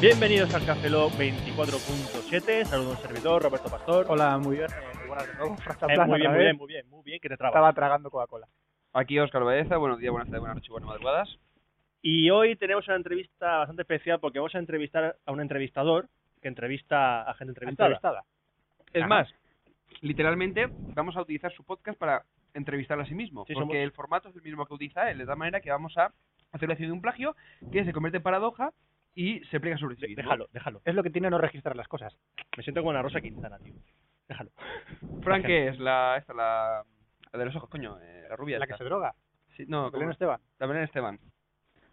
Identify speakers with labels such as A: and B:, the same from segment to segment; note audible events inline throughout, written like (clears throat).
A: Bienvenidos al Café Lock 24.7. Saludos, un servidor, Roberto Pastor.
B: Hola, muy bien, eh, muy buenas de nuevo. Frase
A: Eh,
B: plana
A: muy bien,
B: otra
A: muy
B: vez.
A: bien, muy bien, muy bien, que te trabas.
B: Estaba tragando Coca-Cola.
C: Aquí Óscar Baeza, buenos días, buenas tardes, buenas noches, buenas madrugadas.
A: Y hoy tenemos una entrevista bastante especial porque vamos a entrevistar a un entrevistador que entrevista a gente entrevistada.
B: Entrevistada.
C: Es
A: Ajá.
C: más, literalmente vamos a utilizar su podcast para entrevistar a sí mismo,
A: Sí,
C: porque
A: somos-
C: el formato es el mismo que utiliza él, de tal manera que vamos a hacer la acción de un plagio que se convierte en paradoja y se pliega sobre sí
A: De-
C: mismo.
A: déjalo, déjalo.
B: Es lo que tiene no registrar las cosas.
A: Me siento como la Rosa Quintana, tío. Déjalo.
C: Frank ¿qué es la esta la, la de los ojos, coño, eh, la rubia
B: La que
C: esta.
B: se droga.
C: Sí, no,
B: Belén
C: ¿cómo?
B: Esteban.
C: la Belén Esteban.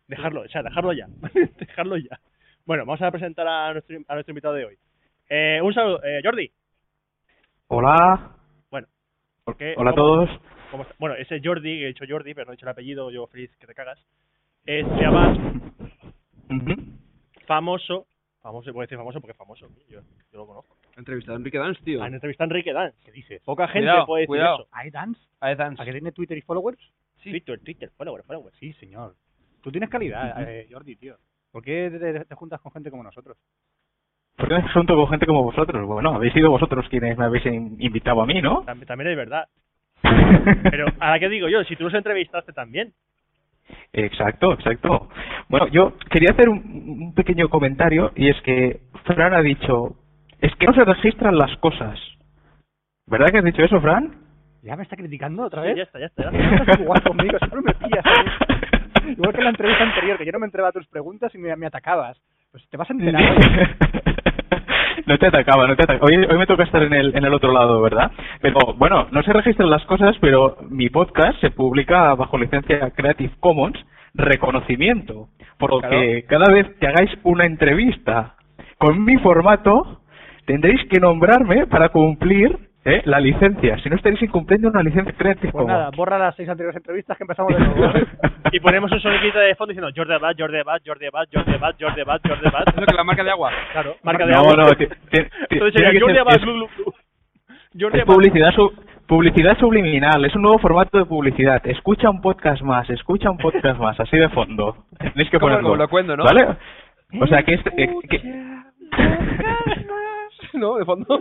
A: Dejarlo, o sea, dejarlo ya. (laughs) dejarlo ya. Bueno, vamos a presentar a nuestro, a nuestro invitado de hoy. Eh, un saludo, eh, Jordi.
D: Hola.
A: Bueno, porque-
D: Hola a
A: Eh, ¿cómo-
D: todos.
A: ¿Cómo está? Bueno, ese Jordi, he dicho Jordi, pero no he dicho el apellido, yo feliz que te cagas. Eh, se llama
D: (laughs) Ujú.
A: famoso, famoso, puedo decir famoso porque es famoso, yo, yo lo conozco.
C: Entrevistado a Enrique Dans, tío.
A: Han entrevistado a Enrique Dan.
B: ¿Qué dices?
A: Ah, Poca gente
C: Cuidado,
A: puede decir
C: cuidado.
A: eso.
B: ¿Hay dance?
C: A Dans.
B: ¿A que tiene Twitter y followers?
C: Sí.
A: Twitter, Twitter, follower, follower.
B: Sí, señor. Tú tienes calidad, eh, Jordi, tío. ¿Por qué te- te, te juntas con gente como nosotros?
D: ¿Por qué me junto con gente como vosotros? Bueno, habéis sido vosotros quienes me habéis in- invitado a mí, ¿no?
A: También, también es verdad. Pero ahora que digo yo, si tú los entrevistaste también,
D: (laughs) Exacto, exacto. Bueno, yo quería hacer un, un pequeño comentario y es que Fran ha dicho, es que no se registran las cosas. ¿Verdad que has dicho eso, Fran?
B: ¿Ya me está criticando otra
A: sí,
B: (laughs) vez?
A: ya está, ya está. ya está.
B: No
D: (laughs)
B: estás igual conmigo, siempre me pillas. ¿eh? Igual que en la entrevista anterior, que yo no me enteraba a tus preguntas y me, me atacabas. Pues te vas a
D: (laughs)
B: enterar. oye.
D: No te atacaba, no te atacaba. Hoy, hoy me toca estar en el, en el otro lado, ¿verdad? Pero bueno, no se registran las cosas, pero mi podcast se publica bajo licencia Creative Commons reconocimiento. Por lo
C: Claro.
D: que cada vez que hagáis una entrevista con mi formato, tendréis que nombrarme para cumplir ¿eh? la licencia. Si no estaréis incumpliendo una licencia Creative (laughs)
B: Pues nada,
D: Commons.
B: borra las seis anteriores entrevistas que empezamos de nuevo.
A: Y ponemos un sonidito de fondo diciendo Jordi Abad, Jordi Abad, Jordi Abad, Jordi Abad, Jordi Abad, Jordi
D: (laughs)
A: Abad.
C: Es lo que la marca de agua.
A: Claro, marca de
D: No,
A: agua.
D: no, ti- ti- ti-
A: Entonces
D: tiene
A: sería
D: que
A: Jordi
D: ser-
A: Abad,
D: es-
A: blu, blu,
D: (laughs)
A: blu. Jordi
D: Es
A: Abad.
D: publicidad, sub- publicidad subliminal, es un nuevo formato de publicidad. Escucha un podcast más, escucha un podcast más, así de fondo. Tenéis que
C: Como-
D: ponerlo.
C: como lo cuento, ¿no?
D: ¿Vale? (laughs) O sea, que este, eh, que-
A: (laughs)
C: no, de fondo.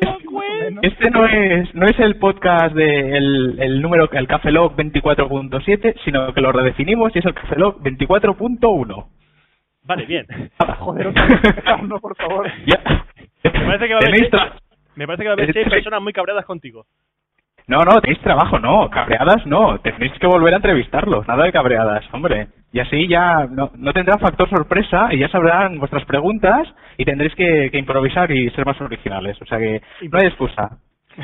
D: este no (laughs) es no es el podcast de el, el número, el Café Lock 24.7, sino que lo redefinimos y es el Café Lock 24.1.
A: Vale,
D: (laughs)
A: bien.
B: Joder, otra vez, no, por favor.
D: Ya.
A: Me parece que va a haber
D: Tenéis
A: seis-
D: tra-
A: Me parece que va a haber
D: Este-
A: seis personas muy cabreadas contigo.
D: No, no, tenéis trabajo, no, cabreadas no, tenéis que volver a entrevistarlos, nada de cabreadas, hombre. Y así ya no, no tendrán factor sorpresa y ya sabrán vuestras preguntas y tendréis que, que improvisar y ser más originales, o sea que no hay excusa.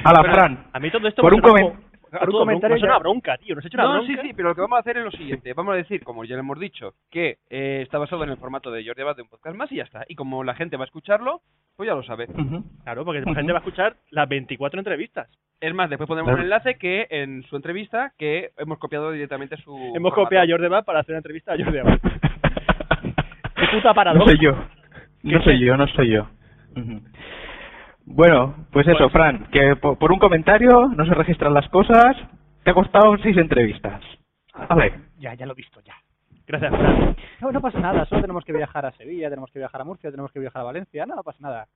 D: A la
C: Pero
D: Fran,
A: A mí todo esto
D: por
A: me
D: un
A: suena
D: comen-
A: como-
B: por
A: todo bronca,
B: un comentario
A: me suena
B: ya-
A: a bronca, tío. Nos ha hecho una
C: No,
A: bronca.
C: sí, sí, pero lo que vamos a hacer es lo siguiente. Vamos a decir, como ya le hemos dicho, que eh, está basado en el formato de Jordi Abad de un podcast más y ya está. Y como la gente va a escucharlo, pues ya lo sabe.
D: Ujú.
A: Claro, porque la
D: Ujú.
A: gente va a escuchar las 24 entrevistas.
C: Es más, después pondremos un enlace que en su entrevista que hemos copiado directamente su.
A: Hemos
C: Uh, formato.
A: copiado a Jordi Abad para hacer una entrevista a Jordi Abad. (laughs) Qué puta
D: no
A: paradoja.
D: soy yo, no soy yo, no soy yo. Ujú. Bueno, pues eso,
A: Bueno.
D: Fran, que po- por, un comentario no se registran las cosas, te ha costado seis entrevistas.
A: Ah.
D: Vale.
B: Ya, ya lo he visto, ya.
A: Gracias, Fran.
B: No, no pasa nada, solo tenemos que viajar a Sevilla, tenemos que viajar a Murcia, tenemos que viajar a Valencia, no, no pasa nada.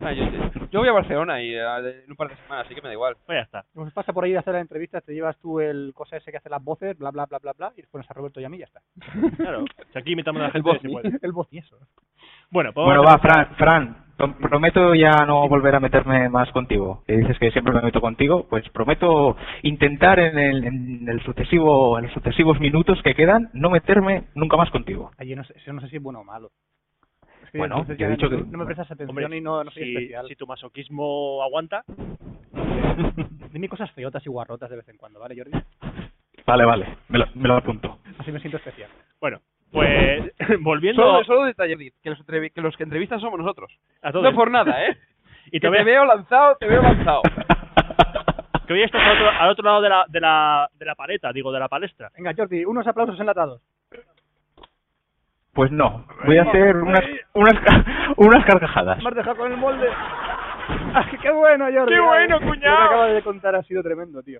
C: Ah, yo, yo- yo voy a Barcelona y eh, en un par de semanas, así que me da igual.
A: Pues ya está.
B: Nos pasa por ahí de hacer la entrevista, te llevas tú el cosa ese que hace las voces, bla, bla, bla, bla, bla, y pones a Roberto y a mí y ya está.
A: Claro. Si aquí imitamos a la
C: El
A: gente, se
C: Bosni.
A: puede.
B: El bocieso.
A: Bueno, pues
D: Bueno,
A: vamos a-
D: va, Fran, Fran, prom- prometo ya no volver a meterme más contigo. Que dices que siempre me meto contigo, pues prometo intentar en el, en el sucesivo, en los sucesivos minutos que quedan, no meterme nunca
B: (laughs)
D: más contigo.
B: Ay, yo no sé, eso no sé si es bueno o malo. Es
D: Bueno,
B: entonces
D: yo he
B: ya
D: dicho
B: no,
D: que-
B: no me prestas atención
A: Hombre,
B: y no, no soy
A: si,
B: especial.
A: si tu masoquismo aguanta,
B: Dime cosas feotas y guarrotas de vez en cuando, ¿vale, Jordi?
D: Vale, vale. Me lo, me lo apunto.
B: Así me siento especial.
A: Bueno, pues (laughs) volviendo
C: Solo, solo detalle, Edith, que los, entrevi- que los que entrevistan somos nosotros.
A: a todo
C: No
A: esto.
C: por nada,
A: (laughs)
C: ¿eh?
A: Y
C: Que te
A: todavía-
C: veo lanzado, te
A: (laughs)
C: veo
D: (laughs)
C: lanzado.
A: que hoy estás al otro, al otro lado de la, de, la, de la paleta, digo, de la palestra.
B: Venga, Jordi, unos aplausos enlatados.
D: Pues no. Voy a hacer unas, unas, (laughs) ca- unas carcajadas.
B: Me has dejado con el molde. (laughs) Ah, ¡Qué bueno, Jordi!
C: ¡Qué bueno,
B: Lo que
C: cuñao!
B: acabas de contar ha sido tremendo, tío.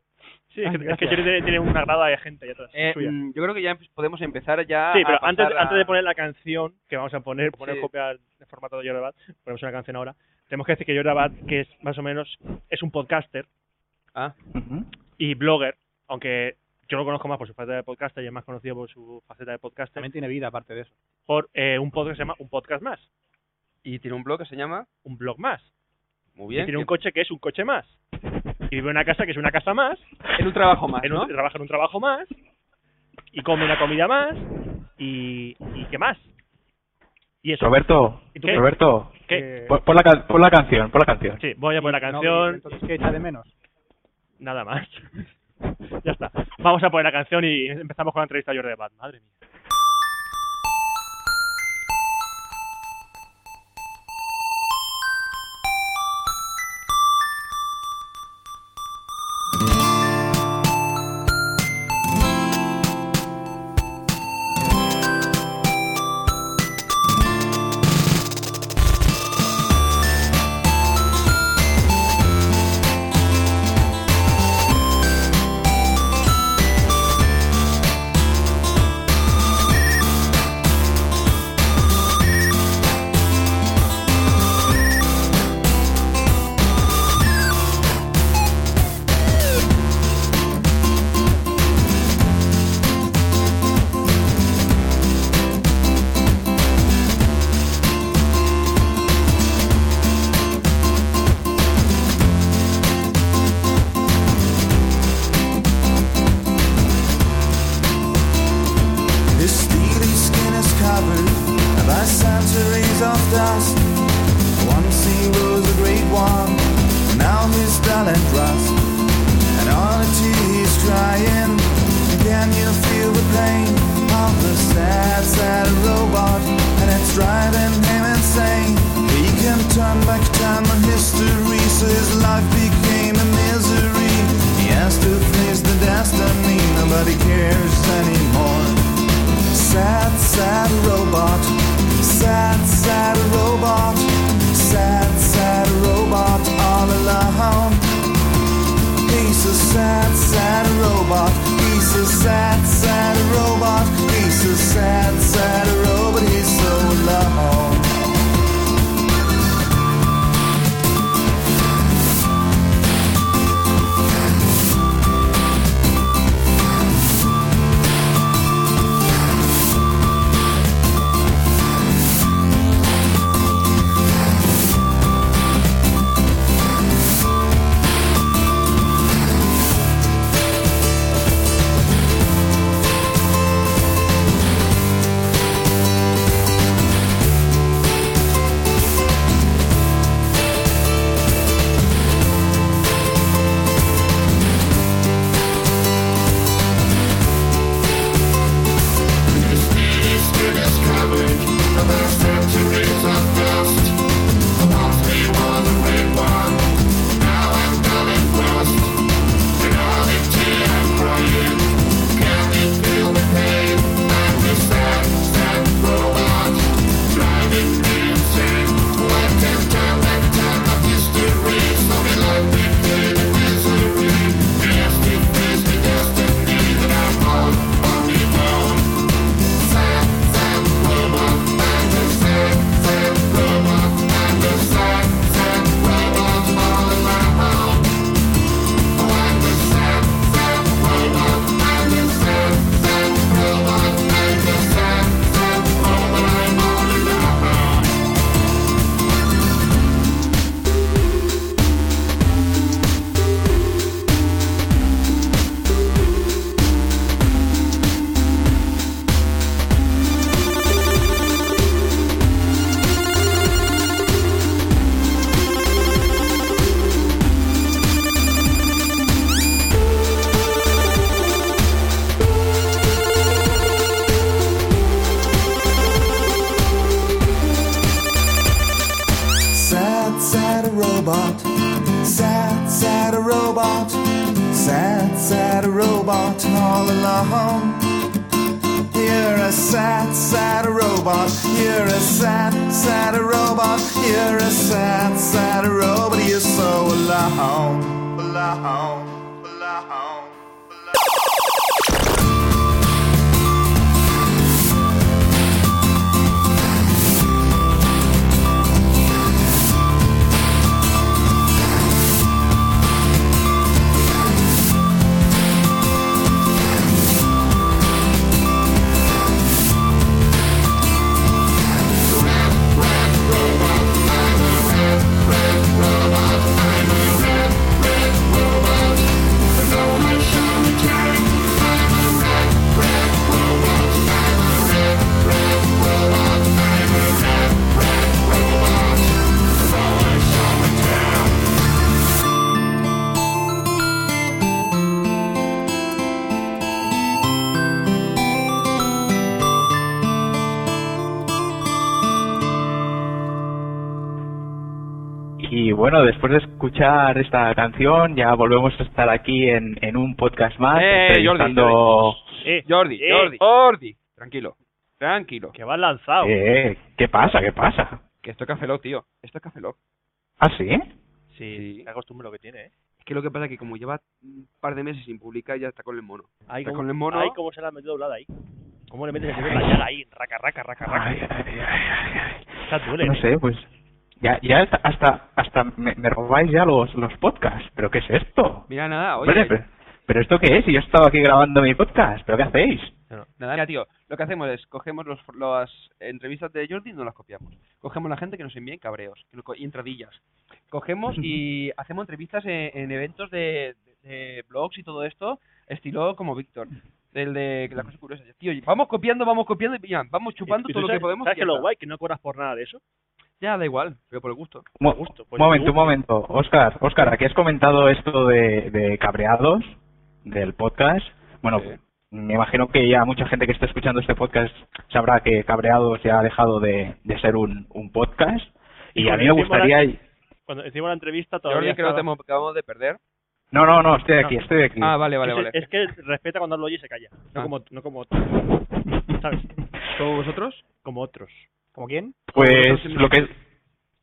A: Sí, es que-
B: Ay,
A: es que
B: gracias.
A: Jordi tiene, tiene una grada de gente allá atrás.
C: Eh,
A: suya.
C: mm, yo creo que ya empe- podemos empezar ya
A: Sí,
C: a
A: pero
C: Ah, pasar
A: antes,
C: a-
A: antes de poner la canción que vamos a poner, poner
C: Sí.
A: copia de formato de Jordi Abad, ponemos una canción ahora. Tenemos que decir que Jordi Abad, que es más o menos, es un podcaster
C: Ah,
D: Ujú.
A: y blogger, aunque yo lo conozco más por su faceta de podcaster y es más conocido por su faceta de podcaster,
B: También tiene vida aparte de eso.
A: por eh, un podcast que se llama Un Podcast Más,
C: y tiene un blog que se llama...
A: Un Blog Más. Y
C: Muy bien.
A: tiene un
C: que-
A: coche que es un coche más. Y vive en una casa que es una casa más.
C: en un trabajo más,
A: en
C: ¿no?
A: un- trabaja en un trabajo más y come una comida más y, y qué más y eso
D: Roberto,
A: ¿Y tú qué?
D: Roberto,
A: ¿Qué?
D: pon, pon la, can- pon la canción, por la canción.
A: sí voy a poner la
B: No,
A: canción
B: entonces, ¿qué echa de menos?
A: nada más (laughs) ya está vamos a poner la canción y empezamos con la entrevista a Jordi Abad madre mía
E: His steely skin is covered by centuries of dust. Once he was a great one, now he's talent rust. And on a tea he's crying. Can you feel the pain of the sad, sad robot? And it's driving him insane. He can turn back time on history, so his life became a misery. He has to face the destiny, nobody cares anymore. Sad, sad robot. Sad, sad robot. Sad, sad robot all alone. He's a sad, sad robot. He's a sad, sad robot. He's a sad, sad robot. He's so alone. sad robot all alone. You're a sad, sad robot. You're a sad, sad robot. You're a sad, sad robot. You're so alone, alone, alone.
D: Y bueno, después de escuchar esta canción, ya volvemos a estar aquí en, en un podcast más.
C: Eh, Jordi,
D: entrevistando-
A: Eh,
C: Jordi,
A: eh,
C: Jordi, Jordi. Tranquilo, tranquilo.
A: Que vas lanzado.
D: Eh, ¿Qué pasa? ¿Qué pasa?
C: Que esto es Café Lock, tío. Esto es Café Lock.
D: ¿Ah, sí?
C: Sí.
A: La costumbre lo que tiene, ¿eh?
C: Es que lo que pasa es que como lleva un par de meses sin publicar, ya está con el mono.
A: Ahí
C: Está
A: como,
C: con el mono.
A: ahí como se la ha metido doblada ahí. ¿Cómo le metes el dedo en la llaga ahí? Raca, raca, raca, raca.
D: Ay, ay, ay, ay, ay.
A: Esa duele,
D: No
A: ¿eh?
D: sé, pues... Ya, ya hasta, hasta, hasta me, me robáis ya los, los podcasts. ¿Pero qué es esto?
C: Mira, nada, oye.
D: Hombre, pero, pero esto qué es? Yo estaba aquí grabando mi podcast. ¿Pero qué hacéis?
C: Nada, mira, tío, lo que hacemos es cogemos los, las entrevistas de Jordi y no las copiamos. Cogemos la gente que nos envía en cabreos que lo co- y entradillas. Cogemos y hacemos entrevistas en, en eventos de, de- de blogs y todo esto, estilo como Víctor. El de la cosa curiosa. Tío, y vamos copiando, vamos copiando y mira, vamos chupando
A: ¿Y tú
C: todo lo
A: sabes-
C: que podemos.
A: ¿Sabes
C: y
A: que
C: ya
A: lo
C: está.
A: guay? Que no cobras por nada de eso.
C: Ya da igual, pero por el gusto.
D: Mo-
A: gusto, pues,
D: un momento,
A: me
D: un momento. Oscar, Oscar, aquí has comentado esto de, de cabreados del podcast. Bueno,
C: Sí.
D: me imagino que ya mucha gente que está escuchando este podcast sabrá que cabreados ya ha dejado de, de ser un, un podcast.
A: Y
D: Y a
A: cuando
D: mí me
A: hicimos la-
D: gustaría.
A: Cuando hicimos la entrevista todavía
C: Jordi, creo que
A: estaba-
C: te hemos- acabamos de perder.
D: No, no, no, estoy aquí, estoy aquí.
C: Ah,
A: (laughs)
C: vale, vale,
A: es,
C: vale.
A: es que respeta cuando hablo oye y se calla. No
C: Ah.
A: como, no como,
C: (laughs)
A: ¿sabes?
D: (laughs)
C: ¿Todos vosotros?
A: Como otros.
B: ¿Como quién?
D: Pues lo que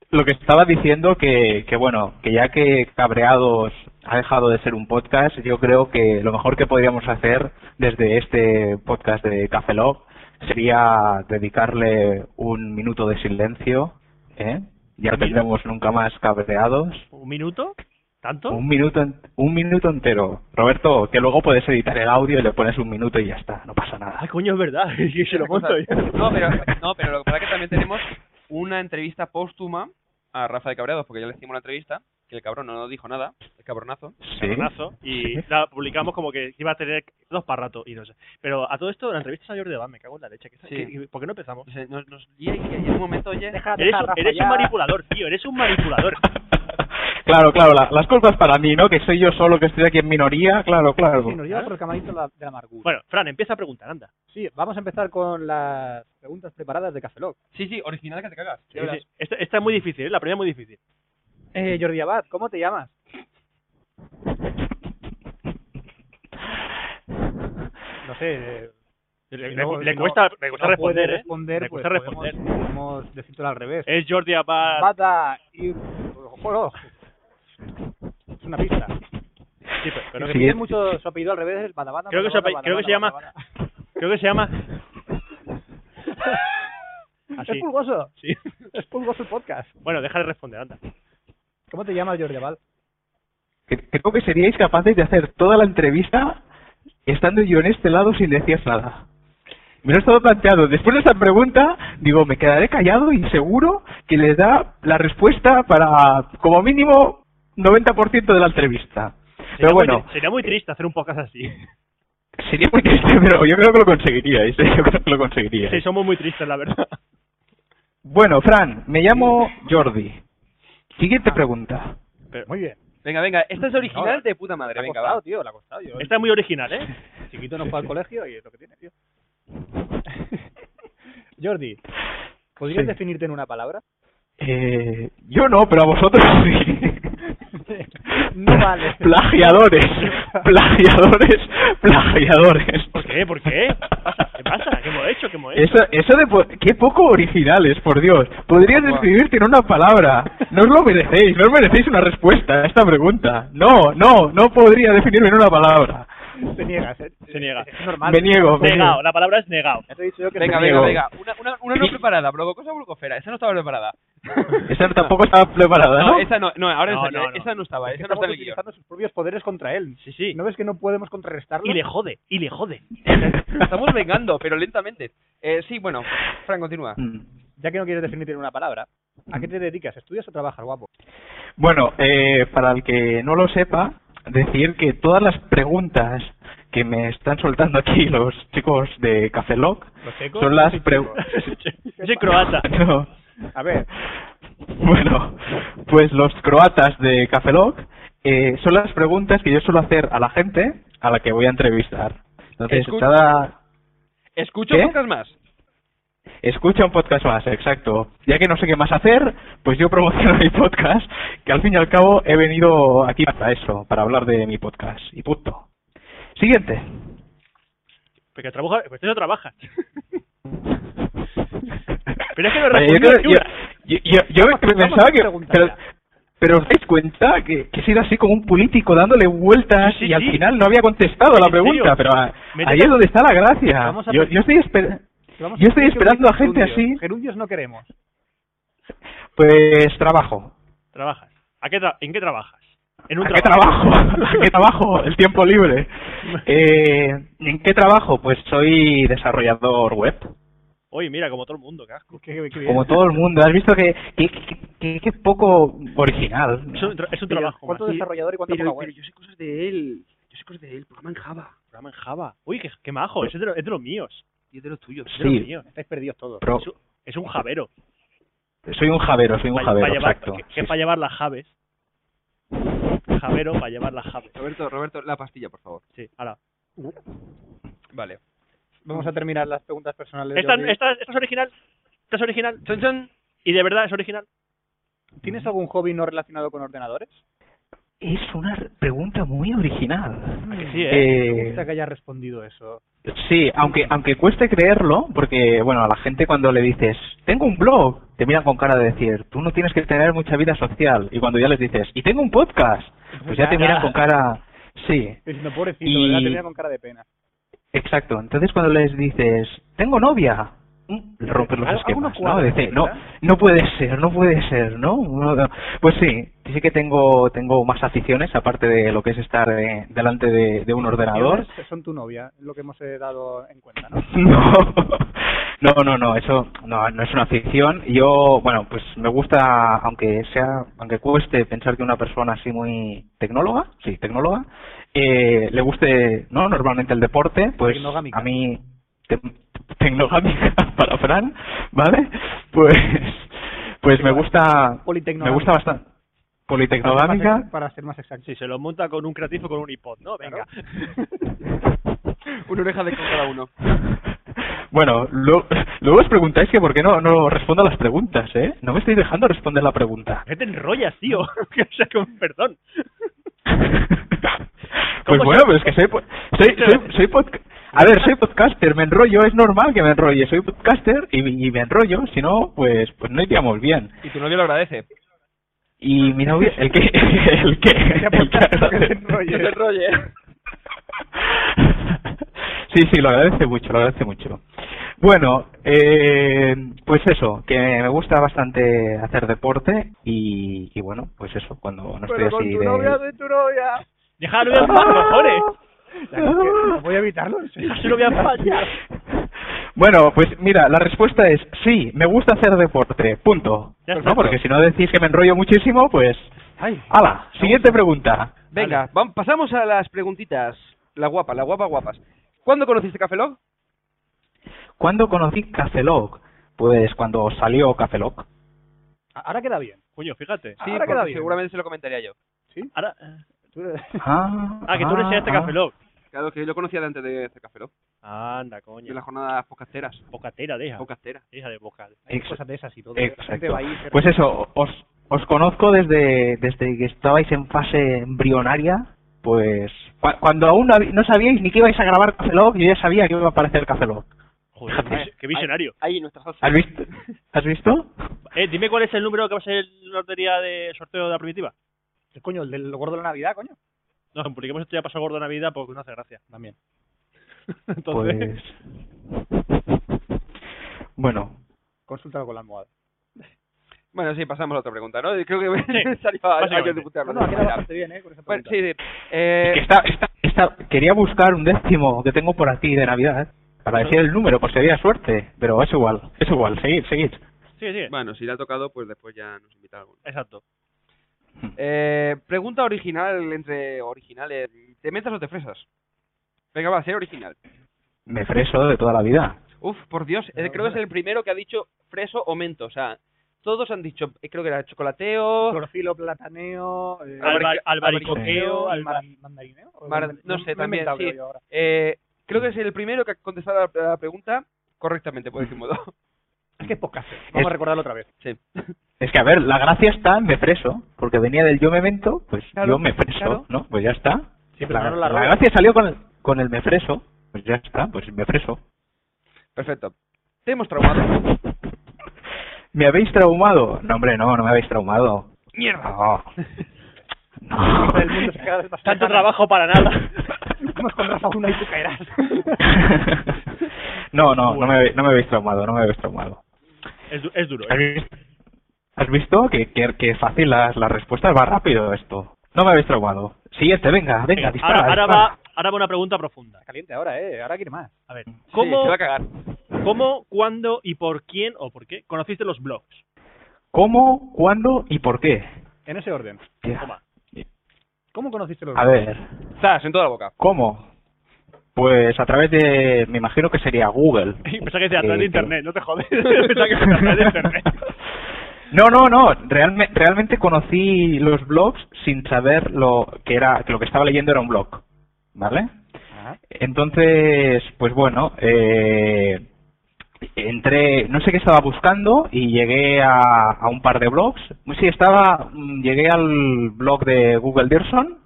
D: lo que estaba diciendo que, que bueno, que ya que Cabreados ha dejado de ser un podcast, yo creo que lo mejor que podríamos hacer desde este podcast de Café Lock sería dedicarle un minuto de silencio, ¿eh? Ya no
A: ¿Un minuto?
D: tendremos nunca más cabreados.
A: ¿Un minuto? ¿Tanto?
D: Un minuto, en- un minuto entero. Roberto, que luego puedes editar el audio y le pones un minuto y ya está, no pasa nada.
A: Ay, Ah, coño, es verdad. (laughs) Y se lo
C: Cosa-
A: monto yo.
C: No, pero, no, pero lo que pasa es que también tenemos una entrevista póstuma a Rafa de Cabreados, porque ya le hicimos la entrevista, que el cabrón no nos dijo nada, el cabronazo.
D: Sí.
A: Cabronazo, y la publicamos como que iba a tener dos para rato y no sé. Pero a todo esto, la entrevista a Jordi Abad, me cago en la leche. ¿Qué-
C: Sí.
A: qué- ¿Por qué no empezamos?
C: O sea, nos, nos lía y lía, y en un momento, oye,
B: Deja,
A: Eres,
B: deja,
A: un-
B: Rafa,
A: eres un
B: ya.
A: manipulador, tío, eres un
B: (laughs)
A: manipulador.
D: (laughs) claro, claro, la- las culpas para mí, ¿no? Que soy yo solo que estoy aquí en minoría, claro, claro.
B: Sí, nos lleva por el camarito de la, de la amargura.
A: Ah. Bueno, Fran, empieza a preguntar, anda.
B: Sí, vamos a empezar con las preguntas preparadas de Café Lock.
C: sí, sí, original que te cagas.
A: Sí,
C: ya verás.
A: sí. Esta, esta es muy difícil, ¿eh? la primera es muy difícil.
B: Eh, Jordi Abad, ¿cómo te llamas?
D: (laughs)
B: No sé, eh,
A: Le, le-
B: si no-
A: le
B: si no-
A: cuesta, le
B: no
A: cuesta
B: puedes
A: responder, ¿eh?
B: responder,
A: Le
B: pues
A: cuesta
B: podemos,
A: responder. Eh,
B: podemos decírtelo al revés.
A: Es Jordi Abad.
B: Bata y... Ojo, Es una pista.
A: Sí, pero- pero
B: Pero
A: que-
D: Sí.
B: repiten mucho su apellido al revés, es Bata Bata,
A: Creo que
B: Bata,
A: su ape-
B: Bata,
A: creo que
B: Bata,
A: se llama-
B: Bata, Bata.
A: creo que se llama. (laughs)
B: Es
A: Así.
B: pulgoso,
A: Sí.
B: es pulgoso el podcast.
A: Bueno, deja de responder, anda.
B: ¿Cómo te llamas, Jordi Abad?
D: Que- Creo que seríais capaces de hacer toda la entrevista estando yo en este lado sin decir nada. Me lo he estado planteando. Después de esta pregunta, digo, me quedaré callado y seguro que les da la respuesta para, como mínimo, 90% de la entrevista.
A: Sería
D: Pero bueno,
A: muy, sería muy triste hacer un podcast así.
D: sería muy triste, pero yo creo que lo conseguiríais. ¿eh? Yo creo que lo conseguiríais.
A: Sí, somos muy tristes, la verdad.
D: (laughs) Bueno, Fran, me llamo Jordi. Siguiente
A: Ah.
D: pregunta.
A: Pero-
B: Muy bien.
C: Venga, venga, esta es original
B: No,
C: de puta madre,
B: Le ha
C: venga,
B: costado,
C: va.
B: tío, le ha costado. Yo,
A: Esta es muy original, ¿eh?
B: chiquito no fue al colegio y es lo que tiene, tío. Jordi, ¿podrías
D: Sí.
B: definirte en una palabra?
A: (laughs)
D: Eh, yo no, pero a vosotros sí.
B: No vale.
A: (laughs)
D: Plagiadores, plagiadores, plagiadores.
A: ¿Por qué? ¿Por qué? ¿Qué pasa? ¿Qué pasa? ¿Qué hemos hecho? ¿Qué hemos hecho?
D: Eso, eso de... po- Qué poco originales, por Dios. Podrías
C: Guau.
D: describirte en una palabra. No os lo merecéis, no os merecéis una respuesta a esta pregunta. No, no, no podría definirme en una palabra.
B: Te niegas, ¿eh?
A: Se niega.
B: Es normal.
D: Me niego, me
A: Negado,
D: niego.
A: la palabra es negado.
B: Ya te he dicho yo que
C: Venga,
D: me
C: venga,
D: niego.
C: venga. Una, una, una no preparada, bro. Cosa burgofera. Esa no estaba preparada.
D: Esa tampoco estaba preparada,
C: (laughs) No,
D: ¿no?
C: esa no, no, ahora
A: No,
C: en serio,
A: no, no.
C: esa no estaba,
B: que
C: esa no
B: estamos
C: está en el guión.
B: utilizando sus propios poderes contra él.
A: Sí, sí.
B: ¿No ves que no podemos contrarrestarlo?
A: Y le jode, y le jode.
C: Estamos vengando, pero lentamente. Eh, sí, bueno, Fran, continúa.
D: (laughs) Mm.
B: Ya que no quieres definirte en una palabra, ¿a qué te dedicas? ¿Estudias o trabajas, guapo?
D: Bueno, eh, para el que no lo sepa, decir que todas las preguntas que me están soltando aquí los chicos de Café Lock
B: ¿Los checos?
D: son las preguntas...
A: Soy
D: (laughs)
A: croata.
B: A ver,
D: Bueno, pues los croatas de Café Lock eh, son las preguntas que yo suelo hacer a la gente a la que voy a entrevistar. Entonces,
C: Escucha-
D: cada...
C: Escucho
D: ¿Qué?
C: pocas más.
D: Escucha un podcast más, exacto. Ya que no sé qué más hacer, pues yo promociono (laughs) mi podcast, que al fin y al cabo he venido aquí para eso, para hablar de mi podcast. Y punto. Siguiente.
A: Porque trabaja, pues eso trabaja. (laughs) Pero es que no
D: Oye,
A: respondió
D: yo, creo-
A: ninguna.
D: yo, yo, yo me
B: Vamos,
D: pensaba
B: vamos,
D: que...
B: pregunta,
D: Pero,
B: ya.
D: pero os dais cuenta que, que he sido así como un político dándole vueltas
A: Sí, sí,
D: y al
A: sí.
D: final no había contestado la
A: ¿En serio?
D: pregunta, pero a-
A: Métete
D: ahí es
A: a-
D: donde está la gracia.
B: Vamos a
D: Yo,
B: ver.
D: yo estoy esperando...
B: te vamos
D: Yo estoy
B: decir que
D: esperando a
B: unos
D: gente
B: gerundios.
D: así.
B: Gerundios no queremos.
D: Pues trabajo.
A: Trabajas. ¿A qué tra- ¿En qué trabajas? En un
D: ¿A qué
A: trabajo.
D: trabajo? (laughs)
A: (laughs)
D: ¿A qué trabajo? El tiempo libre. Eh, ¿En qué trabajo? Pues soy desarrollador web.
A: Oye, mira, como todo el mundo, qué asco.
B: Qué- qué- qué bien.
D: Como todo el mundo. ¿Has visto que que, que- que poco original?
A: Es un, tra- es un
C: Pero,
A: trabajo.
B: ¿Cuánto
A: más.
B: desarrollador y eh. cuánto
C: Pero,
B: poca
C: pero
B: web?
C: yo sé cosas de él. Yo sé cosas de él, programa en Java.
A: Programa en Java. Uy, qué, qué majo. ese Es de, lo- es de los míos.
C: Y es de los tuyos.
A: Es de los
D: Sí.
A: míos.
B: Estáis perdidos todos.
D: Pro-
A: Es un, es un javero.
D: soy un javero, soy un
A: Pa-
D: javero,
A: pa llevar-
D: exacto.
A: que- que
D: Sí, sí.
A: para llevar las javes. Javero para llevar las javes.
C: Roberto, Roberto, la pastilla, por favor.
A: Sí, ahora.
C: Vale.
B: Vamos a terminar las preguntas personales.
A: Esta,
B: Jordi.
A: esta- esta es original. Esta es original.
C: Chon, chon.
A: Y de verdad es original.
B: ¿Tienes algún hobby no relacionado con ordenadores?
D: Es una pregunta muy original.
A: ¿A que sí, eh?
D: Eh,
B: Me gusta que hayas respondido eso.
D: sí, aunque aunque cueste creerlo, porque bueno, a la gente cuando le dices tengo un blog, te miran con cara de decir tú no tienes que tener mucha vida social, y cuando ya les dices y tengo un podcast, pues ya te miran con cara, sí,
B: Estoy diciendo, pobrecito,
D: Y-
B: ¿verdad? Te mira con cara de pena.
D: Exacto. Entonces cuando les dices, tengo novia, mm, le rompes los
B: Al- alguno
D: esquemas, ¿no?
B: cuadra,
D: Dice, no,
B: ¿verdad?
D: no puede ser, no puede ser, ¿no? No, no. Pues sí, sí que tengo tengo más aficiones aparte de lo que es estar eh, delante de, de un ordenador.
B: Millones Son tu novia, es lo que hemos eh, dado en cuenta, ¿no?
D: (laughs) No, no, no, no, eso no, no es una afición. Yo, bueno, pues me gusta, aunque sea, aunque cueste pensar que una persona así muy tecnóloga, sí, tecnóloga, eh, le guste, ¿no? Normalmente el deporte, pues
B: Tecnogámica.
D: a mí, te- tecnogámica (laughs) para Fran, ¿vale? Pues, pues me gusta, me
B: Politecnogámica.
D: gusta bastante. Politecnogámica,
B: Para ser más exacto.
A: Si se lo monta con un creativo con un iPod, ¿no? Venga. (laughs)
C: (laughs) Una oreja de con cada uno.
D: Bueno, lo- luego os preguntáis que por qué no, no respondo a las preguntas, ¿eh? No me estáis dejando responder la pregunta. (laughs)
A: ¿Qué te enrollas, (laughs) tío? o sea, con perdón.
D: pues
A: ¿Cómo
D: bueno,
A: se-
D: pero es que soy, po- soy, soy, soy podca- A ver, soy podcaster, me enrollo, es normal que me enrolle, soy podcaster y, y me enrollo, si no, pues, pues no iríamos bien.
C: Y tu novio lo agradece.
D: Y mi novia, el que, (laughs) el que, el que (laughs)
C: Que te enrolle.
D: Sí, sí, lo agradece mucho, lo agradece mucho. Bueno, eh, pues eso, que me gusta bastante hacer deporte y, y bueno, pues eso, cuando no estoy así de... Ah,
B: soy tu novia.
A: Déjalo ya en paz, cojones. (laughs)
B: Ya, es que voy a evitarlo. en
D: (laughs)
B: serio.
A: Déjalo ya en paz, tío.
D: Bueno, pues mira, la respuesta es sí, me gusta hacer deporte, punto. Pues
A: Ya
D: ¿No?
A: está.
D: Porque si no decís que me enrollo muchísimo, pues...
B: Ay,
D: ¡Hala! Siguiente pregunta.
C: Venga, vam- pasamos a las preguntitas. La guapa, la guapa, guapas. ¿Cuándo conociste Café Lock?
D: ¿Cuándo conocí Cafeloc? Pues cuando salió Cafeloc.
B: ahora queda bien.
A: Coño, fíjate.
C: Sí,
B: Ahora queda
C: porque
B: bien.
C: seguramente se lo comentaría yo.
A: Ahora...
B: Tú eres-
D: Ah,
A: Ah, que tú eres este
D: ah.
A: Café Lock.
C: Claro, que yo lo conocía de antes de hacer Café Lock.
A: Anda,
C: De
A: coño.
C: las jornadas pocasteras.
A: Bocatera, deja.
C: Pocasteras.
A: Deja de boca.
B: Hay
D: (laughs) Ex-
B: cosas de esas y todo. ¿eh? La gente
D: Exacto.
B: va ahí, se-
D: Pues eso, os, Os conozco desde, desde que estabais en fase embrionaria, pues cua- cuando aún no hab- no sabíais ni que ibais a grabar Café Lock, yo ya sabía que iba a aparecer Café Lock.
A: Joder, qué, qué visionario.
F: Ahí en nuestra salsa.
D: ¿Has visto? ¿Has visto?
A: Eh, dime cuál es el número que va a ser la lotería de sorteo de la primitiva.
D: Pues-
B: ¿Qué coño? ¿El del gordo de la Navidad, coño?
A: No, publiquemos esto ya pasó gordo Navidad porque no hace gracia también. (laughs) Entonces,
D: Pues... Bueno,
B: Consúltalo con la almohada.
C: Bueno, sí, pasamos a otra pregunta, ¿no? Creo que es
A: Sí,
C: (laughs) necesario a- a- a-
A: básicamente.
C: disputarlo.
B: Ah, No, no, ha quedado bastante bien, ¿eh? Con esa
C: Bueno,
B: pregunta.
C: Pues, sí, sí. Eh,
D: que está, está- está- quería buscar un décimo que tengo por aquí de Navidad para decir el número, por si había suerte, pero es igual, es igual, seguid, seguid.
A: sigue, sigue.
C: Bueno, si le ha tocado, pues después ya nos invita alguno.
A: Exacto.
C: Eh, pregunta original entre originales. ¿Te metas o te fresas? Venga, va a ser original.
D: Me freso de toda la vida.
C: Uf, por Dios, eh, creo que es el primero que ha dicho freso o mento. O sea, todos han dicho, eh, creo que era chocolateo,
B: Torcilo, plataneo... eh,
A: Alba- albaricoqueo,
B: albaricoqueo,
A: alba-
B: mar- mandarineo. ¿O
C: Mar-
B: mand-
C: no
B: me
C: sé,
B: he
C: también,
B: inventado
C: sí.
B: yo ahora.
C: Eh, creo que es el primero que ha contestado a la, a la pregunta correctamente, por decir
B: (laughs)
C: modo.
B: Es que es podcast. pues Vamos
D: Es-
B: a recordarlo
A: (laughs)
B: otra vez.
C: Sí.
D: Es que, a ver, la gracia está en me freso, porque venía del yo me mento, pues
C: Claro,
D: yo me freso,
C: claro.
D: ¿no? Pues ya está.
B: Sí, pero
D: la,
B: no la
D: la
B: roba.
D: gracia salió con el, con el me freso, pues ya está, pues me freso.
C: Perfecto. Te hemos traumado.
D: ¿Me habéis traumado? No, hombre, no, no me habéis traumado.
C: ¡Mierda!
D: No. No.
B: (laughs) El mundo se caga de estas
A: Tanto
B: semanas.
A: trabajo para
D: (laughs)
A: nada.
B: (laughs) Vamos con Rafa una y tú caerás.
D: no, no, no me, no me habéis traumado, no me habéis traumado.
A: Es, du- es duro.
D: ¿Has
A: ¿eh?
D: visto, has visto que, que, que fácil las, las respuestas? Va rápido esto. No me habéis traumado. Siguiente, venga, venga, dispara.
A: ahora, ahora
D: dispara.
A: va, ahora va una pregunta profunda.
B: Caliente ahora, ¿eh? Ahora quiere más.
A: A ver,
C: Sí, se
A: ¿cómo,
C: va a cagar.
A: ¿cómo, cuándo y por quién o por qué conociste los blogs? (laughs)
D: ¿Cómo, cuándo y por qué?
B: En ese orden.
D: Tía,
A: Toma.
B: ¿Cómo conociste los
D: A ver,
C: ¡Zas! En toda la boca.
D: ¿cómo? Pues a través de, me imagino que sería Google.
A: (laughs) Pensaba que decía a través de
D: Eh,
A: internet, no te
D: (laughs)
A: jodes. (laughs) Pensaba que decía a través de internet.
D: No, no, no. Realme- realmente conocí los blogs sin saber lo que era, que lo que estaba leyendo era un blog, ¿vale?
B: Ajá.
D: Entonces, pues bueno, eh, entré, no sé qué estaba buscando y llegué a, a un par de blogs. Pues Sí, estaba, mm, llegué al blog de Google Dearson,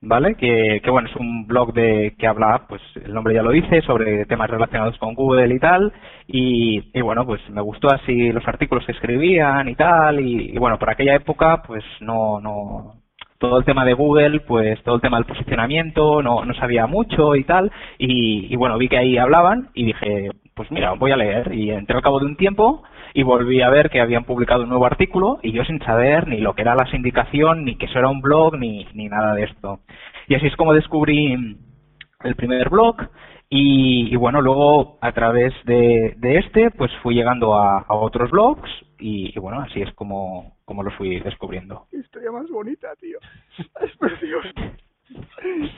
D: ¿vale? Que, que bueno, es un blog de que habla, pues el nombre ya lo dice, sobre temas relacionados con Google y tal. Y, y bueno, pues me gustó así los artículos que escribían y tal. Y, y bueno, por aquella época, pues no, no, todo el tema de Google, pues todo el tema del posicionamiento, no, no sabía mucho y tal. Y, y bueno, vi que ahí hablaban y dije, pues mira, voy a leer. Y entré al cabo de un tiempo y volví a ver que habían publicado un nuevo artículo y yo sin saber ni lo que era la sindicación, ni que eso era un blog, ni, ni nada de esto. Y así es como descubrí el primer blog y, y bueno, luego a través de, de este pues fui llegando a, a otros blogs y, y bueno, así es como, como los fui descubriendo.
B: Qué historia más bonita, (laughs) tío. Es precioso.
D: (laughs)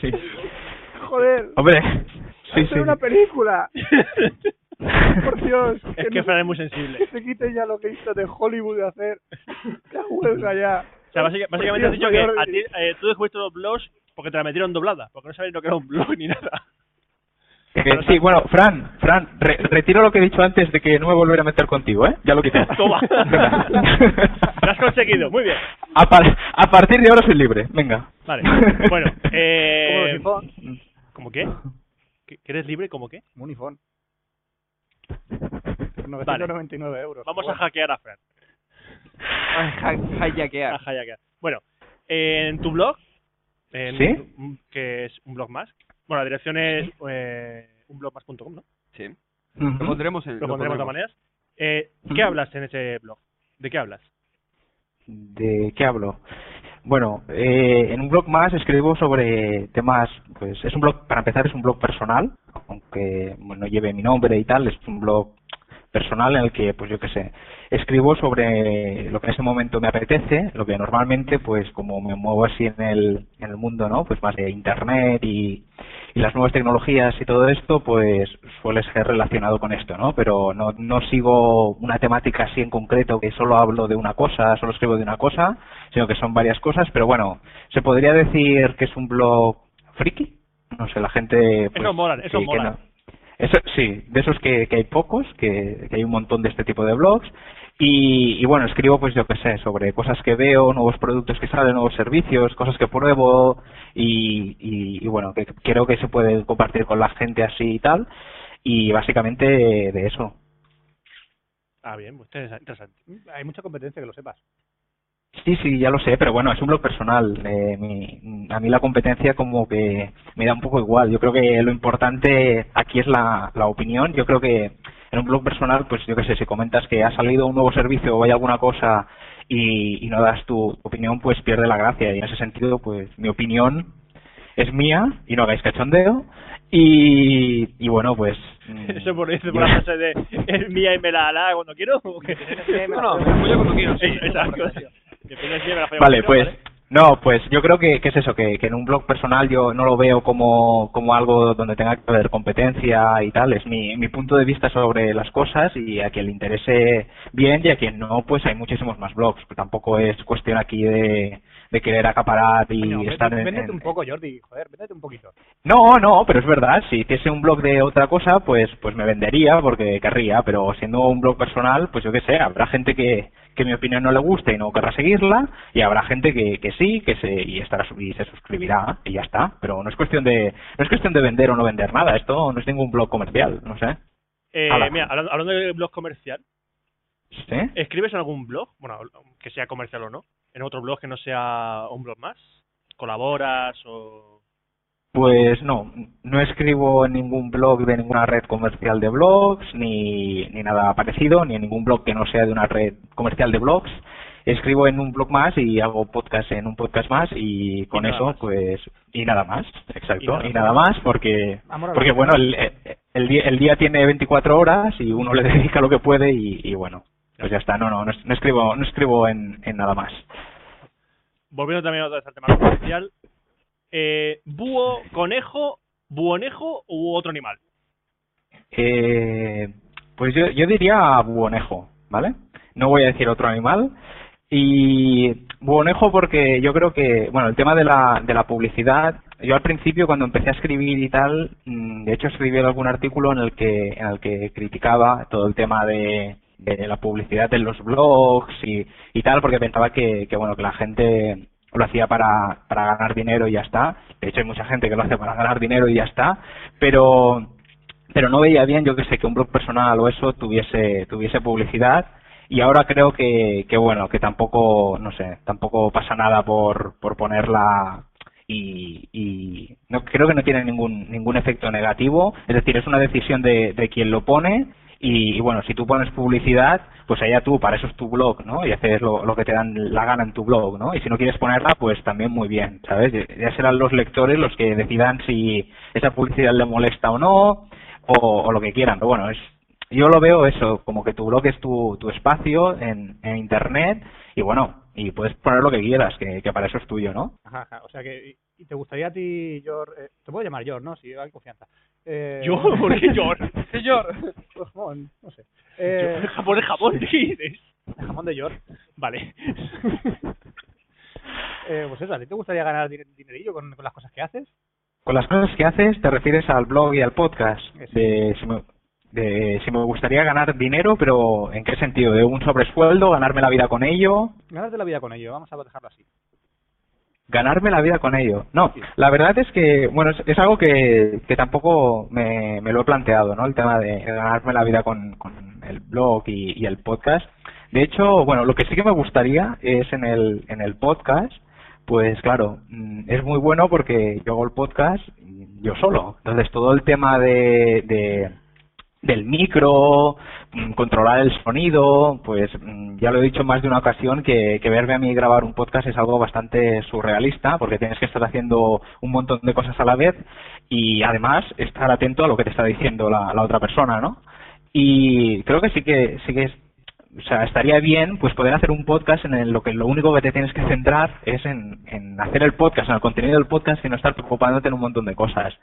D: Sí.
B: Joder.
D: Hombre, sí,
B: hacer
D: sí.
B: una película. (laughs) Por
D: (laughs)
B: Dios.
A: Es que
B: no-
A: Fran es muy sensible.
B: que se quite ya lo que hizo de Hollywood de hacer. Ya huelga ya.
A: O sea,
B: (laughs)
A: básica- básicamente has dicho que a ti, eh, tú descubriste los blogs porque te la metieron doblada, porque no sabías lo que era un blog ni nada.
D: Eh, sí, bueno, Fran, Fran, re- retiro lo que he dicho antes de que no me volveré a meter contigo, ¿eh? Ya lo quité.
A: (laughs)
B: (laughs)
A: Toma.
D: Venga.
A: (laughs) Lo has conseguido, muy bien.
D: A, par- a partir de ahora soy libre, venga.
A: Vale. Bueno,
B: Como
A: eh,
B: los iPhone.
A: ¿cómo qué? ¿Que que eres libre? ¿Cómo qué?
B: Como un iPhone. Por 999 euros.
A: Vamos a
B: Bueno,
A: hackear a Fran.
C: Ay, ha-
A: A
C: Hayaquear.
A: hackear. Bueno, eh, en tu blog, en
D: ¿Sí?
A: tu- mm, que es un blog más. Bueno, la dirección es eh, unblogmas.com, ¿no?
C: Sí. Lo
D: Ujú.
C: pondremos en.
A: Lo pondremos de todas maneras. Eh, ¿Qué
D: Ujú.
A: hablas en ese blog? ¿De qué hablas?
D: ¿De qué hablo? Bueno, eh, en un blog más escribo sobre temas, pues es un blog, para empezar es un blog personal, aunque bueno, no lleve mi nombre y tal, es un blog personal en el que, pues yo qué sé, escribo sobre lo que en ese momento me apetece, lo que normalmente, pues como me muevo así en el, en el mundo, ¿no? Pues más de Internet y, y las nuevas tecnologías y todo esto, pues suele ser relacionado con esto, ¿no? Pero no, no sigo una temática así en concreto, que solo hablo de una cosa, solo escribo de una cosa, sino que son varias cosas, pero bueno, se podría decir que es un blog friki, no sé, la gente... pues,
A: molan, eso
D: que
A: molan.
D: no- eso, sí, de esos que, que hay pocos, que, que hay un montón de este tipo de blogs. Y, y bueno, escribo pues yo qué sé, sobre cosas que veo, nuevos productos que salen, nuevos servicios, cosas que pruebo y, y, y bueno, que creo que se puede compartir con la gente así y tal. Y básicamente de eso.
A: Ah, bien, pues interesa- interesante.
B: Hay mucha competencia que lo sepas.
D: Sí, sí, ya lo sé, pero bueno, es un blog personal. Eh, mi- a mí la competencia como que me da un poco igual. Yo creo que lo importante aquí es la, la opinión. Yo creo que en un blog personal, pues yo qué sé, si comentas que ha salido un nuevo servicio o hay alguna cosa y, y no das tu opinión, pues pierde la gracia. Y en ese sentido, pues mi opinión es mía y no hagáis cachondeo. Y, y bueno, pues... mm,
A: (laughs) Eso por, eso
D: yo-
A: por la
D: (laughs)
A: frase de es mía y me la hará cuando
B: (laughs)
A: quiero. ¿o qué?
C: No, no, me la follo cuando quiero, sí.
A: Eso, Exacto. Que tengas mía, me la follo
D: Vale,
A: cuando
D: pues.
A: quiero,
D: No, pues yo creo que, que es eso, que, que en un blog personal yo no lo veo como, como algo donde tenga que haber competencia y tal. Es mi, mi punto de vista sobre las cosas y a quien le interese bien y a quien no, pues hay muchísimos más blogs. Tampoco es cuestión aquí de, de querer acaparar y
B: Coño,
D: estar
B: véndete,
D: en-
B: véndete
D: en-
B: un poco, Jordi, joder, véndete un poquito.
D: no, no, pero es verdad, si hiciese un blog de otra cosa, pues pues me vendería porque querría, pero siendo un blog personal, pues yo qué sé, habrá gente que, que mi opinión no le guste y no querrá seguirla, y habrá gente que, que sí, que se y estará su- y se suscribirá y ya está, pero no es cuestión de no es cuestión de vender o no vender nada, esto no es ningún blog comercial, no sé.
A: ¿vale? Eh,
D: Ala.
A: mira, hablando, hablando de blog comercial,
D: ¿Sí?
A: ¿escribes en algún blog? Bueno, que sea comercial o no. ¿En otro blog que no sea un blog más? ¿Colaboras o...?
D: Pues no, no escribo en ningún blog de ninguna red comercial de blogs, ni, ni nada parecido, ni en ningún blog que no sea de una red comercial de blogs. Escribo en un blog más y hago podcast en un podcast más y con
A: nada
D: eso,
A: más.
D: pues, y nada más, exacto,
A: Y nada
D: y nada más porque,
B: Amor a la
D: porque
B: vida.
D: bueno, el, el día, el día tiene 24 horas y uno le (laughs) dedica lo que puede y, y bueno, pues ya está, no, no, no, es- no escribo, no escribo en, en nada más.
A: Volviendo también otra vez al tema comercial. Eh, ¿Búho, conejo, buonejo u otro animal?
D: Eh, pues yo, yo diría buonejo, ¿vale? No voy a decir otro animal. Y buonejo porque yo creo que, bueno, el tema de la, de la publicidad, yo al principio cuando empecé a escribir y tal, mm, de hecho escribí algún artículo en el que, en el que criticaba todo el tema de, de la publicidad en los blogs y, y tal, porque pensaba que, que, bueno, que la gente lo hacía para, para ganar dinero y ya está. De hecho hay mucha gente que lo hace para ganar dinero y ya está, pero pero no veía bien, yo que sé, que un blog personal o eso tuviese, tuviese publicidad y ahora creo que, que bueno, que tampoco, no sé, tampoco pasa nada por, por ponerla y, y no creo que no tiene ningún, ningún efecto negativo, es decir, es una decisión de, de quien lo pone y, y, bueno, si tú pones publicidad, pues allá tú, para eso es tu blog, ¿no? Y haces lo, lo que te dan la gana en tu blog, ¿no? Y si no quieres ponerla, pues también muy bien, ¿sabes? Ya serán los lectores los que decidan si esa publicidad le molesta o no, o, o lo que quieran. Pero bueno, es, yo lo veo eso, como que tu blog es tu, tu espacio en, en Internet y bueno, y puedes poner lo que quieras, que, que para eso es tuyo, ¿no?
B: Ajá, ajá, o sea que, y- y ¿te gustaría a ti, Jor, eh, te puedo llamar Jor, ¿no? Si hay confianza. (laughs) Eh,
A: ¿Yo? ¿Por qué yo?
C: Señor.
B: Jamón, no sé. Eh,
A: Yo- Jamón de jamón, ¿qué dices?
B: jamón de Jor.
D: (laughs)
A: Vale.
B: (laughs) Eh, pues eso, ¿a ti te gustaría ganar din- dinerillo con, con las cosas que haces?
D: Con las cosas que haces, te refieres al blog y al podcast.
B: Eso.
D: De si, me, de si me gustaría ganar dinero, pero ¿en qué sentido? ¿De un sobresueldo? ¿Ganarme la vida con ello?
B: Ganarte la vida con ello, vamos a
A: (laughs)
B: dejarlo así.
D: ganarme la vida con ello. No, la verdad es que, bueno, es, es algo que, que tampoco me, me lo he planteado, ¿no? El tema de ganarme la vida con, con el blog y, y el podcast. De hecho, bueno, lo que sí que me gustaría es en el, en el podcast, pues claro, mm, es muy bueno porque yo hago el podcast mm, yo solo. Entonces, todo el tema de, de del micro, mm, controlar el sonido, pues mm, ya lo he dicho en más de una ocasión que, que verme a mí grabar un podcast es algo bastante surrealista porque tienes que estar haciendo un montón de cosas a la vez y además estar atento a lo que te está diciendo la, la otra persona, ¿no? Y creo que sí que sí que es, o sea, estaría bien pues poder hacer un podcast en el- lo que lo único que te tienes que centrar es en, en hacer el podcast, en el contenido del podcast y no estar preocupándote en un montón de cosas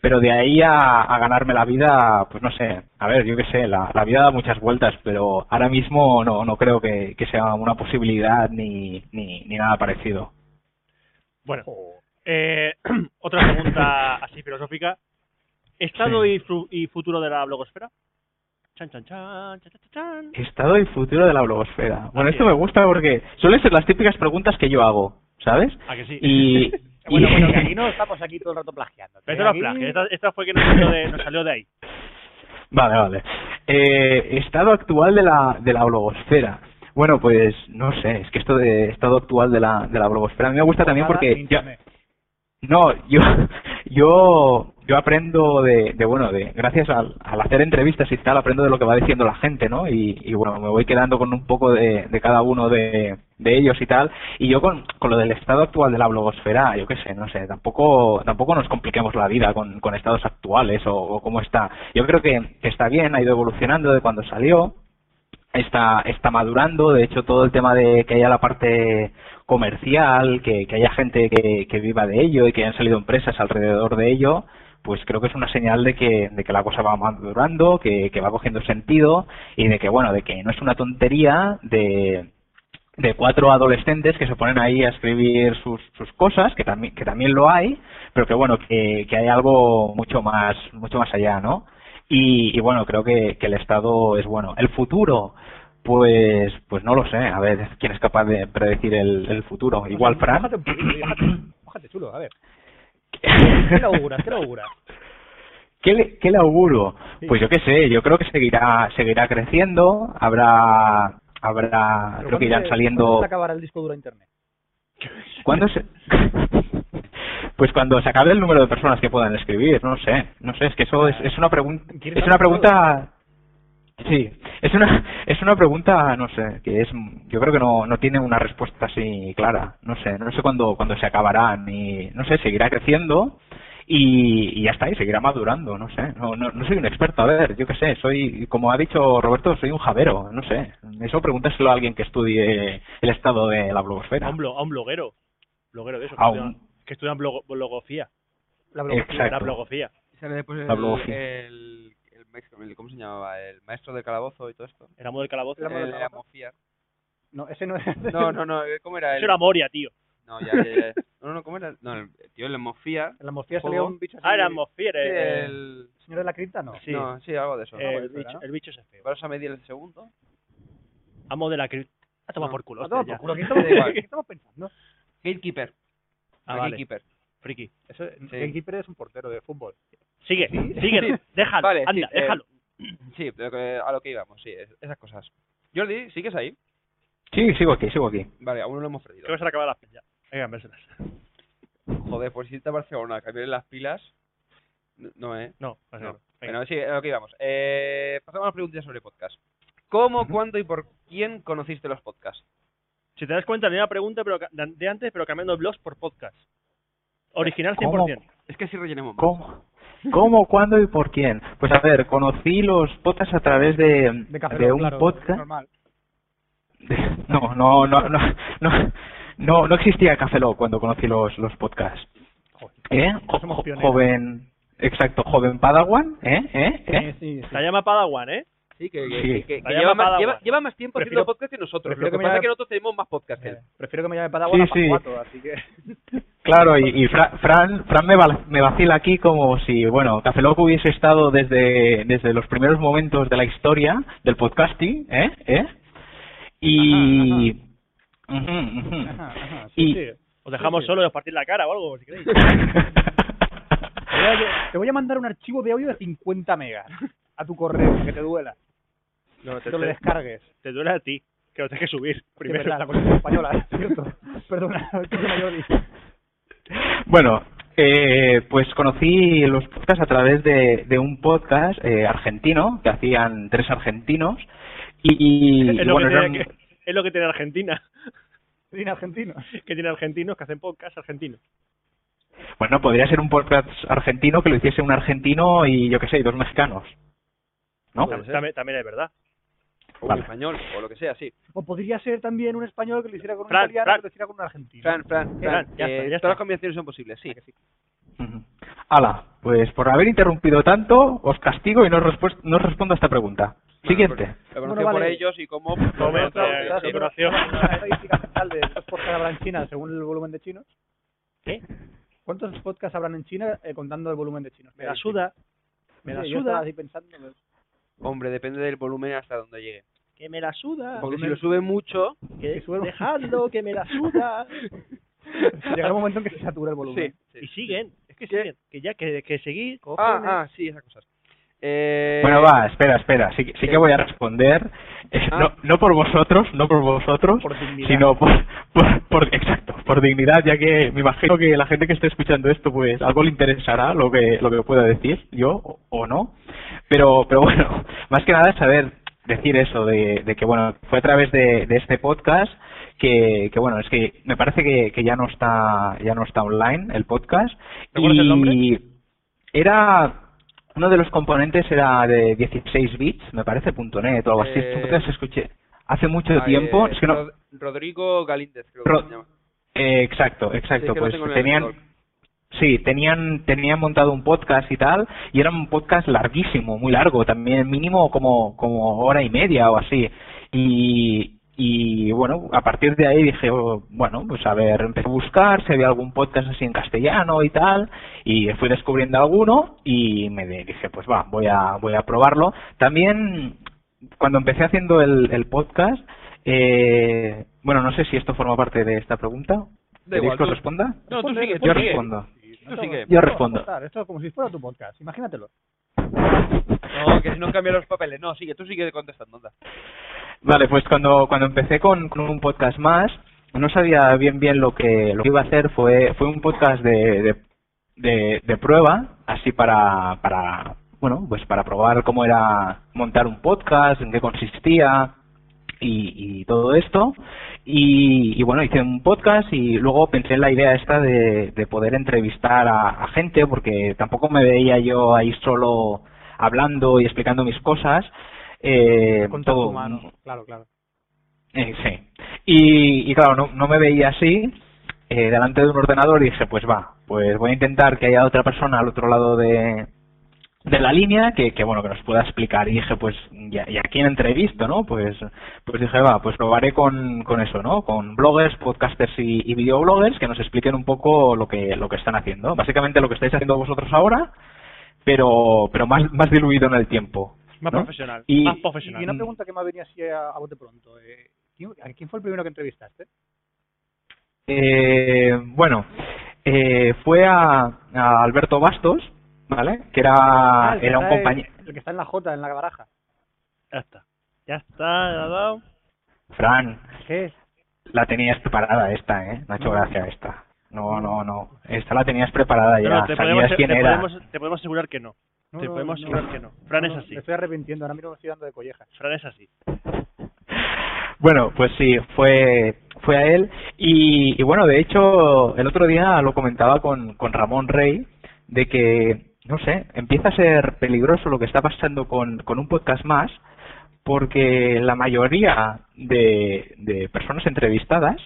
D: pero de ahí a, a ganarme la vida, pues no sé, a ver, yo qué sé, la, la vida da muchas vueltas, pero ahora mismo no, no creo que, que sea una posibilidad ni, ni, ni nada parecido.
A: Bueno, eh, (clears throat) otra pregunta así filosófica. ¿Estado y, fru- y futuro de la blogosfera? Chan, chan, chan, chan, chan, chan.
D: Estado y futuro de la blogosfera. Bueno,
A: Así
D: esto
A: es.
D: me gusta porque suelen ser las típicas preguntas que yo hago, ¿sabes?
A: ¿A que sí? (laughs)
D: (laughs) Y,
B: Bueno,
D: y-
B: bueno, que aquí no estamos aquí todo el rato plagiando.
A: Pero esto no es
B: Aquí-
A: plagio, esta, esta fue que nos salió de, nos salió de
D: (laughs)
A: ahí.
D: Vale, vale. Eh, estado actual de la, de la blogosfera. Bueno, pues no sé, es que esto de estado actual de la, de la blogosfera a mí me gusta también
B: Nada,
D: porque... yo-
B: internet.
D: No, yo, (laughs) yo, yo aprendo de, de, bueno, de, gracias al, al hacer entrevistas y tal, aprendo de lo que va diciendo la gente, ¿no? Y, y, bueno, me voy quedando con un poco de, de cada uno de, de ellos y tal. Y yo con, con lo del estado actual de la blogosfera, yo qué sé, no sé, tampoco, tampoco nos compliquemos la vida con, con estados actuales o, o cómo está. Yo creo que, que está bien, ha ido evolucionando de cuando salió está, está madurando. De hecho, todo el tema de que haya la parte comercial, que, que haya gente que, que viva de ello y que hayan salido empresas alrededor de ello, pues creo que es una señal de que, de que la cosa va madurando, que, que va cogiendo sentido y de que, bueno, de que no es una tontería de, de cuatro adolescentes que se ponen ahí a escribir sus, sus cosas, que también, que también lo hay, pero que bueno, que, que hay algo mucho más, mucho más allá, ¿no? Y, y bueno, creo que, que el estado es bueno. El futuro, pues, pues no lo sé, a ver quién es capaz de predecir el, el futuro.
B: Pues
D: Igual Fran.
B: Mójate un poquito, déjate,
D: (coughs)
B: mójate, chulo, a ver.
D: (laughs)
B: ¿Qué le auguras? ¿Qué le auguras?
D: Ah, ¿Qué le, qué le auguro?
B: Sí.
D: Pues yo qué sé, yo creo que seguirá, seguirá creciendo, habrá, habrá,
B: Pero
D: creo
B: ¿cuándo
D: que irán
B: se-
D: saliendo.
B: ¿Cuándo se acabará el disco duro de internet?
D: ¿Cuándo se... Pues cuando se acabe el número de personas que puedan escribir, no sé, no sé, es que eso es, es una pregunta,
B: ¿Quieres
D: es una
B: saber
D: pregunta, sí, es una, es una pregunta, no sé, que es, yo creo que no, no tiene una respuesta así clara, no sé, no sé cuándo, cuándo se acabará, ni, no sé, seguirá creciendo y, y ya está, y seguirá madurando, no sé, no, no, no soy un experto, a ver, yo qué sé, soy, como ha dicho Roberto, soy un javero, no sé, eso pregúntaselo a alguien que estudie el estado de la blogosfera.
A: A un, blo- a un bloguero. Bloguero de eso.
D: A
A: que,
D: un-
A: estudian, que estudian blogo- blogofía.
B: La broma.
A: La
D: Exacto.
A: blogofía.
C: Sale después el,
D: Pablo Bofi.
C: el, el maestro- el- ¿Cómo se llamaba? El maestro del calabozo y todo esto.
A: El amo del calabozo. Eh,
B: El amo del
C: El
B: calabozo.
C: Amofia.
B: No, ese no es. (laughs)
C: No, no, no, eh, ¿cómo era? El,
A: Eso era Moria, tío.
C: No, ya, ya, ya. No, no, ¿cómo era? No, el tío, el Amofia.
B: En la mofía salía
C: Juego.
B: un bicho así.
A: Ah, era Mosfier.
C: Sí,
A: eh, eh,
C: el...
B: ¿El señor de la cripta? No.
A: sí.
C: No, sí, algo de eso.
A: eh,
C: Algo de
A: el,
C: eso era,
A: bicho,
C: ¿no?
A: el bicho ese feo.
C: Vamos a medir el segundo.
A: Amo de la cripta. Ah, toma
C: No.
A: por culo.
B: Ah, toma
A: hostia,
B: por culo, ¿qué
A: ya.
B: estamos,
C: Da (laughs) igual.
B: qué estamos pensando?
C: Gatekeeper.
A: (laughs) Ah,
C: el
A: vale.
C: Gatekeeper.
A: Friki.
B: Eso, Gatekeeper es un portero de fútbol.
A: Sigue,
C: Sí.
A: sigue.
C: Sí.
A: Déjalo.
C: Vale, sí,
A: anda,
C: eh,
A: déjalo.
C: Sí, pero que- a lo que íbamos, sí, es- esas cosas. Jordi, ¿sigues ahí?
D: Sí, sigo aquí, sigo aquí.
C: Vale, aún no lo hemos perdido.
A: Creo que se le acaba la pilla. Venga, vénselas.
C: Joder, pues por irte a Barcelona, cambiarle las pilas. No, No, ¿eh?
A: No, no, sé.
C: No.
A: Venga.
C: Bueno, sí, a lo que íbamos. Eh, pasamos a las preguntas sobre podcast. ¿Cómo, cuándo y por quién conociste los podcasts?
A: Si te das cuenta, la misma pregunta pero ca- de de antes, pero cambiando blogs por podcast. Original
D: ¿Cómo?
A: 100%.
C: Es que si rellenemos más.
D: ¿Cómo? ¿Cómo, cuándo y por quién? Pues a ver, conocí los podcasts a través de,
B: De café,
D: de un
B: claro,
D: podcast. (laughs)
B: Normal.
D: No, no, no, no, no, no, no existía Café Lock cuando conocí los, los podcasts. ¿Eh? Jo-
B: pues somos
D: jo-
B: pioneros.
D: joven, exacto, joven Padawan, ¿eh? ¿Eh? ¿Eh?
B: Sí, sí, sí.
A: La llama Padawan, ¿eh?
C: Sí, que, que-
D: Sí.
C: que- que
A: La
C: lleva,
A: llama
C: más,
A: Padawan.
C: lleva, lleva más tiempo
B: Prefiero-
C: haciendo podcast que nosotros.
B: prefiero
C: Lo que
B: que me
C: pasa es
B: llame-
C: que nosotros tenemos más podcast que él.
B: Eh, Prefiero que me llame Padawan
D: Sí, sí.
B: a Pacuato, así
D: (laughs)
B: que...
D: Claro, y, y Fra- Fran, Fran me, val- me vacila aquí como si, bueno, Café Lock hubiese estado desde, desde los primeros momentos de la historia del podcasting, ¿eh? ¿Eh? Y... Ujú, ujú.
B: Ajá, ajá, sí,
D: Y-
B: sí.
A: Os dejamos
B: sí.
A: solo y os partís la cara o algo, si
B: (laughs)
A: queréis.
B: Te voy a- Te voy a mandar un archivo de audio de 50 megas a tu correo, que te duela.
A: No,
B: (laughs) Que
A: te,
B: te lo
A: te,
B: descargues.
A: te duele a ti, que lo tienes que subir primero. (laughs)
B: Sí, es verdad, la conexión española, (laughs) es cierto. Perdona, perdona, Jordi.
D: (laughs) bueno, eh, pues conocí los podcasts a través de, de un podcast eh, argentino que hacían tres argentinos y, y-
A: es,
D: y
A: lo
D: bueno,
A: que tiene,
D: eran-
A: que- es lo que tiene Argentina, (laughs)
B: En argentino.
A: que tiene argentinos que hacen podcast argentinos.
D: bueno, podría ser un podcast argentino que lo hiciese un argentino y yo qué sé, y dos mexicanos, ¿no?
C: Puede ser.
A: También, también es verdad.
C: O un
D: Vale.
C: español, o lo que sea, sí.
B: O podría ser también un español que lo hiciera con un
A: Fran,
B: italiano
A: Fran.
B: que lo hiciera con un argentino.
C: Fran, Fran, Fran.
A: Fran, ya
C: eh,
A: está, ya está.
C: todas las combinaciones son posibles, sí.
D: Ujú. Ala, pues por haber interrumpido tanto, os castigo y no os, respues- no os respondo a esta pregunta. Siguiente.
C: Lo conocí
B: Bueno,
C: por
B: vale.
C: ellos y cómo...
A: Como
C: por
A: ves,
C: otro,
A: eh,
C: sí.
A: se conoció.
B: Una estadística mental de cuántos podcasts habrá en China según el volumen de chinos.
A: ¿Qué?
B: ¿Cuántos podcasts habrán en China eh, contando el volumen de chinos?
A: Me la suda, me la
B: Sí, yo
A: suda.
B: estaba así pensando,
C: Hombre, depende del volumen hasta donde llegue.
A: Que me la suda.
C: Porque si lo sube mucho,
A: Que dejadlo, que me la
B: (laughs)
A: suda.
C: (laughs)
B: Llegará un momento en que se satura el volumen.
C: sí.
A: Y siguen. Es que siguen. Que ya, que, que seguir.
C: Ah, ah, sí, esas cosas. Eh,
D: Bueno, va, espera, espera. Sí, que- sí que voy a responder. eh,
C: Ah.
D: No, no por vosotros, no por vosotros,
A: Por dignidad.
D: sino por, por, por- Exacto, por dignidad, ya que me imagino que la gente que esté escuchando esto, pues algo le interesará lo que, lo que pueda decir yo o- o no. Pero, pero bueno, (laughs) más que nada es saber decir eso, de, de que bueno, fue a través de, de este podcast que, que bueno, es que me parece que, que ya no está ya no está online el podcast.
C: ¿Recuerdas
D: y
C: el nombre?
D: era uno de los componentes era de 16 bits, me parece, punto .net o algo así.
C: Eh,
D: Entonces escuché hace mucho
C: ah,
D: tiempo,
C: eh,
D: es que no,
C: Rod- Rodrigo Galíndez, creo que
D: Ro-
C: se llama.
D: eh, exacto,
C: Sí, es
D: exacto,
C: que lo
D: pues
C: tengo en el
D: tenían
C: ordenador.
D: Sí, tenían, tenían montado un podcast y tal, y era un podcast larguísimo, muy largo, también mínimo como, como hora y media o así. Y, y bueno, a partir de ahí dije, oh, bueno, pues a ver, empecé a buscar si había algún podcast así en castellano y tal, y fui descubriendo alguno y me de- dije, pues va, voy a, voy a probarlo. También, cuando empecé haciendo el, el podcast, eh, bueno, no sé si esto forma parte de esta pregunta.
C: Da igual,
D: ¿Queréis que os
C: tú- pues
D: responda?
C: No, tú sigue, tú
D: Yo
C: sigue.
D: respondo.
C: Tú sigue.
B: Esto
D: Yo
B: va a
D: respondo.
B: cortar, Esto es como si fuera tu podcast, imagínatelo.
C: No, que si no cambia los papeles. No, sigue, tú sigue contestando. anda.
D: Vale, pues cuando, cuando empecé con, con un podcast más, no sabía bien bien lo que, lo que iba a hacer. Fue, fue un podcast de, de, de, de prueba, así para, para, bueno, pues para probar cómo era montar un podcast, en qué consistía y, y todo esto. Y, y bueno, hice un podcast y luego pensé en la idea esta de, de poder entrevistar a, a gente, porque tampoco me veía yo ahí solo hablando y explicando mis cosas. Eh,
B: Contacto
D: todo-
B: humano, claro, claro.
D: eh, sí. Y, y claro, no, no me veía así eh, delante de un ordenador y dije, pues va, pues voy a intentar que haya otra persona al otro lado de, de la línea que, que bueno que nos pueda explicar y dije pues y a, y a quién entrevisto no pues pues dije va pues probaré con, con eso no con bloggers podcasters y, y videobloggers que nos expliquen un poco lo que lo que están haciendo básicamente lo que estáis haciendo vosotros ahora pero pero más más diluido en el tiempo
A: Más
D: ¿no?
A: profesional.
D: Y-
A: más
B: Y
A: profesional.
B: una pregunta que me ha venido así a, a bote pronto. eh, ¿quién- ¿A quién fue el primero que entrevistaste?
D: Eh, bueno, eh, fue a, a Alberto Bastos, ¿vale? Que era,
B: Ah, el que
D: Ah, era un
B: está en-
D: compañero.
B: El que está en la J, en la baraja.
A: Ya está. Ya está, ya ha dado.
D: Fran,
B: ¿Qué?
D: la tenías preparada esta, ¿eh? No ha hecho
B: No.
D: gracia esta. No, no, no. Esta la tenías preparada Ah, ya.
A: No, no, te,
D: Sabías
A: podemos, te,
D: quién era.
A: podemos, te podemos asegurar que no. te podemos asegurar que no. Fran es así.
B: Me estoy arrepintiendo, ahora mismo me estoy dando de colleja.
A: Fran es así.
D: Bueno, pues sí, fue, fue a él. Y, y bueno, de hecho, el otro día lo comentaba con, con Ramón Rey, de que, no sé, empieza a ser peligroso lo que está pasando con, con un podcast más, porque la mayoría de, de personas entrevistadas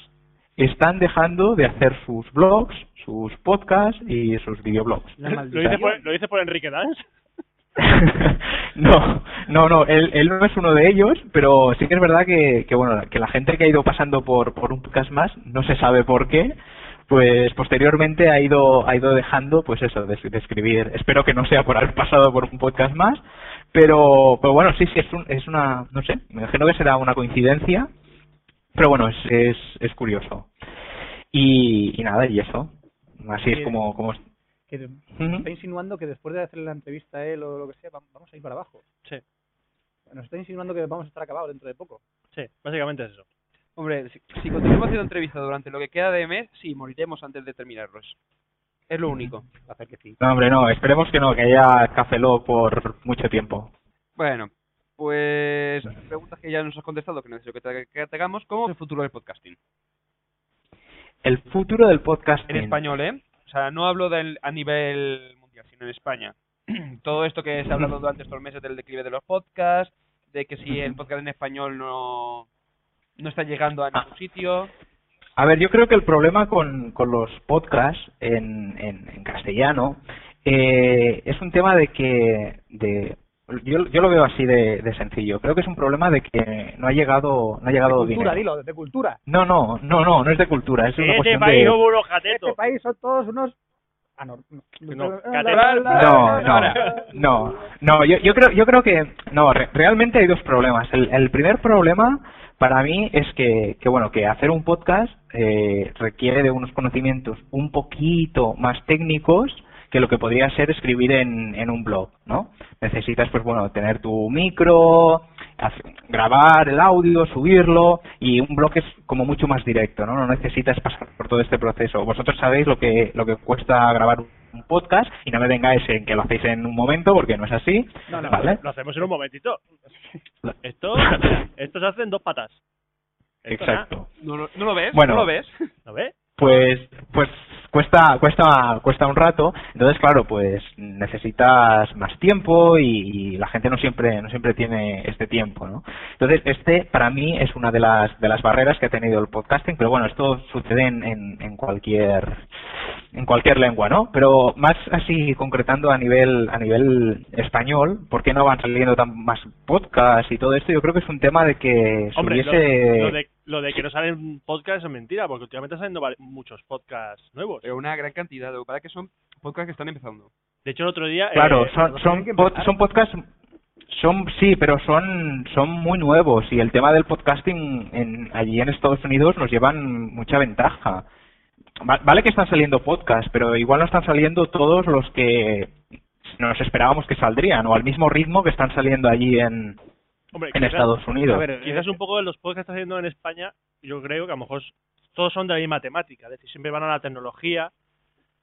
D: están dejando de hacer sus blogs, sus podcasts y sus videoblogs.
B: La
A: ¿Lo
B: maldición.
A: dice, por, ¿Lo dice por Enrique Dance?
D: (laughs) No, no, no, él, él no es uno de ellos, pero sí que es verdad que, que, bueno, que la gente que ha ido pasando por, por un podcast más, no se sabe por qué, pues posteriormente ha ido, ha ido dejando, pues eso, de, de escribir. Espero que no sea por haber pasado por un podcast más, pero, pero bueno, sí, sí, es, un- es una, no sé, me imagino que será una coincidencia, pero bueno, es, es, es curioso. Y, y nada, y eso, así es como... como...
B: Que te- me
D: Ujú.
B: está insinuando que después de hacerle la entrevista a él o lo que sea, vam- vamos a ir para abajo.
A: Sí.
B: Nos está insinuando que vamos a estar acabados dentro de poco.
A: Sí, básicamente es eso.
C: Hombre, si, si continuamos haciendo entrevistas durante lo que queda de mes, sí, moriremos antes de terminarlos. Es lo único.
B: Va a hacer que sí.
D: No, hombre, no, esperemos que no, que haya Café Lock por mucho tiempo.
C: Bueno, pues preguntas que ya nos has contestado, que no deseo que te, que te hagamos, ¿cómo el futuro del podcasting?
D: El futuro del podcast
C: En español, ¿eh? O sea, no hablo del, a nivel mundial, sino en España. (clears throat) Todo esto que se ha hablado durante estos meses del declive de los podcasts, de que si el podcast en español no, no está
A: Ah.
C: llegando a ningún sitio.
D: A ver, yo creo que el problema con, con los podcasts en, en, en castellano eh, es un tema de que... De, yo, yo lo veo así de, de sencillo. Creo que es un problema de que no ha llegado, no ha
B: De
D: llegado
B: cultura,
D: dinero.
B: dilo, Eh, de cultura.
D: No, no, no, no, no es de cultura, es una
A: Este
D: cuestión
A: país
D: de...
A: hubo unos
B: Este
A: catetos.
B: país son todos unos anor-
A: No,
B: la- la-
A: catedral-
B: la- la- la-
D: No, no,
B: la-
D: no, no, yo, yo creo, yo creo que, no, re- realmente hay dos problemas. El, el primer problema para mí es que, que bueno, que hacer un podcast eh, requiere de unos conocimientos un poquito más técnicos que lo que podría ser escribir en, en un blog, ¿no? Necesitas, pues bueno, tener tu micro, hace- grabar el audio, subirlo, y un blog es como mucho más directo, ¿no? No necesitas pasar por todo este proceso. Vosotros sabéis lo que, lo que cuesta grabar un podcast y no me vengáis en que lo hacéis en un momento porque no es así,
B: No, no,
D: ¿vale?
A: Lo hacemos en un momentito.
D: Lo-
A: Esto, mira, esto se hace en dos patas. Esto,
D: Exacto.
C: ¿No, lo- no lo ves?
D: Bueno.
C: ¿No lo ves? (laughs)
A: nada, ¿No ves?
D: Pues, pues cuesta, cuesta, cuesta un rato. Entonces, claro, pues necesitas más tiempo y, y la gente no siempre, no siempre tiene este tiempo, ¿no? Entonces, este para mí es una de las, de las barreras que ha tenido el podcasting, pero bueno, esto sucede en, en, en cualquier, en cualquier lengua, ¿no? Pero más así concretando a nivel, a nivel español, ¿por qué no van saliendo tan más podcasts y todo esto? Yo creo que es un tema de que se
A: Hombre, lo,
D: hubiese-
A: lo de, lo de que no salen podcasts es mentira, porque últimamente están saliendo va- muchos podcasts nuevos.
C: Pero una gran cantidad. Lo que pasa es que son podcasts que están empezando.
A: De hecho, el otro día... eh,
D: Claro, son,
B: tienen
D: son,
B: que
D: pod-
B: empezar.
D: son podcasts, son, sí, pero son, son muy nuevos y el tema del podcasting en, allí en Estados Unidos nos llevan mucha ventaja. Va- Vale que están saliendo podcasts, pero igual no están saliendo todos los que nos esperábamos que saldrían o al mismo ritmo que están saliendo allí en,
A: hombre,
D: en
A: quizás-
D: Estados Unidos.
B: A ver, eh,
A: Quizás un poco de los podcasts que está haciendo en España, yo creo que a lo mejor todos son de la misma temática, es decir, siempre van a la tecnología.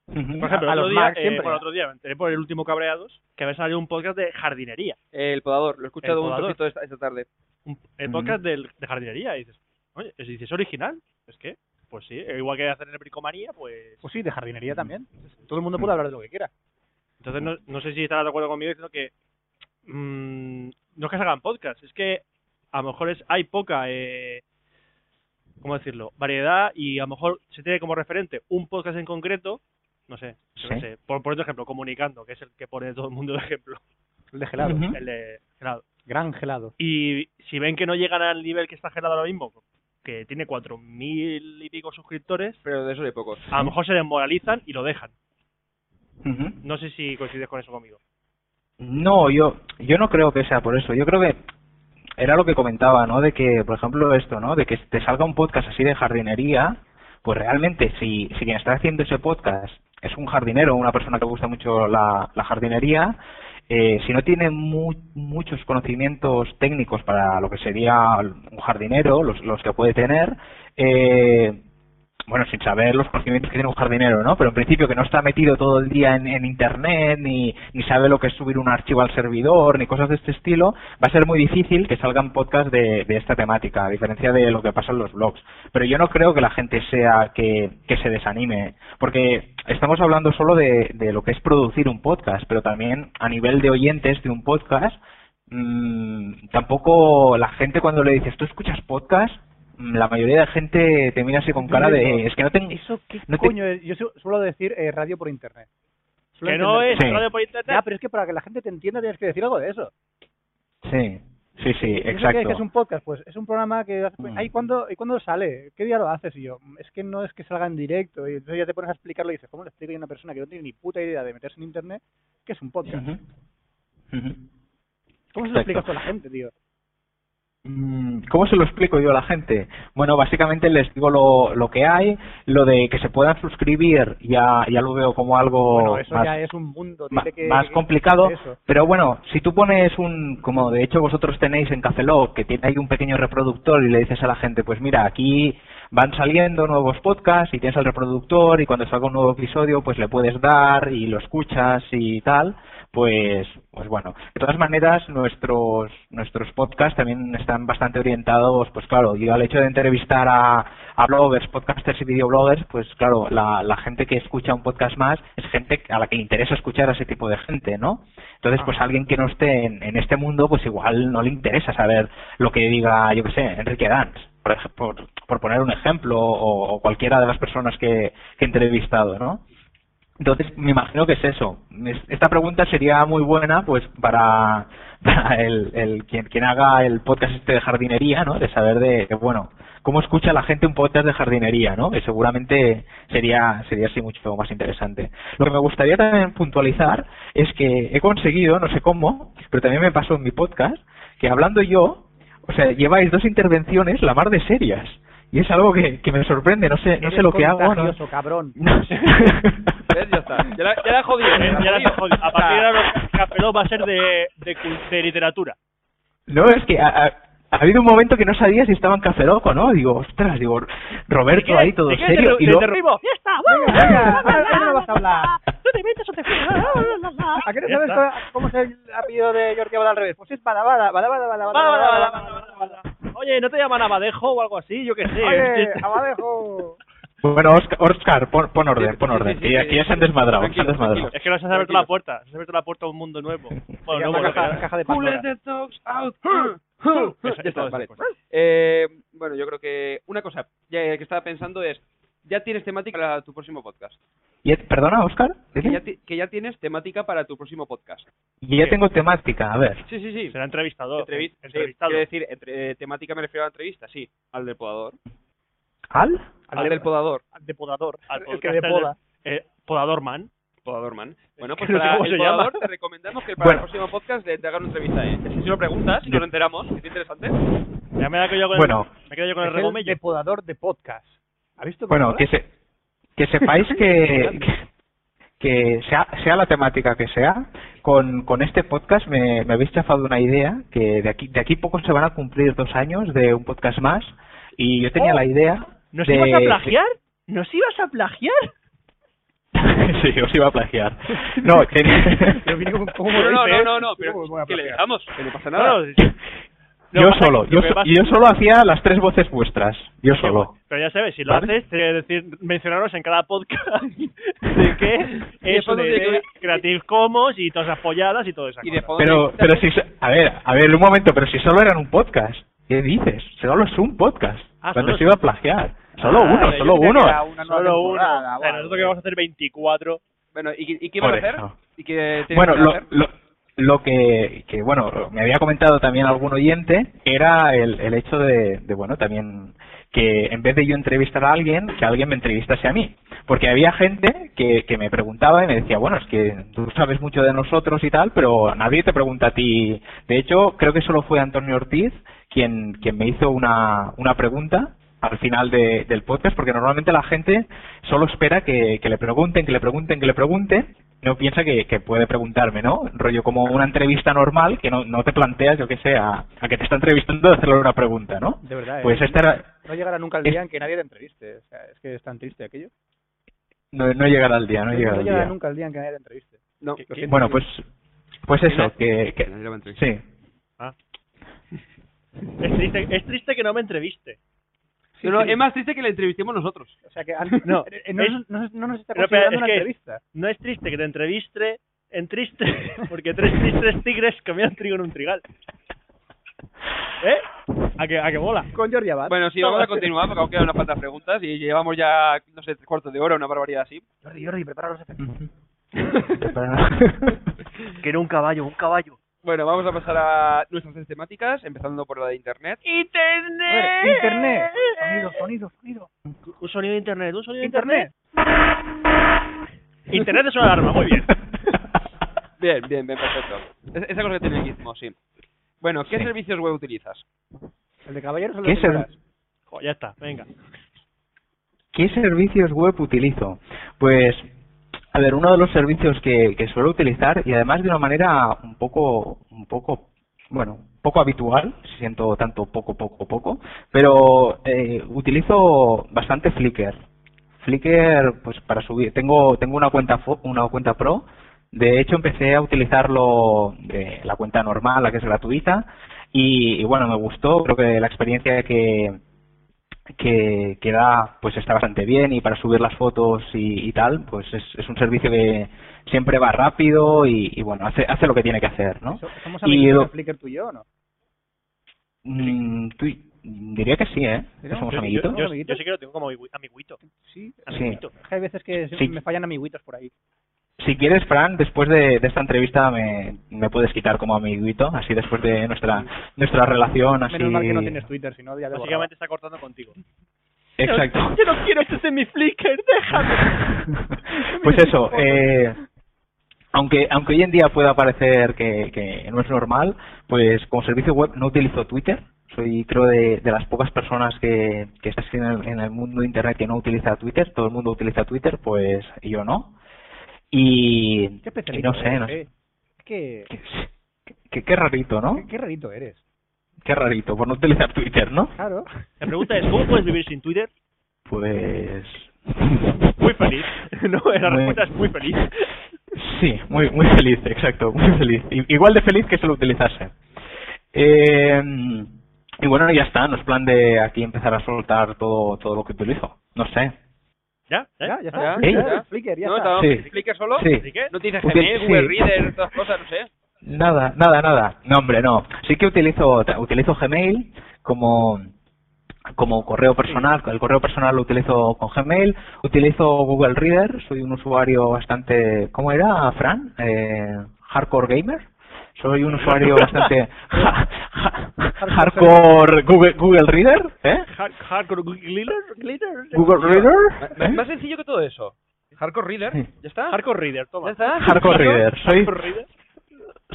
D: Ujú.
A: Por ejemplo,
B: a
A: el otro
B: los
A: día,
B: Mac,
A: eh,
B: siempre.
A: por el otro día, me enteré por el último Cabreados, que había salido un podcast de jardinería,
C: El podador, lo he escuchado
A: El
C: un
A: podador.
C: poquito esta, esta tarde.
A: un, el
D: Ujú.
A: podcast del- de jardinería, y dices, oye, es, dices, original, es que, pues sí, eh, igual que hacer en bricomanía, pues...
B: Pues sí, de jardinería también. Todo el mundo puede hablar de lo que quiera.
A: Entonces, no, no sé si estarás de acuerdo conmigo diciendo que mm, no es que se hagan podcasts, es que a lo mejor es, hay poca, eh, ¿cómo decirlo?, variedad y a lo mejor se tiene como referente un podcast en concreto, no sé, yo qué
D: Sí.
A: sé, por, por otro ejemplo, Comunicando, que es el que pone todo el mundo de ejemplo,
B: El de gelado.
D: Ujú.
A: el de Gerardo.
B: Gran gelado.
A: Y si ven que no llegan al nivel que está Gerardo ahora mismo, que tiene cuatro mil y pico suscriptores,
C: Pero de eso hay pocos. (laughs)
A: a lo mejor se desmoralizan y lo dejan.
D: Ujú.
A: No sé si coincides con eso conmigo.
D: No, yo, yo no creo que sea por eso. Yo creo que era lo que comentaba, ¿no? De que, por ejemplo, esto, ¿no? De que te salga un podcast así de jardinería, pues realmente, si, si quien está haciendo ese podcast es un jardinero, una persona que le gusta mucho la, la jardinería, eh, si no tiene mu- muchos conocimientos técnicos para lo que sería un jardinero, los, los que puede tener, eh, bueno, sin saber los conocimientos que tiene un jardinero, ¿no? Pero en principio que no está metido todo el día en, en internet, ni, ni sabe lo que es subir un archivo al servidor, ni cosas de este estilo, va a ser muy difícil que salgan podcasts de, de esta temática, a diferencia de lo que pasa en los blogs. Pero yo no creo que la gente sea que, que se desanime, porque estamos hablando solo de, de lo que es producir un podcast, pero también a nivel de oyentes de un podcast, mm, tampoco la gente cuando le dices, ¿tú escuchas podcast? Mm, La mayoría de gente te mira así con cara de, es que no tengo...
B: ¿Eso qué
D: No te-
B: coño es? Yo su- suelo decir eh, radio por internet. Suelo
A: Que no es
B: entender-
D: Sí.
A: radio por internet.
B: Ya, pero es que para que la gente te entienda tienes que decir algo de eso.
D: Sí, sí, sí,
B: ¿Y eso
D: exacto.
B: qué- qué es un podcast? Pues es un programa que... hace- pues,
D: Mm.
B: Ay, ¿cuándo, ¿Y cuándo sale? ¿Qué día lo haces? Y yo, es que no es que salga en directo. Y entonces ya te pones a explicarlo y dices, ¿cómo le explico yo a una persona que no tiene ni puta idea de meterse en internet que es un podcast?
D: Ujú. Ujú.
B: ¿Cómo se lo explicas
D: Exacto.
B: tú a la gente, tío?
D: Mm, ¿Cómo se lo explico yo a la gente? Bueno, básicamente les digo lo, lo que hay, lo de que se puedan suscribir, ya, ya lo veo como algo
B: bueno, eso
D: más,
B: ya es un mundo.
D: ma-
B: tiene que-
D: más
B: que-
D: complicado,
B: eso.
D: pero bueno, si tú pones un, como de hecho vosotros tenéis en Cafelog, que tiene ahí un pequeño reproductor y le dices a la gente, pues mira, aquí van saliendo nuevos podcasts y tienes el reproductor y cuando salga un nuevo episodio pues le puedes dar y lo escuchas y tal, pues, pues bueno, de todas maneras nuestros nuestros podcasts también están bastante orientados, pues claro, yo al hecho de entrevistar a, a bloggers, podcasters y videobloggers, pues claro, la, la gente que escucha un podcast más es gente a la que le interesa escuchar a ese tipo de gente, ¿no? Entonces, pues alguien que no esté en, en este mundo, pues igual no le interesa saber lo que diga, yo qué sé, Enrique Dance, por, ej- por, por poner un ejemplo, o, o cualquiera de las personas que, que he entrevistado, ¿no? Entonces, me imagino que es eso. Es- Esta pregunta sería muy buena, pues, para, (laughs) para el, el- quien, quien haga el podcast este de jardinería, ¿no? De saber de, de, bueno, cómo escucha la gente un podcast de jardinería, ¿no? Que seguramente sería, sería así mucho más interesante. Lo que me gustaría también puntualizar es que he conseguido, no sé cómo, pero también me pasó en mi podcast, que hablando yo, o sea, lleváis dos intervenciones la mar de serias. Y es algo que, que me sorprende, no sé, no sé
B: Eres
D: lo que hago. no-
B: contagioso, cabrón.
D: no sé.
C: ¿Ves? Ya está. Ya la, ya la he jodido.
A: Eh,
C: la he
A: ya la has jodido.
C: jodido.
A: A partir de ahora, Café Lock va a ser de, de, cul- de literatura.
D: No, es que ha, ha- ha habido un momento que no sabía si estaba en Café Lock o no. Digo, ostras, digo, Roberto ahí todo serio. y luego-
B: Venga, venga, ahora no vas a hablar.
F: ¡No te metas o te
B: ¿A qué no
A: Ya
B: sabes
A: está.
B: cómo- cómo es el apellido de Jordi Abad al revés? Pues es Badabada, Badabada, Badabada,
A: Bala, bala, bala,
B: Badabada.
A: bala, bala, bala. Oye, ¿no te llaman Abadejo o algo así? Yo qué sé. (laughs)
B: Oye, Abadejo.
D: Bueno, Oscar, Oscar, pon, pon orden, pon
C: Sí, sí,
D: orden.
C: sí,
D: que ya-
C: sí,
D: que ya
C: sí,
D: se han
C: sí.
D: desmadrado, se han
C: Tranquilo,
D: desmadrado.
C: tranquilo.
A: Es que nos has abierto la puerta. Nos has abierto la puerta a un mundo
B: (laughs)
A: nuevo. Bueno, no,
B: Una
A: bueno,
B: caja,
A: que-
B: caja de
C: Cool
B: Pandora.
C: as the dogs out.
A: Eso, pues.
C: ya está,
A: todas
C: vale.
A: esas cosas.
C: Eh, bueno, yo creo que una cosa ya, eh, que estaba pensando es, ya tienes temática para tu próximo podcast.
D: Y- perdona, Oscar,
C: Que
D: ¿dices?
C: ya, ti- que ya tienes temática para tu próximo podcast.
D: Y ya tengo temática, a ver.
C: Sí, sí, sí.
A: Será entrevistador.
C: Entrevi- sí,
A: entrevistado.
C: Quiero decir, entre- eh, temática me refiero a entrevista, sí. Al del podador.
D: ¿Al?
C: Al del podador.
A: de podador. Al
B: El que de
A: podcaster,
B: poda.
A: eh, podador man.
C: Podador man. Bueno, pues
A: Que no sé
C: para
A: cómo
C: el
A: se llama.
C: podador te recomendamos que para
D: Bueno.
C: el próximo podcast le te hagan una entrevista. ¿eh? Si se lo preguntas, si nos lo enteramos, que es interesante.
A: Ya me he quedado yo con
D: Bueno.
A: el, me quedo yo con el
B: Es el
A: regomello.
B: depodador de podcast. ¿Ha visto cómo
D: Bueno,
B: mola?
D: que, se, que sepáis que,
A: (laughs)
D: que, que sea, sea la temática que sea, con, con este podcast me, me habéis chafado una idea que de aquí, de aquí poco se van a cumplir dos años de un podcast más y yo tenía
A: Oh,
D: la idea
A: ¿Nos
D: de...
A: ibas a plagiar? ¿Nos ibas a plagiar?
D: (laughs) sí, os iba a plagiar. No,
A: (laughs)
D: tenía...
B: Pero
D: (laughs)
B: mira cómo- cómo
C: No,
B: lo
C: no,
B: dice,
C: no, no, no,
B: ¿eh? Cómo lo
C: pero
B: voy a
C: que le
B: plagiar.
C: dejamos, que no pasa nada.
A: No, no, Lo
D: yo
A: que pasa-
D: solo,
A: lo
D: yo,
A: que
D: so-
A: pasa-
D: yo solo hacía las tres voces vuestras, yo solo.
A: Pero ya sabes, si lo
D: ¿Vale?
A: haces, te voy a decir, mencionaros en cada podcast (laughs) de que es
C: después
A: de,
C: nos dice-
A: Creative Commons y todas las polladas y todo eso.
C: Y de fondo (laughs)
D: Pero,
C: te-
D: pero si, so- a ver, a ver, un momento, pero si solo eran un podcast, ¿qué dices? Solo es un podcast,
A: Ah,
D: cuando
A: solo
D: se
A: es-
D: iba a plagiar. Solo
C: Ah,
D: uno,
C: yo
D: solo
C: creía que
D: uno.
C: era una nueva
A: Solo uno.
C: temporada,
A: O sea,
C: vale.
A: nosotros que vamos a hacer 24.
C: Bueno, ¿y, y qué iban a
D: Por
C: hacer?
D: eso.
C: ¿Y qué tenían
D: Bueno,
C: que
D: lo,
C: hacer?
D: lo, lo que, que, bueno, me había comentado también algún oyente era el, el hecho de, de, bueno, también que en vez de yo entrevistar a alguien, que alguien me entrevistase a mí. Porque había gente que, que me preguntaba y me decía, bueno, es que tú sabes mucho de nosotros y tal, pero nadie te pregunta a ti. De hecho, creo que solo fue Antonio Ortiz quien, quien me hizo una, una pregunta al final de- del podcast, porque normalmente la gente solo espera que, que le pregunten, que le pregunten, que le pregunten, no piensa que, que puede preguntarme, ¿no? Rollo como una entrevista normal, que no, no te planteas, yo que sé, a, a que te está entrevistando hacerle una pregunta, ¿no?
B: De verdad, ¿eh?
D: Pues esta era-
B: No llegará nunca el día en que nadie te entreviste. O sea, es que es tan triste aquello.
D: no, no llegará el día, no
B: No
D: llegará el
B: llegará
D: día.
B: nunca el día en que nadie te
D: (laughs)
B: entreviste.
C: No, lo siento.
D: Bueno, pues, pues eso, que, que-
C: Nadie lo va a entrevistar.
D: sí. (laughs)
A: Es triste, es triste que no me entreviste.
C: No, no,
B: sí.
C: es más triste que le entrevistemos nosotros.
B: O sea, que
A: (laughs)
B: antes-
A: No,
B: eh, (laughs) no,
A: es-
B: nos- no, nos- no nos está
A: Pero, pero,
B: considerando
A: es
B: una
A: que-
B: entrevista.
A: No es triste que te entreviste, en triste, (laughs) porque tres tristes tigres comían trigo en un trigal. ¿Eh? ¿A que, a que mola?
B: Con Jordi Abad.
C: Bueno, sí, vamos a continuar porque aún quedan unas cuantas preguntas y llevamos ya, no sé, tres cuartos de hora, una barbaridad así.
B: Jordi, Jordi, prepara los efectos.
A: Que era un caballo, un caballo.
C: Bueno, vamos a pasar a nuestras tres temáticas, empezando por la de Internet.
B: A ver,
D: (laughs)
B: internet. Sonido, sonido, sonido.
A: Un sonido de internet, un sonido de
B: Internet.
A: internet. Internet es una alarma, muy
D: (laughs)
A: bien.
C: Bien, bien, bien, perfecto. Es- esa cosa que tiene el Gizmo, sí. Bueno, ¿qué
D: Sí.
C: servicios web utilizas?
B: El de caballeros o el
D: ¿Qué
B: de
D: es el-
B: señoras?
A: Jo, ya está, venga.
D: ¿Qué servicios web utilizo? Pues, a ver, uno de los servicios que, que suelo utilizar y además de una manera un poco, un poco, bueno, poco habitual, siento tanto poco, poco, poco, pero eh, utilizo bastante Flickr. Flickr, pues para subir, tengo, tengo una cuenta, fo- una cuenta pro. De hecho, empecé a utilizarlo de la cuenta normal, la que es gratuita, y, y bueno, me gustó. Creo que la experiencia que, que, que da, pues está bastante bien y para subir las fotos y, y tal, pues es, es un servicio que siempre va rápido y, y bueno, hace, hace lo que tiene que hacer, ¿no?
B: So- ¿Somos
D: Y
B: amigos
D: lo-
B: de Flickr tú y yo o no?
D: Mm, tú, y- Diría que sí, ¿eh? Que
B: Era un-
D: somos
B: yo-
D: amiguitos.
A: Yo, yo
B: ¿Amiguito?
A: sí que lo tengo como amigui- amiguito.
B: Sí,
A: amiguito.
B: es que hay veces que se-
D: Sí.
B: me fallan amiguitos por ahí.
D: Si quieres, Frank, después de, de esta entrevista me, me puedes quitar como amiguito, así después de nuestra nuestra relación, así.
B: Menos mal que no tienes Twitter, si
D: Pues
B: no ya te borraba.
A: Básicamente está cortando contigo.
D: Exacto.
A: Yo no quiero estés en mi Flickr, déjame.
D: pues eso, eh, aunque, aunque hoy en día pueda parecer que, que no es normal, pues como servicio web no utilizo Twitter. Soy, creo, de, de las pocas personas que, que estás en el, en el mundo de Internet que no utiliza Twitter. Todo el mundo utiliza Twitter, pues yo no. Y,
B: Qué
D: y
B: especialito
D: no sé,
B: eres,
D: no sé.
B: eh. Es que...
D: Qué, qué- qué rarito, ¿no?
B: Qué, qué rarito eres.
D: Qué rarito, por no utilizar Twitter, ¿no? (laughs)
B: Claro.
D: ¿Eh?
A: La pregunta es, ¿cómo puedes vivir sin Twitter?
D: Pues...
A: Muy
D: (laughs)
A: feliz. No, la
D: Muy-
A: respuesta es muy feliz.
D: Sí, muy, muy feliz, exacto, muy feliz. I- Igual de feliz que se lo utilizase. Eh, y bueno, ya está, no es plan de aquí empezar a soltar todo, todo lo que utilizo. No sé.
A: ¿Ya? ¿Eh?
B: Ya, ya
C: ¿Ya?
B: está.
D: ¿Eh?
B: Ya, Flickr, ya
C: no,
B: está.
C: no,
D: Sí.
C: explique solo.
D: Sí,
A: ¿Qué?
C: No tienes
D: Util-
C: Gmail, Google
D: sí.
C: Reader, todas cosas, no sé.
D: nada, nada, nada. No, hombre, no. Sí que utilizo, ta- utilizo Gmail como como correo personal, el correo personal lo utilizo con Gmail, utilizo Google Reader, soy un usuario bastante, ¿cómo era, Fran? Eh, hardcore gamer. Soy un (laughs) usuario bastante ja- ja- hardcore Google, Google Reader, ¿eh?
A: Hard- Hardcore glitter, glitter.
D: Google Reader,
C: M-
D: ¿eh?
C: Más sencillo que todo eso. Hardcore Reader,
D: Sí.
C: ya está.
A: Hardcore reader,
C: Ya
A: toma.
C: está.
D: Hardcore Reader. Soy
A: Hardcore reader.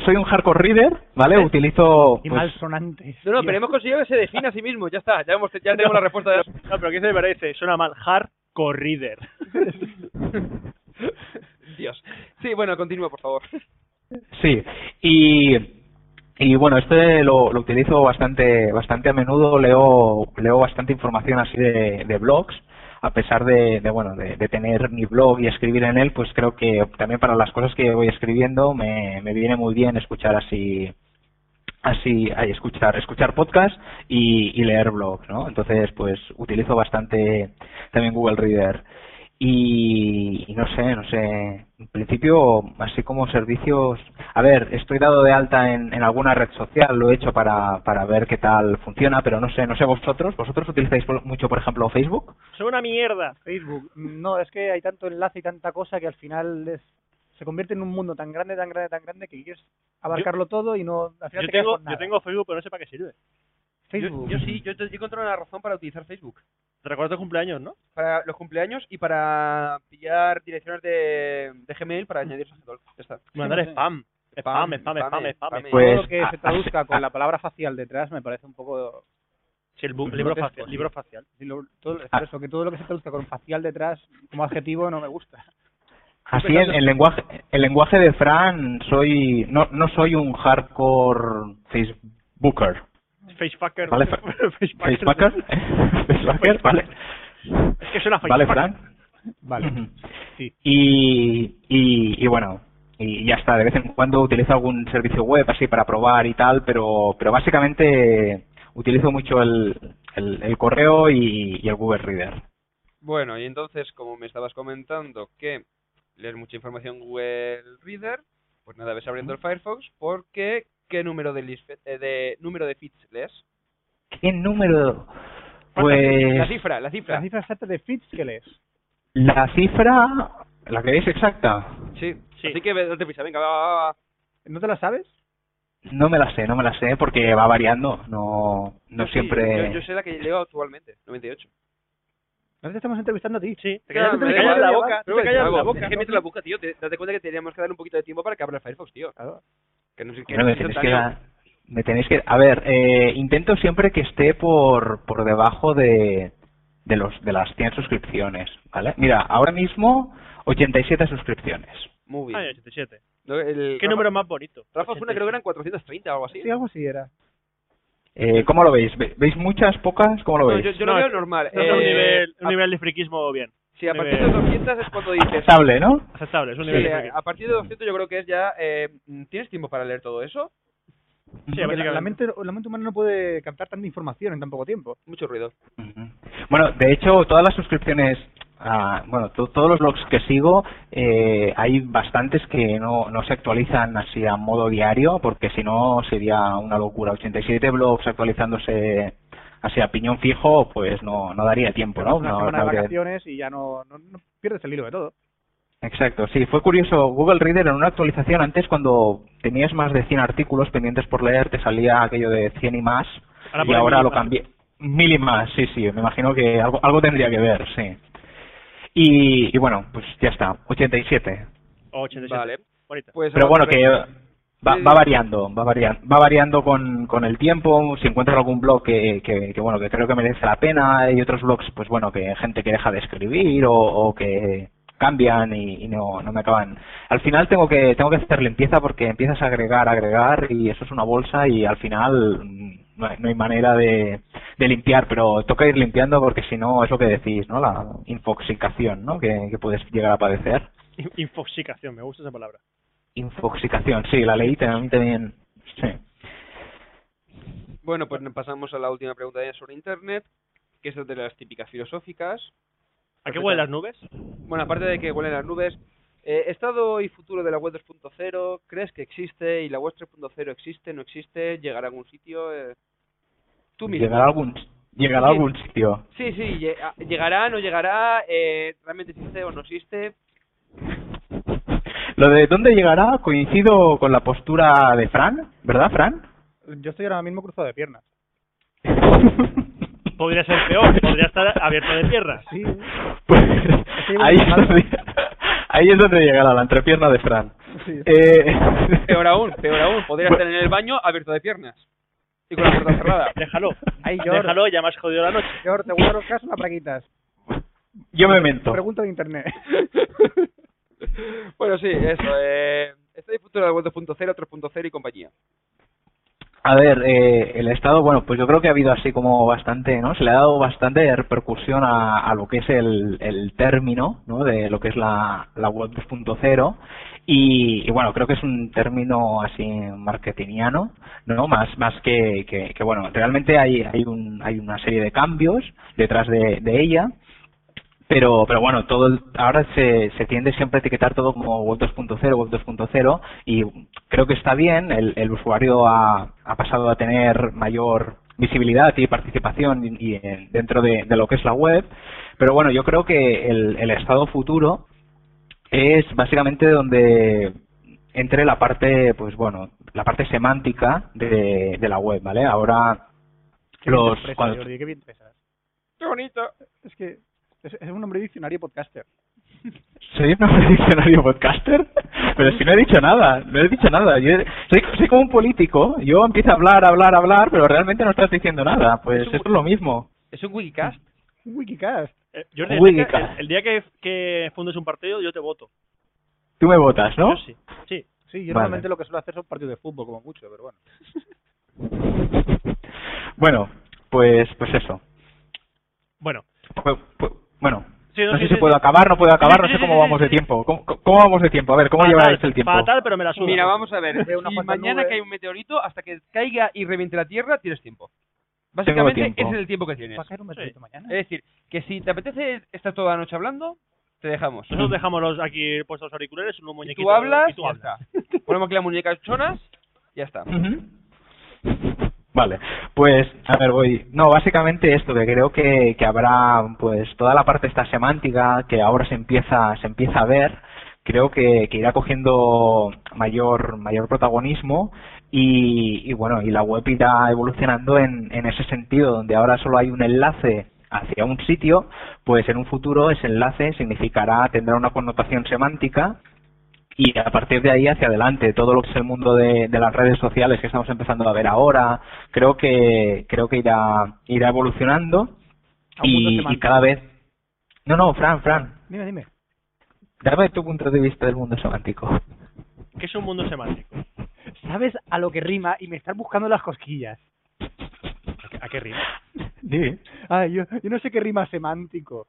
D: soy un hardcore reader, ¿vale? Utilizo
B: Y
D: pues,
B: malsonantes.
C: No, no,
B: tío.
C: pero hemos conseguido que se defina a sí mismo, ya está. Ya, hemos, ya tenemos la respuesta. De...
A: No, pero ¿qué se parece? Suena mal. Hardcore reader.
C: Dios. Sí, bueno, continúa, por favor.
D: Sí, y, y bueno, este lo, lo utilizo bastante, bastante a menudo, leo, leo bastante información así de, de blogs, a pesar de, de, bueno, de, de tener mi blog y escribir en él, pues creo que también para las cosas que voy escribiendo me, me viene muy bien escuchar así, así, ay, escuchar, escuchar podcast y, y leer blog, ¿no? Entonces, pues utilizo bastante también Google Reader. Y, y no sé, no sé. En principio, así como servicios. A ver, estoy dado de alta en, en alguna red social, lo he hecho para, para ver qué tal funciona, pero no sé, no sé vosotros. ¿Vosotros utilizáis por- mucho, por ejemplo, Facebook?
A: Son una mierda.
B: Facebook. No, es que hay tanto enlace y tanta cosa que al final es- se convierte en un mundo tan grande, tan grande, tan grande que quieres abarcarlo todo y no al final
A: Yo
B: te quedas
A: tengo,
B: con nada.
A: yo tengo Facebook, pero no sé para qué sirve.
B: Facebook.
C: Yo, yo sí, yo, te- yo encontré una razón para utilizar Facebook.
A: Te recuerdo tu cumpleaños, ¿no?
C: Para los cumpleaños y para pillar direcciones de, de Gmail para añadirse a Gmail. Ya está.
A: Mandar spam. Spam, spam, spam, spam, spam.
C: spam.
D: Pues, ah.
B: todo lo que
D: a-
B: se traduzca con la palabra facial detrás me parece un poco
A: Sí, el bu-
C: Pues
A: libro facial. Libro facial.
B: si lo- todo,
D: Ah.
B: es por eso que todo lo que se traduzca con facial detrás como adjetivo no me gusta
D: Ah. Así en, en lenguaje, en lenguaje de Fran, soy, no, no soy un hardcore Facebooker.
A: Facefucker. (laughs)
D: Vale, fa- ¿Facebacker?
C: ¿Eh? (laughs)
D: ¿Facebacker? Vale.
A: Es que suena facefucker.
D: Vale, Fran.
B: vale
D: Ujú.
B: sí
D: Y, y, y bueno, y ya está. De vez en cuando utilizo algún servicio web así para probar y tal, pero, pero básicamente utilizo mucho el, el, el correo y, y el Google Reader.
C: Bueno, y entonces, como me estabas comentando que lees mucha información Google Reader, pues nada, ves abriendo el Firefox porque ¿qué número de, list, eh, de número de feeds lees?
D: ¿Qué número?
C: La
D: Pues
C: cifra, la cifra.
B: la cifra exacta de Fitz que lees
D: la cifra, la que es exacta,
C: Sí.
A: Sí.
C: Así que ve- date prisa, venga, va, va, va.
B: no te la sabes
D: no me la sé, no me la sé porque va variando, no, no
C: Yo sí,
D: siempre.
C: yo, yo sé la que leo actualmente, 98.
B: no te estamos entrevistando a ti
A: Sí. Te
C: Ya,
A: callas, te
C: me da
A: callas
C: igual.
A: la boca.
C: Pero
A: Te
C: bueno,
A: callas
C: algo,
A: la boca.
C: Es que mientras la boca, tío, te- date cuenta que teníamos que dar un poquito de tiempo para que abra el Firefox, tío.
B: Claro.
C: Que no sé qué.
D: Hombre, me tenéis que dar- me tenéis que a ver eh, intento siempre que esté por por debajo de de los de las 100 suscripciones vale mira ahora mismo 87 suscripciones
C: Muy
A: Ay,
C: bien.
A: 87.
C: No, el-
A: Ah, ¿Qué
C: Rafa-
A: número más bonito?
C: Rafa Funa creo que eran 430 o algo así.
B: sí algo así era
D: eh, cómo lo veis ¿Ve- veis muchas pocas cómo lo
C: No,
D: veis
C: yo, yo lo
A: No,
C: veo
A: es-
C: normal.
A: No, no, un
C: Eh,
A: nivel, un
C: a-
A: nivel de friquismo bien.
C: Sí, a
A: nivel-
C: partir de 200 es cuando dices.
D: aceptable no
A: Aceptable, es (laughs) un
C: Sí,
A: nivel de
C: a-
A: friquismo.
C: a partir de 200 yo creo que es ya. Eh, ¿Tienes tiempo para leer todo eso?
A: Sí,
B: Porque la, la
A: básicamente.
B: mente la mente humana no puede captar tanta información en tan poco tiempo
C: Mucho ruido.
D: Ujú. Bueno, de hecho, todas las suscripciones, ah, bueno, to- todos los blogs que sigo, eh, hay bastantes que no, no se actualizan así a modo diario, porque si no sería una locura. 87 blogs actualizándose Así a piñón fijo, pues no, no daría tiempo,
B: Te
D: ¿no?
B: vas una
D: No-
B: semana
D: no
B: de
D: habría-
B: vacaciones y ya no, no, no pierdes el hilo de todo.
D: Exacto, sí, fue curioso. Google Reader en una actualización antes cuando tenías más de 100 artículos pendientes por leer te salía aquello de 100 y más
A: Ahora
D: y
A: pone
D: ahora
A: mil y
D: lo
A: más.
D: cambié. Mil y más, sí, sí, me imagino que algo, algo tendría que ver, sí. Y, y bueno, pues ya está, 87.
A: O 87.
C: Vale. (laughs)
A: Bonita.
C: Pues
D: Pero bueno,
C: ahora-
D: que va, va variando, va variando, va variando con, con el tiempo. Si encuentras algún blog que, que, que, bueno, que creo que merece la pena, y otros blogs, pues bueno, que gente que deja de escribir o, o que cambian y, y no, no me acaban. Al final tengo que tengo que hacer limpieza porque empiezas a agregar, agregar y eso es una bolsa y al final mm, no hay, no hay manera de, de limpiar, pero toca ir limpiando porque si no es lo que decís, ¿no? La infoxicación, ¿no? Que, que puedes llegar a padecer.
A: In- Infoxicación, me gusta esa palabra.
D: Infoxicación, sí, la leí también. también sí.
C: Bueno, pues pasamos a la última pregunta ya sobre Internet, que es de las típicas filosóficas.
A: ¿A qué huelen las nubes?
C: Bueno, aparte de que huelen las nubes, eh, estado y futuro de la web 2.0, ¿crees que existe? ¿Y la web 3.0 existe? ¿No existe? ¿Llegará a algún sitio? Eh, tú mismo.
D: Llegar a algún, llegar a
C: Sí.
D: algún sitio.
C: Sí, sí, lle- a- llegará, no llegará, eh, realmente existe o no existe.
D: Lo de dónde llegará coincido con la postura de Fran, ¿verdad, Fran?
B: Yo estoy ahora mismo cruzado de piernas.
A: Podría ser peor, podría estar abierto de tierra.
B: Sí,
D: Pues,
B: Sí,
D: ahí, es
B: claro.
D: donde, ahí es donde llegará la entrepierna de Fran.
B: (laughs) sí.
D: Eh,
C: Peor aún, peor aún,
D: (laughs)
C: podría estar en el baño abierto de piernas y con la puerta
A: (laughs)
C: cerrada.
A: Déjalo.
B: Ay, George,
A: Déjalo, ya me has jodido la noche.
B: George, te voy a dar caso una
D: (laughs)
B: plaquitas.
D: Yo me mento.
B: Pregunta de internet.
C: bueno, sí, eso. Eh, estado y futuro de la web 2.0, 3.0 y compañía.
D: A ver, eh, el Estado, bueno, pues yo creo que ha habido así como bastante, ¿no? Se le ha dado bastante repercusión a, a lo que es el, el término, ¿no? De lo que es la, la web 2.0. Y, y bueno, creo que es un término así marketingiano, ¿no? Más, más que, que, que, bueno, realmente hay, hay, un, hay una serie de cambios detrás de, de ella. Pero, pero bueno, todo el- ahora se, se tiende siempre a etiquetar todo como Web 2.0, Web 2.0 y creo que está bien, el, el usuario ha, ha pasado a tener mayor visibilidad y participación y- y, eh, dentro de, de lo que es la web, pero bueno, yo creo que el, el estado futuro es básicamente donde entre la parte, pues bueno, la parte semántica de, de la web, ¿vale? Ahora
B: Qué bien te
D: (laughs) Los-
B: expresas,
D: cuando-
B: Jordi, qué bien te expresas.
C: ¡Qué bonito!
B: Es que es, es un hombre diccionario podcaster.
D: Soy un hombre diccionario podcaster, pero si no he dicho nada, no he dicho nada. Yo soy, soy como un político, yo empiezo a hablar, a hablar, a hablar, pero realmente no estás diciendo nada. Pues
C: Es un-
D: esto es lo mismo.
C: ¿Es un wikicast?
B: Un Wikicast.
A: Eh, Jordi, el día, que,
D: Wikicast.
A: el- el día que, que fundes un partido, yo te voto.
D: Tú me votas, ¿no?
A: Yo sí. Sí.
B: Sí, yo
D: Vale.
B: normalmente lo que suelo hacer son partidos de fútbol, como mucho, pero bueno.
D: Bueno, pues pues eso.
A: Bueno,
D: Pues- pues- bueno,
A: Sí, no,
D: no,
A: sí,
D: sé
A: sí,
D: si puedo
A: sí.
D: acabar, no puedo acabar,
A: Sí,
D: no
A: sí,
D: sé
A: sí,
D: cómo
A: sí,
D: vamos
A: sí,
D: de
A: sí.
D: tiempo. ¿Cómo, cómo vamos de tiempo? A ver, ¿cómo
A: fatal,
D: lleváis el tiempo?
A: Fatal, pero me la suda.
C: Mira, vamos a ver.
B: Veo una
C: Si
B: cuanta
C: mañana
B: nube.
C: cae un meteorito, hasta que caiga y reviente la Tierra, tienes tiempo. Básicamente,
D: tiempo.
C: ese es el tiempo que tienes.
B: ¿Va a caer un meteorito mañana?
C: Es decir, que si te apetece estar toda la noche hablando, te dejamos.
D: Mm.
A: Nosotros dejamos los, aquí puestos los auriculares, un
C: Y
A: muñequito.
C: tú hablas,
A: y tú
C: ya
A: hablas.
C: está. Ponemos aquí la muñeca chonas, ya está.
D: Ujú. Vale, pues a ver, voy. No, básicamente esto que creo que, que habrá, pues toda la parte esta semántica que ahora se empieza se empieza a ver, creo que, que irá cogiendo mayor mayor protagonismo y, y bueno y la web irá evolucionando en, en ese sentido donde ahora solo hay un enlace hacia un sitio, pues en un futuro ese enlace significará tendrá una connotación semántica y a partir de ahí hacia adelante todo lo que es el mundo de, de las redes sociales que estamos empezando a ver ahora creo que creo que irá irá evolucionando
B: A un mundo
D: y, y
B: semántico.
D: cada vez no no Fran Fran
B: Dime, dime.
D: dame tu punto de vista del mundo semántico
A: Que es un mundo semántico.
B: ¿Sabes a lo que rima y me estás buscando las cosquillas?
A: ¿A qué, a qué rima?
D: sí
B: Ah, yo, yo no sé qué rima semántico.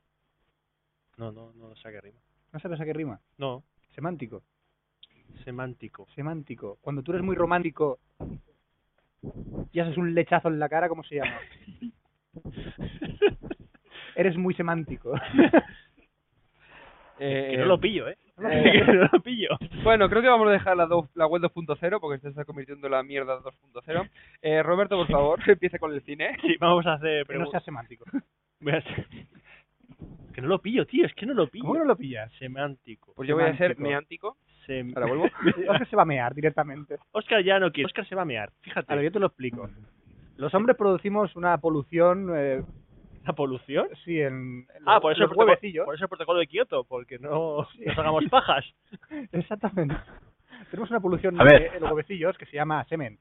A: No, no, no sé a qué rima.
B: ¿No sabes a qué rima?
A: No,
B: Semántico.
A: semántico.
B: Semántico. Cuando tú eres muy romántico y haces un lechazo en la cara, ¿cómo
A: (laughs)
B: se llama? eres muy semántico.
A: (laughs)
C: Eh,
A: Que no lo pillo, ¿eh? Así (laughs) que no lo pillo.
C: Bueno, creo que vamos a dejar la, do- la web 2.0 porque esto se está convirtiendo en la mierda 2.0. Eh, Roberto, por favor, (laughs) empieza con el cine.
A: Sí, vamos a hacer
B: Que no sea
A: preguntas.
B: semántico.
A: Voy a hacer- (laughs) Que no lo pillo, tío, es que no lo pillo.
B: ¿Cómo no lo pillas?
A: Semántico.
C: Pues yo voy a ser
B: Semántico.
C: meántico.
A: Sem-
C: Ahora vuelvo.
B: Es que se va a mear directamente.
A: (laughs) Oscar ya no quiere. Oscar se va a mear. Fíjate.
B: A ver, yo te lo explico. Los hombres producimos una polución, eh,
A: ¿La polución?
B: sí, en, en
A: Ah,
B: los-
A: por eso, el
B: los
A: protocolo,
B: huevecillos.
A: por eso el protocolo de Kioto, porque (laughs) no nos hagamos pajas.
B: Exactamente. Tenemos una polución
D: A ver.
B: de- en los huevecillos que se llama semen.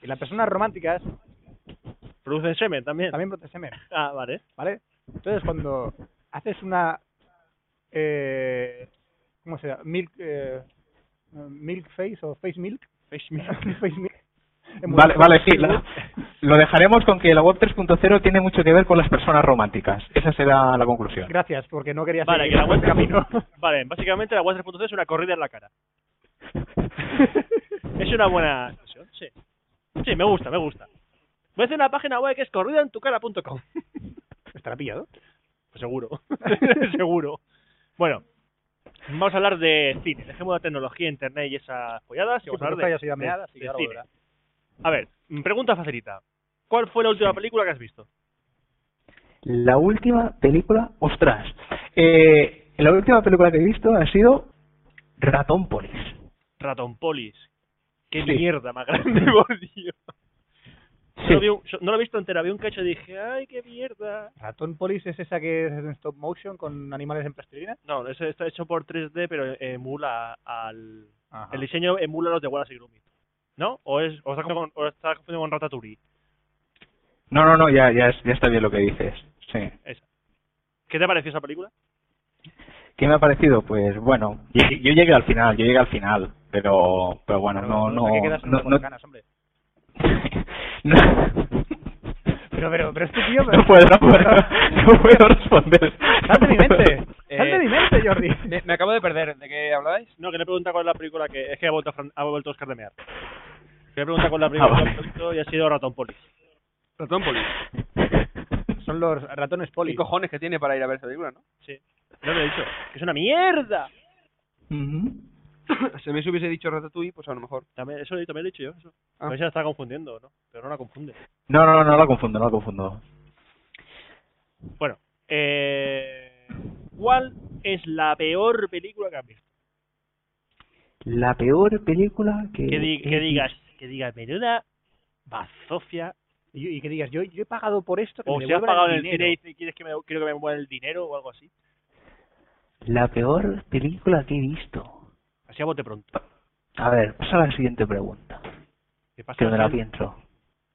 B: Y las personas románticas
A: Producen semen también.
B: (laughs) también producen semen,
A: Ah, vale.
B: ¿vale? Entonces, cuando haces una... Eh, ¿Cómo se llama? Milk, eh, milk face o face milk.
A: Face me.
B: (laughs) face
A: (laughs)
B: milk.
D: Vale, vale, sí. la- lo dejaremos con que la web 3.0 tiene mucho que ver con las personas románticas. Esa será la conclusión.
B: Gracias, porque no quería
A: Vale,
B: seguir
A: que
B: (laughs)
A: la web
B: este camino.
A: Vale, básicamente la web 3.0 es una corrida en la
B: (laughs)
A: cara. Es una buena expresión, sí. Sí, me gusta, me gusta. Voy a hacer una página web que es corridaentucara.com.
B: (laughs) ¿Estará pillado?
A: Pues seguro. (laughs) seguro. Bueno, vamos a hablar de cine. Dejemos la tecnología, internet y esas folladas.
B: Sí,
A: y vamos a
B: porque
A: hablar de,
B: Oscar ya se iba a
A: de-
B: mear, así que
A: de
B: ahora
A: cine.
B: volverá.
A: A ver, pregunta facilita. ¿Cuál fue la última película que has visto?
D: La última película, ostras. Eh, la última película que he visto ha sido Ratón Polis.
A: Ratonpolis. Qué
D: Sí.
A: mierda
B: (laughs)
A: más grande, (laughs) por Dios.
D: Sí.
A: Yo lo vi un- yo no lo he visto entera, vi un cacho y dije, ay, qué mierda.
B: Ratón Polis es esa que es en stop motion con animales en plastilina.
A: No, eso está hecho por 3D, pero emula al...
B: Ajá.
A: El diseño emula los de Wallace y Gromit. ¿No? ¿O, es, o, está confundido con, o está confundido con Ratatouille?
D: No, no, no, ya, ya, es- ya está bien lo que dices. Sí.
A: ¿Qué te pareció esa película?
D: ¿Qué me ha parecido? Pues bueno, yo yo llegué al final, yo llegué al final, pero, pero bueno,
B: Pero
D: no,
B: te
D: no,
B: quedas
D: no,
B: con
D: no-
B: las ganas, hombre.
D: (laughs) no-
B: Pero, pero, pero este tío...
D: No puedo, no puedo, no puedo responder.
B: ¡Sal de mi mente!
C: Eh,
B: ¡Sal de mi mente, Jordi!
C: Me, me acabo de perder. ¿De qué hablabais?
A: No, que le pregunta cuál es la película que... Es que ha vuelto, a Fran- ha vuelto Oscar de Mear. Que le pregunta cuál es la película
D: Ah,
A: que has
D: vale.
A: visto y ha sido Ratonpolis.
C: Ratónpolis.
B: Son los ratones
C: ¿Qué
B: Polis.
C: cojones que tiene para ir a ver esa película, no?
A: Sí. No lo he dicho. Que es una mierda.
D: Ujú.
C: (laughs) si me hubiese dicho Ratatouille, pues a lo mejor.
A: También, eso lo he- también lo he dicho yo. Eso.
C: Ah.
A: A ver si la está confundiendo, ¿no? Pero no la confunde.
D: No, no, no la confundo, no la confundo.
A: Bueno, eh, ¿cuál es la peor película que has visto?
D: La peor película que...
A: Que, di- que
D: he
A: digas, que digas, menuda bazofia.
B: Y, y que digas, yo, yo he pagado por esto, que
A: O
B: me
A: si has
B: devuelvan
A: pagado en
B: el
A: el cine y
B: dinero.
A: dices, quieres que me, quiero que me devuelvan el dinero o algo así.
D: La peor película que he visto.
A: Así a bote pronto.
D: A ver, pasa a la siguiente pregunta,
A: ¿Qué pasa?
D: que me la pienso.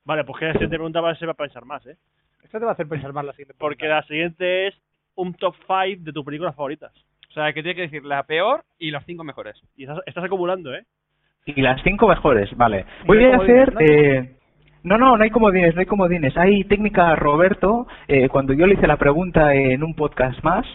A: Vale, pues que la siguiente pregunta va a ser para pensar más, ¿eh?
B: Esto te va a hacer pensar más la siguiente
A: (laughs) Porque
B: pregunta.
A: la siguiente es un top 5 de tus películas favoritas.
C: O sea, que tiene que decir la peor y las cinco mejores.
A: Y estás, estás acumulando, ¿eh?
D: Y las cinco mejores, vale.
B: ¿Y
D: Voy
B: hay
D: a
B: comodines,
D: hacer...
B: no?
D: Eh... No, no, no hay comodines, no hay comodines. Hay técnica, Roberto, eh, cuando yo le hice la pregunta en un podcast más,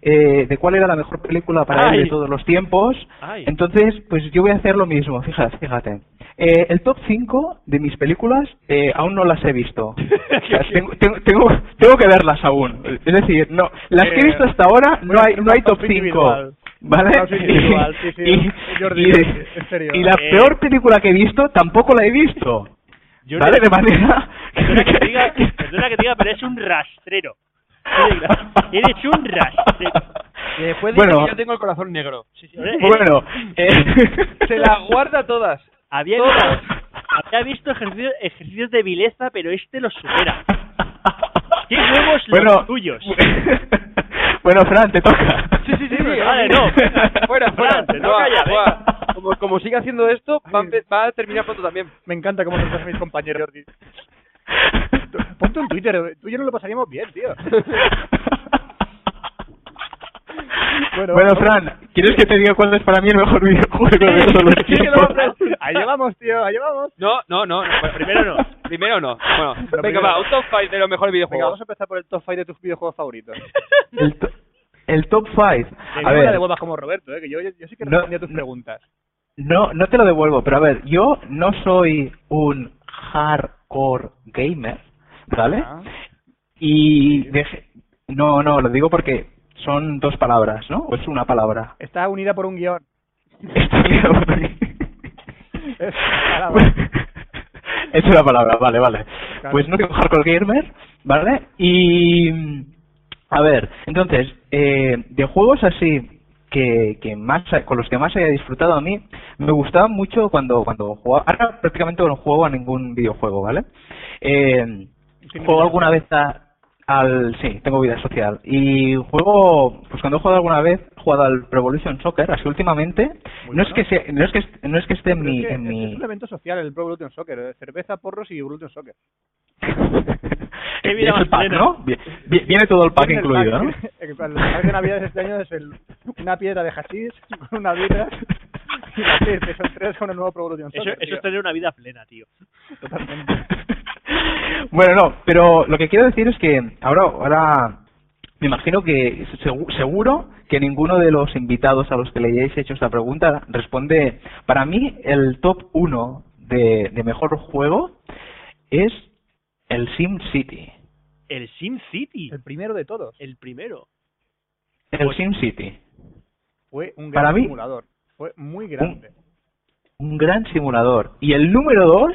D: eh, de cuál era la mejor película para él
A: Ay.
D: de todos los tiempos.
A: Ay. (laughs)
D: Entonces, pues yo voy a hacer lo mismo, fíjate, fíjate. Eh, el top 5 de mis películas eh, aún no las
A: (laughs)
D: he visto. O sea, tengo, tengo, tengo, tengo que verlas aún. Es decir, no, las
A: Eh,
D: que he visto hasta ahora no
B: voy a
D: hay,
B: hacer
D: no hay
B: un
D: top
B: top
D: 5.
B: individual.
D: ¿Vale?
B: Un top individual, sí, sí, Jordi,
D: (laughs) y-
B: en serio.
D: y la
A: Eh.
D: peor película que he visto tampoco la he visto.
A: Yo
D: ¿Vale?
A: no-
D: De manera.
A: (laughs) Perdona que te
D: (laughs)
A: diga, perdona que te diga, pero es un rastrero. Eres
D: (laughs)
A: un rastrero.
C: Y después dice
D: bueno,
C: que yo tengo el corazón negro.
A: Sí, sí, eres-
D: bueno,
A: (laughs)
D: eh,
C: Se (laughs) las guarda todas.
A: Había
C: Todas.
A: visto, había visto ejercicios, ejercicios de vileza, pero este los
D: (laughs)
A: supera. ¿Qué huevos los tuyos?
D: bueno, Fran, te toca.
C: Sí, sí, sí. sí.
A: Vale,
D: (laughs)
A: no.
C: Fuera, fuera.
A: Fran, te toca
C: Buah,
A: ya, ven.
C: buah. Como, como siga haciendo esto, va a, empe- va a terminar pronto también.
B: Me encanta cómo nos hacen mis compañeros, Jordi. Ponte un Twitter, tú y yo no lo pasaríamos bien, tío. Bueno,
D: Bueno,
B: vamos.
D: Fran, ¿quieres que te diga cuál es para mí el mejor videojuego de todos los
B: Sí, que lo vamos a
D: tiempos?
B: hacer.
A: (laughs)
B: Ahí llevamos, tío, ahí llevamos.
C: No, no, no. no. Bueno, primero no. Primero no. (laughs) Bueno,
B: Pero
C: venga,
B: primero.
C: va. Un top 5 de los mejores
B: Venga,
C: videojuegos.
B: vamos a empezar por el top 5 de tus videojuegos favoritos.
D: El, to- el top 5. A
B: no la
D: ver,
B: devuelvas como Roberto, eh, que yo, yo, yo sí que
D: No,
B: respondí a tus
D: no.
B: preguntas.
D: no, no te lo devuelvo, pero a ver, yo no soy un hardcore gamer, ¿vale?
B: Ah.
D: Y deje- no, no, lo digo porque son dos palabras, ¿no? ¿O es una palabra?
B: Está unida por un guión.
D: Está unido por ahí.
B: Es una palabra.
D: Es una palabra, vale, vale.
B: Claro.
D: Pues no tengo hardcore gamer, ¿vale? Y. mm, A ver, entonces, eh, de juegos así que, que más con los que más haya disfrutado a mí, me gustaba mucho cuando, cuando jugaba. Ahora prácticamente no juego a ningún videojuego, ¿vale? Eh,
B: Tiene
D: juego
B: vida
D: alguna vez a- al. Sí, tengo vida social. Y juego. Pues cuando he jugado alguna vez, he jugado al Pro Evolution Soccer, así últimamente.
B: Muy
D: no,
B: bueno.
D: es que sea- no, es que, est- no es que esté en
B: Pero
D: mi.
B: es, que
D: en
B: es-
D: mi...
B: es
D: (laughs)
B: un evento social el Pro Evolution Soccer, eh, cerveza, porros y Evolution Soccer.
A: Qué vida
D: Es el
A: más
D: pack,
A: plena.
D: ¿no? Vi- vi- Viene todo el pack
B: Tiene el
D: incluido, ¿no?
B: (laughs) pack- El pack de Navidad de este año es el, una piedra de hachís con una birra y la que son tres con el nuevo Pro Evolution
A: Eso,
B: Soccer.
A: eso es
B: tío.
A: tener una vida plena, tío.
B: Totalmente.
D: (laughs) bueno, no, pero lo que quiero decir es que ahora, ahora me imagino que segu- seguro que ninguno de los invitados a los que le hayáis hecho esta pregunta responde. Para mí, el top 1 de, de mejor juego es el Sim City.
A: El Sim City,
B: El primero de todos
A: el primero.
D: El
A: Pues-
D: Sim City.
B: fue un gran
D: Para mí-
B: simulador. Fue muy grande.
D: Un gran simulador. Y el número 2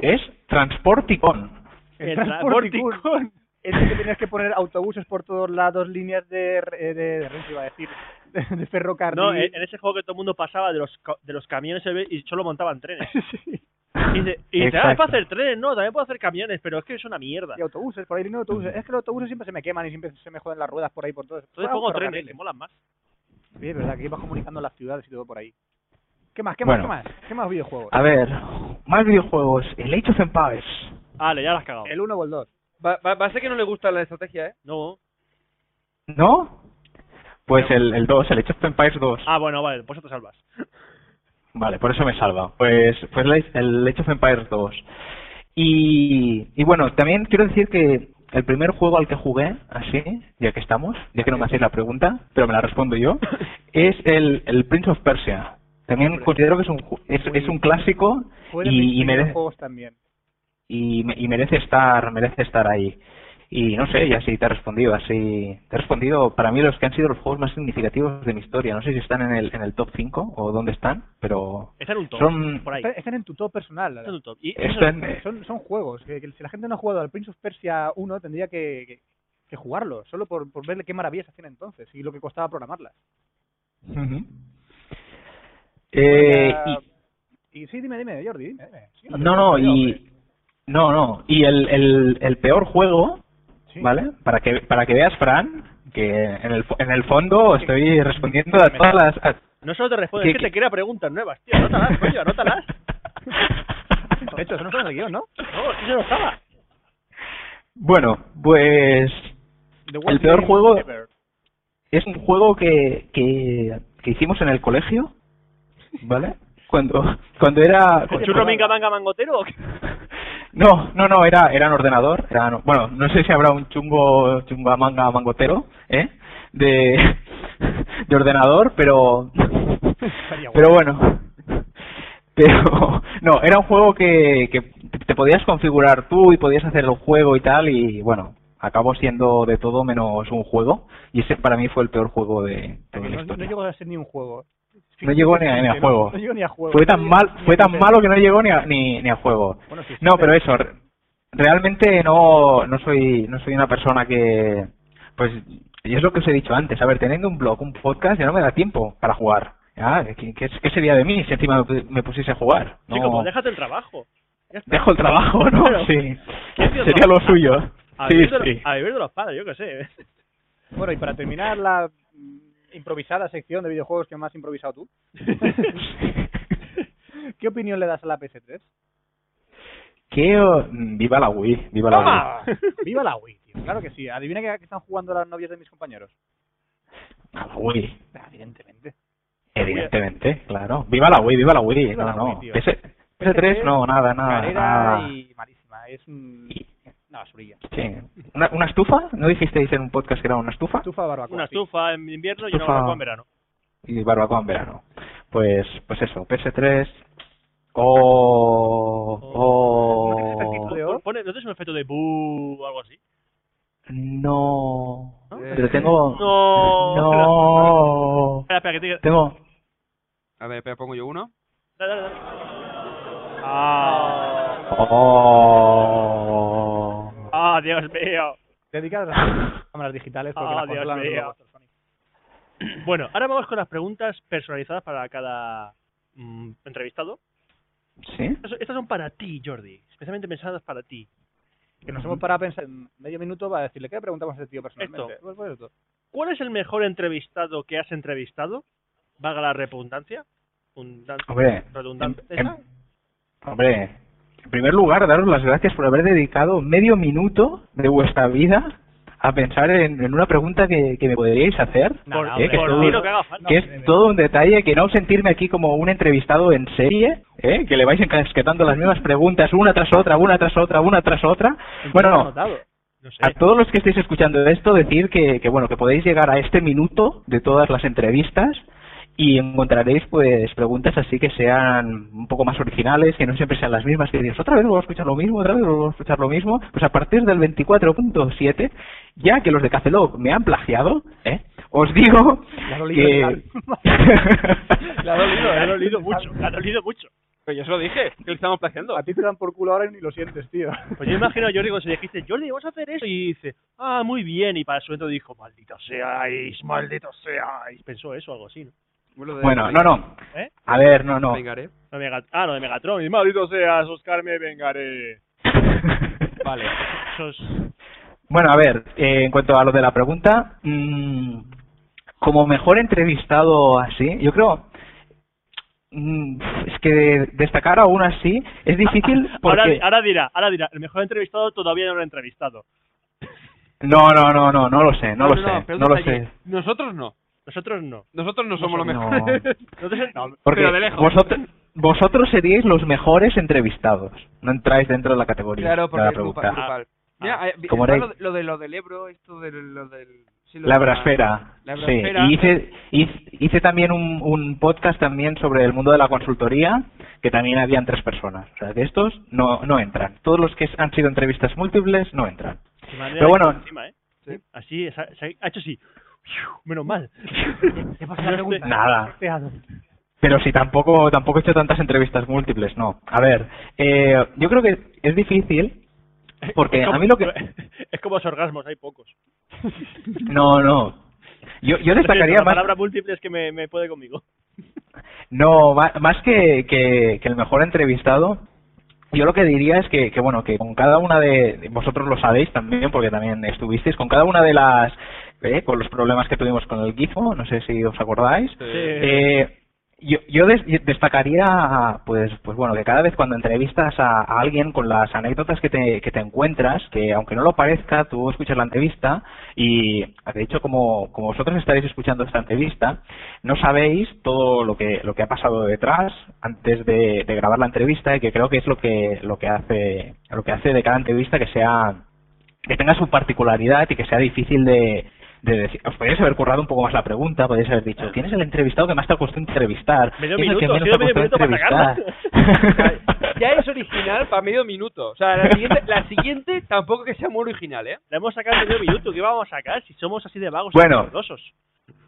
D: es Transporticon.
A: (laughs) El
B: Transporticón.
A: Transporticón.
B: Es el que tenías que poner autobuses por todos lados, líneas de eh, de, de, de- iba a decir, (laughs) de, de ferrocarril.
A: No, en en ese juego que todo el mundo pasaba de los ca- de los camiones y solo montaban trenes.
B: (laughs) Sí.
A: Y dice, y dice, ah, es
D: Exacto.
A: para hacer trenes, no, también puedo hacer camiones, pero es que es una mierda.
B: Y autobuses, por ahí líneas de autobuses. Es que los autobuses siempre se me queman y siempre se me joden las ruedas por ahí por todos.
A: Entonces pongo trenes, que molan más.
B: Sí, es verdad, que ibas comunicando las ciudades y todo por ahí. ¿Qué más? ¿Qué
D: Bueno. Ah.
B: más? ¿Qué más? ¿Qué más videojuegos?
D: A ver, más videojuegos. El Age of Empires.
A: Vale, ya las has cagado.
B: El 1 o el 2.
C: Va, va- va a ser que no le gusta la estrategia, ¿eh?
A: No.
D: ¿No? Pues el, el 2, el Age of Empires 2.
A: Ah, bueno, vale, pues te salvas.
D: Vale, por eso me salva. Pues, pues la- el Age of Empires 2. Y, y bueno, también quiero decir que el primer juego al que jugué, así, ya que estamos, ya que no me hacéis la pregunta, pero me la respondo yo, es el, el Prince of Persia. También
B: Hombre.
D: considero que es un, ju- es,
B: Muy
D: es un clásico
B: Fue de
D: y, y,
B: mis
D: merece,
B: videojuegos también.
D: y, me- y merece estar merece estar ahí. Y no sé, y así te he respondido, así te he respondido para mí los que han sido los juegos más significativos de mi historia. No sé si están en el, en el top 5 o dónde están, pero
A: Está en un top,
D: Son-
A: por ahí.
B: Están, están en tu top personal.
A: Está en un top. Y eso-
D: Están,
B: Son, son juegos. Que, que si la gente no ha jugado al Prince of Persia 1, tendría que, que, que jugarlo. Solo por, por ver qué maravillas hacían entonces y lo que costaba programarlas.
D: Ujú. Eh,
B: Ya-
D: y-
B: y sí, dime, dime, Jordi, dime, dime. Sí, te
D: no, no,
B: preocupes,
D: y
B: hombre.
D: no, no, y el, el, el peor juego,
B: Sí.
D: ¿vale? Para que para que veas, Fran, que en el fo- en el fondo estoy respondiendo
B: me-
D: a todas las a-
A: No solo te respondes, es
D: ¿Qué-
A: que te crea preguntas nuevas, tío.
D: (laughs)
A: Anótalas, coño, anótalas.
B: De hecho, eso no son de guión, ¿no?
A: No, es que yo no estaba.
D: Bueno, pues
B: The worst
D: peor
B: game
D: juego-
B: ever.
D: es un juego que, que, que hicimos en el colegio,
A: (laughs)
D: ¿vale? Cuando cuando era
A: ¿Con churro, minga, manga, mangotero o qué?
D: No, no, no, era, era en ordenador. Era, no- bueno, no sé si habrá un chungo, chunga manga mangotero, ¿eh? De, (laughs) de ordenador, pero.
B: Estaría
D: Pero bueno. Pero, no, era un juego que, que te podías configurar tú y podías hacer el juego y tal, y bueno, acabó siendo de todo menos un juego, y ese para mí fue el peor juego de
B: O sea, que
D: toda
B: no,
D: la
B: no
D: historia.
B: llegó a ser ni un juego.
D: No llegó ni a- ni a
B: No-
D: juego.
B: No llegó ni a juego.
D: Fue
B: No
D: tan
B: llegó
D: mal,
B: ni a
D: fue tan
B: nivel.
D: malo que no llegó ni a, ni, ni a juego.
B: Bueno, sí, sí,
D: No, pero eso, re- realmente no, no soy, no soy una persona que, pues, y es lo que os he dicho antes, a ver, teniendo un blog, un podcast, ya no me da tiempo para jugar. Ya, ¿Qué, qué- qué sería de mí si encima me pu- me pusiese a jugar? No,
A: Chico, pues déjate el trabajo.
D: dejo el trabajo, ¿no?
A: Claro.
D: Sí,
A: ¿Qué tío
D: sería lo
A: trabaja?
D: suyo.
A: A
D: Sí,
A: vivir, de,
D: sí.
A: los- a vivir de los padres, yo qué sé.
B: Bueno, y para terminar la mm, improvisada sección de videojuegos que más has improvisado
D: (laughs)
B: tú, ¿qué opinión le das a la PS3?
D: Que, oh, mm, viva la Wii, viva la Wii.
B: ¡Toma! ¡Viva la Wii, tío! Claro que sí. Adivina qué qué están jugando las novias de mis compañeros.
D: A la Wii,
B: Ah, Evidentemente.
D: evidentemente, claro. Viva la Wii, viva la Wii.
B: Viva
D: no,
B: la
D: no.
B: Wii, tío.
D: PS, 3 no, nada, nada.
B: Carera
D: nada.
B: y malísima. Es un... una basurilla.
D: Sí. ¿Una, una estufa? ¿No dijisteis en un podcast que era una estufa?
B: Estufa barbacoa.
A: Una
B: sí.
A: estufa en invierno y una
D: Estufa.
A: barbacoa en verano.
D: Y barbacoa en verano. Pues, pues eso, PS3. Oh,
B: ¿No?
D: oh,
A: Pon- pone- ¿No tienes un efecto de bu o algo así?
D: no.
C: ¿No?
D: Pero pero tengo...
A: No.
D: (laughs) No.
A: Espera, espera, que te...
D: Tengo...
C: A ver, espera, pongo yo uno.
A: Dale, dale, dale. Ah,
B: (laughs)
D: Oh.
A: ah, Dios mío.
B: Dedicadas a las cámaras digitales porque
A: Ah,
B: las
A: Dios
B: consolas no
A: mío.
B: lo aguantan, Sony.
A: Bueno, ahora vamos con las preguntas personalizadas para cada mm, entrevistado.
D: ¿Sí?
A: Estas estas son para ti, Jordi. Especialmente pensadas para ti.
B: Que nos hemos parado a pensar en medio minuto para decirle qué le preguntamos a este tío personalmente.
A: Esto.
B: Pues, pues, esto.
A: ¿Cuál es el mejor entrevistado que has entrevistado? Valga la redundancia. Redundan-
D: Hombre, em,
A: redundante.
D: en- en- hombre, en primer lugar, daros las gracias por haber dedicado medio minuto de vuestra vida a pensar en, en una pregunta que, que me podríais hacer.
A: Por,
D: eh, que
A: por
D: todo-
A: mí lo que haga falta.
D: que es todo un detalle, que no sentirme aquí como un entrevistado en serie, ¿eh? que le vais encasquetando las mismas preguntas una tras otra, una tras otra, una tras otra. Bueno,
B: Lo he
D: no,
B: notado.
A: No sé.
D: a todos los que estéis escuchando esto, decir que, que, bueno, que podéis llegar a este minuto de todas las entrevistas y encontraréis pues preguntas así que sean un poco más originales, que no siempre sean las mismas, que dices, otra vez vuelvo a escuchar lo mismo, otra vez vuelvo a escuchar lo mismo. Pues a partir del 24.7, ya que los de Cafelog me han plagiado, ¿eh? os digo
B: Le ha dolido,
D: que...
B: le
D: (laughs)
B: ha- le ha dolido,
A: Me
B: le
A: ha
B: ha
A: dolido mucho, me ha dolido mucho.
C: Pero yo se lo dije, que le estamos plagiando.
B: A ti te dan por culo ahora y ni lo sientes, tío.
A: Pues yo
B: (laughs)
A: imagino a Jordi cuando se le dijiste, Jordi, vamos a hacer eso. Y dice, ah, muy bien. Y para su momento dijo, malditos seáis, malditos seáis. Pensó eso, algo así, ¿no?
C: Lo de-
D: Bueno, no, no.
A: ¿Eh?
D: A ver, no, (laughs) no.
C: Vengaré.
A: No, Mega- Ah, no, de Megatron. Y maldito seas, Oscar, me vengaré.
C: Vale.
A: Esos...
D: Bueno, a ver, eh, en cuanto a lo de la pregunta, mm, como mejor entrevistado así, yo creo, mm, es que destacar a uno así es
C: (laughs)
D: difícil porque...
A: (laughs) Ahora, ahora dirá, ahora dirá, el mejor entrevistado todavía no lo ha entrevistado.
D: No, no, no, no, no lo sé, no, lo sé,
C: pero
D: no lo
C: detalle,
D: sé.
C: Nosotros no.
A: Nosotros no.
C: Nosotros no somos los
D: No.
C: mejores. (laughs)
A: Nosotros no.
D: Porque
C: pero de lejos.
D: Vosotros, vosotros seríais los mejores entrevistados, no entráis dentro de la categoría
C: Claro,
D: de
C: porque
D: la
C: es grupa-
D: pregunta.
C: grupal. Mira, eh, vi-
D: Como
C: está
D: era-
C: lo, de- lo de lo del Ebro, esto de lo del... sí, lo
D: La
C: de
D: brasfera.
C: La
D: Sí,
C: brasfera.
D: y hice, hice, hice también un, un podcast también sobre el mundo de la consultoría, que también habían tres personas. O sea, que estos no, no entran. Todos los que han sido entrevistas múltiples no entran.
A: Qué manera
D: Pero
A: de
D: bueno.
A: estar encima, ¿eh?
C: Sí.
A: Así, se ha, se ha hecho así. (laughs) Menos mal.
B: ¿Qué
A: (laughs)
B: pasa la pregunta?
D: Nada.
B: Te hago.
D: Pero sí, tampoco, tampoco he hecho tantas entrevistas múltiples, no. A ver, eh, yo creo que es difícil, porque
A: Es
D: a
A: como-
D: mí lo que...
A: (laughs) Es como los orgasmos, hay pocos.
D: No, no. Yo, yo
A: Lo siento,
D: destacaría
A: La
D: más...
A: palabra múltiple es que me, me puede conmigo.
D: No, ma- más que, que, que el mejor entrevistado, yo lo que diría es que, que bueno, que con cada una de, de- vosotros lo sabéis también, porque también estuvisteis, con cada una de las, eh, con los problemas que tuvimos con el GIFO, no sé si os acordáis,
A: (laughs)
D: eh, yo, yo des- destacaría, pues, pues bueno, que cada vez cuando entrevistas a, a alguien con las anécdotas que te, que te encuentras, que aunque no lo parezca, tú escuchas la entrevista y, de hecho, como, como vosotros estaréis escuchando esta entrevista, no sabéis todo lo que, lo que ha pasado detrás antes de, de grabar la entrevista y que creo que es lo que, lo que hace, lo que hace de cada entrevista que sea, que tenga su particularidad y que sea difícil de, de decir. Os podríais haber currado un poco más la pregunta, podríais haber dicho, ¿quién es el entrevistado que más te ha costado entrevistar?
A: Medio
D: Es el que
A: minuto,
D: menos te
A: ha sido medio
D: ha costado
A: minuto para
D: entrevistar. (laughs)
C: Ya es original para medio minuto. O sea, la siguiente, la siguiente tampoco que sea muy original, ¿eh?
A: La hemos sacado en medio minuto. ¿Qué vamos a sacar si somos así de vagos
D: Bueno.
A: y mierdosos?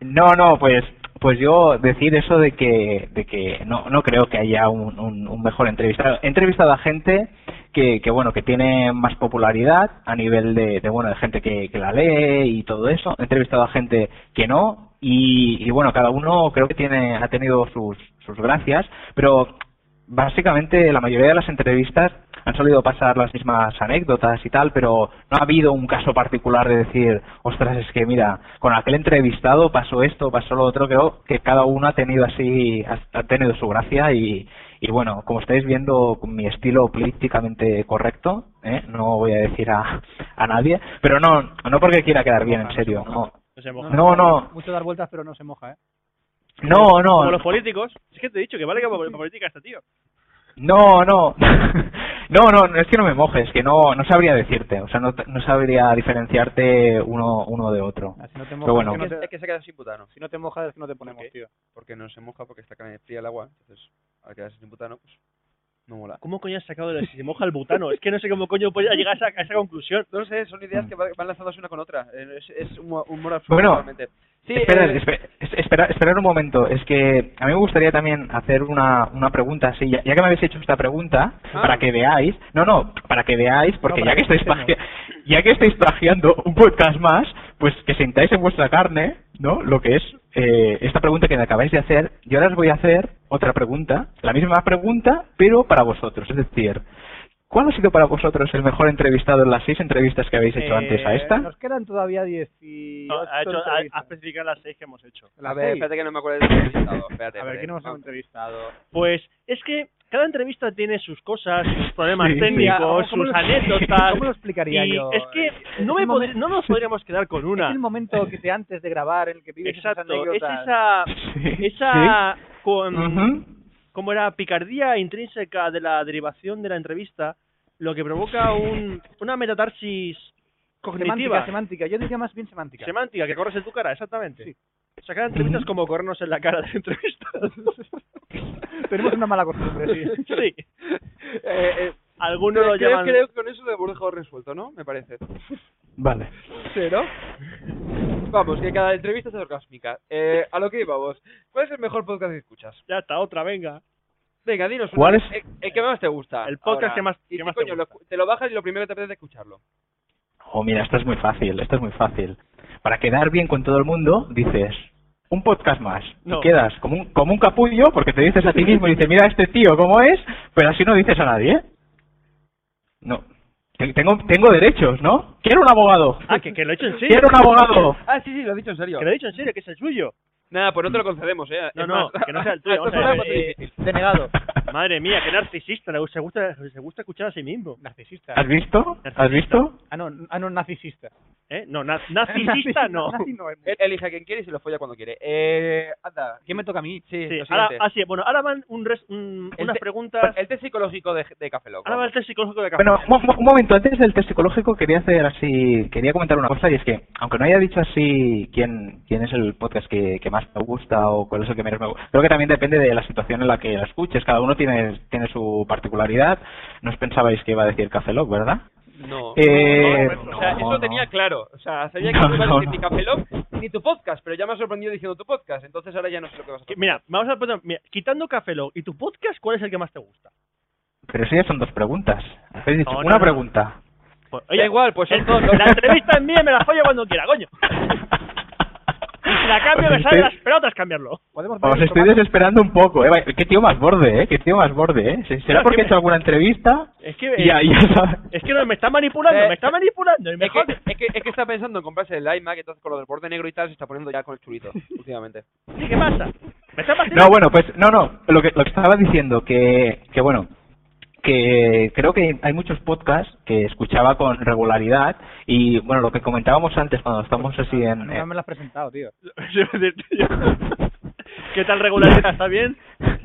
D: No, no, pues, pues yo decir eso de que, de que no, no creo que haya un, un, un mejor entrevistado. He entrevistado a gente que, que bueno, que tiene más popularidad a nivel de, de bueno, de gente que, que la lee y todo eso. He entrevistado a gente que no y, y bueno, cada uno creo que tiene, ha tenido sus, sus gracias, pero básicamente la mayoría de las entrevistas han solido pasar las mismas anécdotas y tal, pero no ha habido un caso particular de decir, ostras, es que mira, con aquel entrevistado pasó esto, pasó lo otro, creo que cada uno ha tenido así, ha ha tenido su gracia y, y bueno, como estáis viendo con mi estilo políticamente correcto, ¿eh? no voy a decir a, a nadie, pero no, no porque quiera quedar bien, en serio, no.
A: No se moja.
D: No, no,
B: Mucho dar vueltas, pero no se moja, ¿eh?
D: no,
A: Como
D: no,
A: los políticos. Es que te he dicho que vale que para para política este tío.
D: No, no. (laughs) No, no, no, es que no me mojes, que no, no sabría decirte, o sea, no, no sabría diferenciarte uno, uno de otro.
B: Ah, Si no te mojas,
D: Pero bueno.
B: es que no
C: Es
B: te-
C: que se ha quedado sin butano.
B: si no te mojas es que no te ponemos,
C: Ok.
B: tío.
C: Porque no se moja, porque está fría el agua. Entonces, al quedarse sin butano, pues... No mola.
A: ¿Cómo coño has sacado de si se moja el butano? Es que no sé cómo coño puede llegar a esa, a esa conclusión.
C: No sé, son ideas que va- van lanzándose una con otra. Eh, Es, es humor humor absurdo
D: Mm. Bueno,
C: realmente. Sí,
D: Esperad,
C: eh,
D: espe- es- espera- esperar un momento. Es que a mí me gustaría también hacer una, una pregunta así, ya, ya que me habéis hecho esta pregunta,
C: Ah.
D: para que veáis. No, no, para que veáis, porque
B: para
D: ya, que
B: que
D: estáis
B: escuchemos.
D: plagia- ya que estáis plagiando un podcast más, pues que sentáis en vuestra carne, ¿no? Lo que es eh, esta pregunta que me acabáis de hacer. Yo ahora os voy a hacer otra pregunta, la misma pregunta, pero para vosotros. Es decir, ¿cuál ha sido para vosotros el mejor entrevistado en las seis entrevistas que habéis hecho
A: Eh,
D: antes a esta?
B: Nos quedan todavía 18
A: No, ha, hecho, ha, ha
B: entrevistas.
A: especificado las seis que hemos hecho.
C: A
B: Las
C: ver,
B: seis.
C: espérate que no me acuerdo
A: (laughs)
C: del entrevistado. Espérate,
B: A ver,
C: espérate.
B: ¿quién hemos
C: No.
B: entrevistado?
A: Pues es que cada entrevista tiene sus cosas, sus problemas
D: Sí, sí.
A: técnicos,
B: ¿Cómo
A: sus
B: lo-
A: anécdotas.
B: (laughs) ¿Cómo lo explicaría
A: y
B: yo? Eh,
A: es que no,
B: Es
A: me
B: el
A: pod-
B: momen-
A: no nos podríamos quedar con
B: Es
A: una.
B: el momento que te antes de grabar, en el que vives esas
A: Exacto, es
B: anécdotas.
A: esa,
D: (laughs) Sí,
A: esa mm, con,
D: Ujú.
A: como era picardía intrínseca de la derivación de la entrevista, lo que provoca un, una metatarsis
B: Semántica,
A: cognitiva, semántica,
B: semántica. Yo diría más bien semántica.
A: que corres en tu cara, exactamente.
B: Sí.
A: Sacar entrevistas
D: Ujú.
A: como corrernos en la cara de entrevistas.
B: Tenemos una
A: (laughs)
B: mala costumbre, sí.
A: sí.
C: (laughs) Eh, eh,
A: Algunos lo
C: creo,
A: llaman...
C: creo que con eso lo hemos dejado resuelto, ¿no? Me parece.
D: Vale.
C: Sí, ¿no? Vamos, que cada entrevista es orgásmica. Eh, a lo que íbamos. ¿Cuál es el mejor podcast que escuchas?
A: Ya está, otra,
D: (laughs)
A: venga.
C: Venga, dinos. uno.
D: ¿Cuál es?
C: El, el que más te gusta.
A: El podcast
C: ahora.
A: que más- que
C: Y sí,
A: más te
C: coño, lo
A: gusta.
C: escu- te lo bajas y lo primero que te apetece es escucharlo.
D: Oh, mira, esta es muy fácil, esta es muy fácil. Para quedar bien con todo el mundo, dices, un podcast más.
A: No.
D: Y quedas como un, como un capullo porque te dices a ti mismo y dices, mira este tío cómo es, pero así no dices a nadie. No. Te- Tengo, tengo derechos, ¿no? Quiero un abogado.
A: Ah, que, que lo he hecho en serio.
D: Quiero un abogado.
C: Ah, sí, sí, lo he dicho en serio.
A: Que lo he dicho en serio, que es el suyo.
C: Nada, pues no te lo concedemos, ¿eh?
A: No,
C: Es
A: no,
C: más-
A: que
C: (laughs)
A: no sea el tuyo,
C: Esto
A: o
C: es
A: sea,
C: una
A: eh,
C: cosa difícil.
D: (laughs)
B: Denegado.
A: Madre mía, qué narcisista, le gusta- se gusta, se gusta escuchar a sí mismo.
B: Narcisista.
D: ¿Has visto? ¿Has visto?
B: Ah, no, ah, no narcisista.
A: ¿Eh? No, na-
B: (laughs)
A: narcisista
C: (laughs)
A: no.
B: Nazi no es.
C: Él elige a quien quiere y se lo folla cuando quiere. Eh, anda.
B: ¿Quién me toca a mí?
C: Sí,
A: Sí,
C: lo
A: ahora,
C: siguiente.
A: ah, sí, bueno, ahora van un res- un-
C: El
A: unas
C: te-
A: preguntas.
C: El test psicológico de, de Café Lock.
A: Ahora va el test psicológico de café.
D: Bueno, mo- mo- un momento, antes del test psicológico quería hacer así, quería comentar una cosa y es que, aunque no haya dicho así quién, quién es el podcast que, que más me gusta o cuál es el que menos me gusta, creo que también depende de la situación en la que la escuches, cada uno tiene, tiene su particularidad, no os pensabais que iba a decir Café Lock, ¿verdad?
C: No.
D: Eh,
C: o sea,
D: no,
C: eso
D: no.
C: tenía claro. O sea, sabía que
D: No,
C: no ibas a
D: no,
C: decir ni
D: no.
C: Café Lock ni tu podcast, pero ya me ha sorprendido diciendo tu podcast. Entonces ahora ya no sé lo que vas a
A: Que-
C: hacer.
A: mira, vamos a poner, mira, quitando Café Lock y tu podcast, ¿cuál es el que más te gusta?
D: Pero sí, ya son dos preguntas, habéis dicho
A: No, no,
D: una
A: no.
D: pregunta.
A: Pues,
C: Da igual, pues son
A: el-
C: todos los-
A: La entrevista es mía y me la follo cuando quiera,
C: (laughs)
A: coño. Si (laughs) la cambio, me
D: Os
A: sale
D: estoy-
A: las pelotas cambiarlo.
B: Podemos ver
D: Os
B: el
D: estoy
B: formato.
D: desesperando un poco, ¿eh? Vaya, Qué tío más borde, ¿eh? Qué tío más borde, ¿eh?
A: Claro,
D: ¿Será porque
A: que
D: he hecho
A: me-
D: alguna entrevista?
A: Es que, eh,
D: Y ya, ya sabes.
A: es que no, me está manipulando,
C: Eh,
A: me está manipulando. Y me
C: Es que,
A: jode.
C: es, que, es que está pensando en comprarse el iMac, entonces con lo del borde negro y tal se está poniendo ya con el (laughs) chulito últimamente.
A: Sí, ¿Qué pasa? Me está pasando.
D: No, bueno, pues no, no, lo que, lo que estaba diciendo, que, que bueno, que creo que hay muchos podcasts que escuchaba con regularidad y bueno, lo que comentábamos antes cuando estamos así
B: Ah,
D: en...
B: No me lo has presentado, tío.
A: (laughs) ¿Qué tal regularidad? ¿Está bien?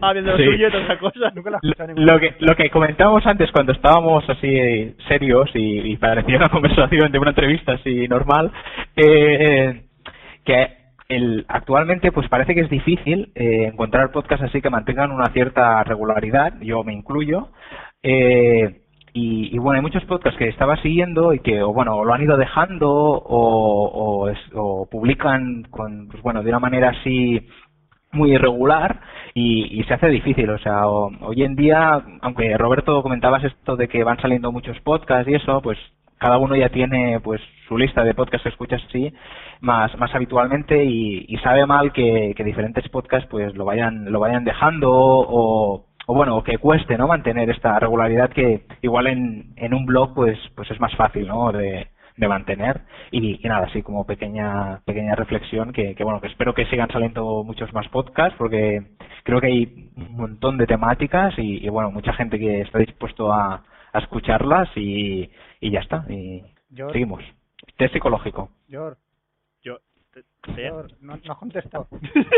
A: Ah, viendo lo
D: Sí.
A: suyo y toda esa cosa.
B: Nunca lo has
D: Lo-
B: escuchado en ningún
D: Lo que, lo que comentábamos antes cuando estábamos así eh, serios y, y parecía una (laughs) conversación de una entrevista así normal, eh, que el, actualmente pues parece que es difícil eh, encontrar podcasts así que mantengan una cierta regularidad, yo me incluyo, eh, y, y bueno, hay muchos podcasts que estaba siguiendo y que, o bueno, o lo han ido dejando o, o, es- o publican con, pues bueno, de una manera así muy irregular y, y se hace difícil. O sea, o- hoy en día, aunque Roberto comentabas esto de que van saliendo muchos podcasts y eso, pues cada uno ya tiene pues su lista de podcasts que escuchas así más, más habitualmente y, y sabe mal que, que diferentes podcasts pues lo vayan, lo vayan dejando o, o bueno, o que cueste, ¿no? Mantener esta regularidad que igual en, en un blog pues, pues es más fácil, ¿no? De, de mantener y, y nada así como pequeña pequeña reflexión que, que bueno que espero que sigan saliendo muchos más podcasts porque creo que hay un montón de temáticas y, y, bueno mucha gente que está dispuesto a, a escucharlas y, y ya está y
B: Yo-
D: seguimos test psicológico
B: George,
A: Yo. te- (laughs) te-
B: George, no, no has
A: (laughs)
B: contestado.
D: (laughs)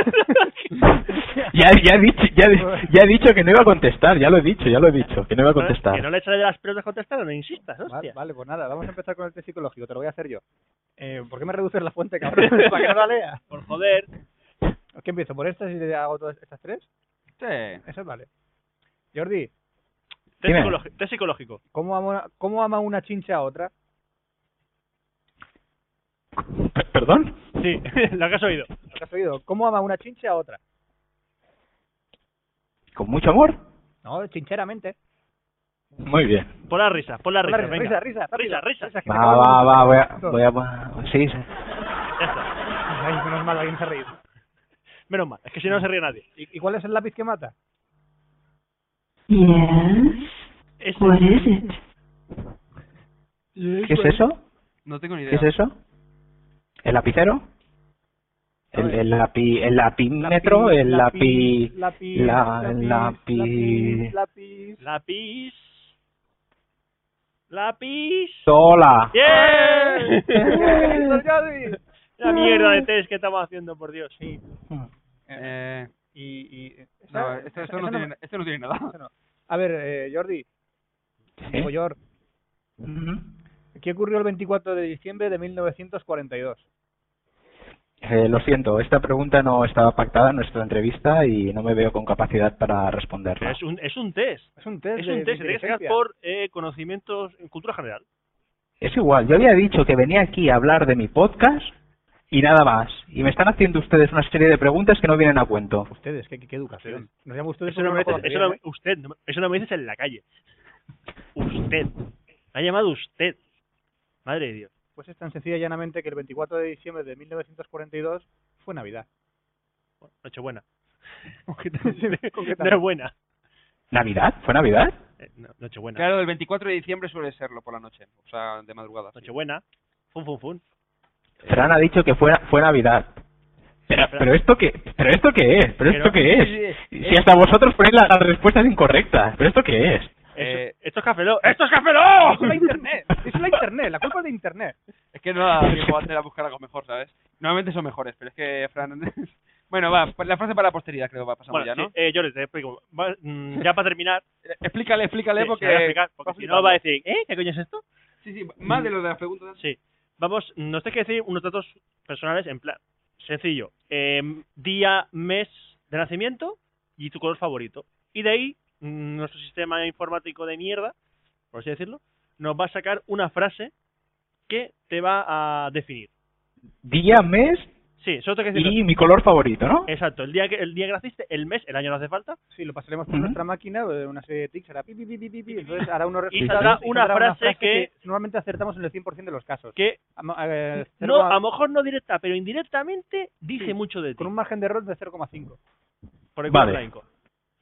D: ya, ya he dicho ya, he- ya he dicho que no iba a contestar ya lo he dicho ya lo he dicho que no iba a contestar
A: Que no le echaré de las pelotas a contestar, no insistas,
B: Vale,
A: hostia.
B: vale, pues nada, vamos a empezar con el test psicológico, te lo voy a hacer yo. Eh, ¿Por qué me reduces la
A: (laughs)
B: fuente, cabrón? Para que no la lea.
A: Por joder.
B: ¿Qué empiezo? ¿Por estas y le hago todas estas tres?
C: Sí.
B: Eso vale. Jordi,
A: Test,
D: Dime.
A: psicológi- test psicológico.
B: ¿Cómo ama, una, ¿Cómo ama una chincha a otra?
D: P- ¿Perdón?
A: Sí, (laughs) lo que has oído.
B: ¿Lo que has oído? ¿Cómo ama una chincha a otra?
D: ¿Con mucho amor?
B: No, chincheramente.
D: Muy bien.
A: Pon la risa, pon la
B: Pon
A: risa.
B: la risa,
A: venga.
B: risa, risa, rápido.
A: risa, risa.
B: que se
D: Va,
B: acaba
D: va,
B: el
D: va, voy a...
B: momento.
D: Voy a sí, sí.
A: Ya está.
B: Ay, menos mal, alguien se ha reído.
A: Menos mal, es que si no no se ríe nadie.
B: ¿Y, y cuál es el lápiz que mata?
F: Yes?
A: Es-
F: What is it?
D: ¿Qué
A: pues.
D: es eso?
C: No tengo ni idea.
D: ¿Qué es eso? ¿El lapicero? El, el lapi, el lapímetro, el lapi,
B: lápiz,
D: la,
B: lápiz,
D: el lapi,
B: lápiz, lápiz.
A: Lápiz. Lápiz.
D: sola.
B: (laughs)
A: ¡Bien!
B: Víctor Jordi.
A: La mierda de test que estamos haciendo, por Dios. Sí.
C: Eh,
B: Y, este y-
C: no,
B: esa-
C: esto,
B: esa-
C: esto no
B: esa
C: tiene, esto no tiene nada.
B: esa no. A ver, eh, Jordi, digo Jor,
D: Ujú.
B: ¿qué ocurrió el 24 de diciembre de 1942?
D: Eh, lo siento, esta pregunta no estaba pactada en nuestra entrevista y no me veo con capacidad para responderla.
A: Es un, es un test.
B: Es un test
A: Es
B: de,
A: un test. Se tiene que sacar
B: inteligencia.
A: por eh, conocimientos en cultura general.
D: Es igual, yo había dicho que venía aquí a hablar de mi podcast y nada más. Y me están haciendo ustedes una serie de preguntas que no vienen a cuento.
B: Ustedes, qué, qué- qué educación. Nos llaman ustedes ¿eh?
A: Eso
B: porque
A: no, me
B: no
A: dices,
B: conocen
A: eso,
B: bien,
A: no, usted, no- eso no me dices en la calle. Usted. Me ha llamado usted. Madre de Dios.
B: ¿eh? Pues es tan sencilla y llanamente que el 24 de diciembre de 1942 fue Navidad.
A: Bueno,
B: (laughs)
A: Nochebuena. (laughs) No
B: Concretamente.
A: es buena.
D: ¿Navidad? ¿Fue Navidad?
A: Eh, no, Nochebuena.
C: Claro, el 24 de diciembre suele serlo por la noche, o sea, de madrugada. sí.
A: Nochebuena. Fun, fun, fun.
D: Fran ha dicho que fue, fue Navidad. Pero,
A: Fran.
D: pero esto qué, pero esto qué es, pero esto
A: Pero-
D: qué es. Si hasta vosotros ponéis la- las respuestas incorrectas, pero esto qué es.
A: Eso-
C: Eh,
A: esto es Café Lock. ¡Esto es Café Lock!
B: Es la internet, es la internet, la culpa es de internet.
C: Es que no da tiempo antes a buscar algo mejor, ¿sabes? Normalmente son mejores, pero es que Fran... (laughs) bueno, va, pues la frase para la posteridad creo que va pasando
A: Bueno,
C: ya, ¿no?
A: sí, eh, yo les explico. Va- mm, ya para terminar,
C: (laughs) Eh, Explícale, explícale,
A: sí, se
C: porque...
A: lo voy a explicar, porque
C: va
A: si no
C: flipando.
A: va a decir, ¿eh? ¿Qué coño es esto?
C: Sí, sí, más de lo de las preguntas.
A: Sí. Vamos, nos tenéis que decir unos datos personales en plan sencillo. Em, día, mes de nacimiento y tu color favorito. Y de ahí, mm, nuestro sistema informático de mierda, por así decirlo, nos va a sacar una frase que te va a definir.
D: Día, mes
A: Sí, solo te que decir.
D: y mi color favorito, ¿no?
A: Exacto, el día que el día que naciste, el mes, el año no hace falta,
B: Sí, lo pasaremos por
D: Ujú.
B: nuestra máquina, eh, una serie de tics, hará pi, pi, pi, pi, pi, pi, entonces hará unos
A: y
B: resultados.
A: saldrá
B: y
A: una
B: saldrá
A: frase, que,
B: normalmente acertamos en el 100% de los casos.
A: que
B: Am- eh,
D: (laughs)
A: no,
B: cero-
A: a lo mejor no directa, pero indirectamente dice
B: Sí,
A: mucho de ti.
B: con un margen de error de 0,5.
A: Por el
D: Vale.
A: culo blanco.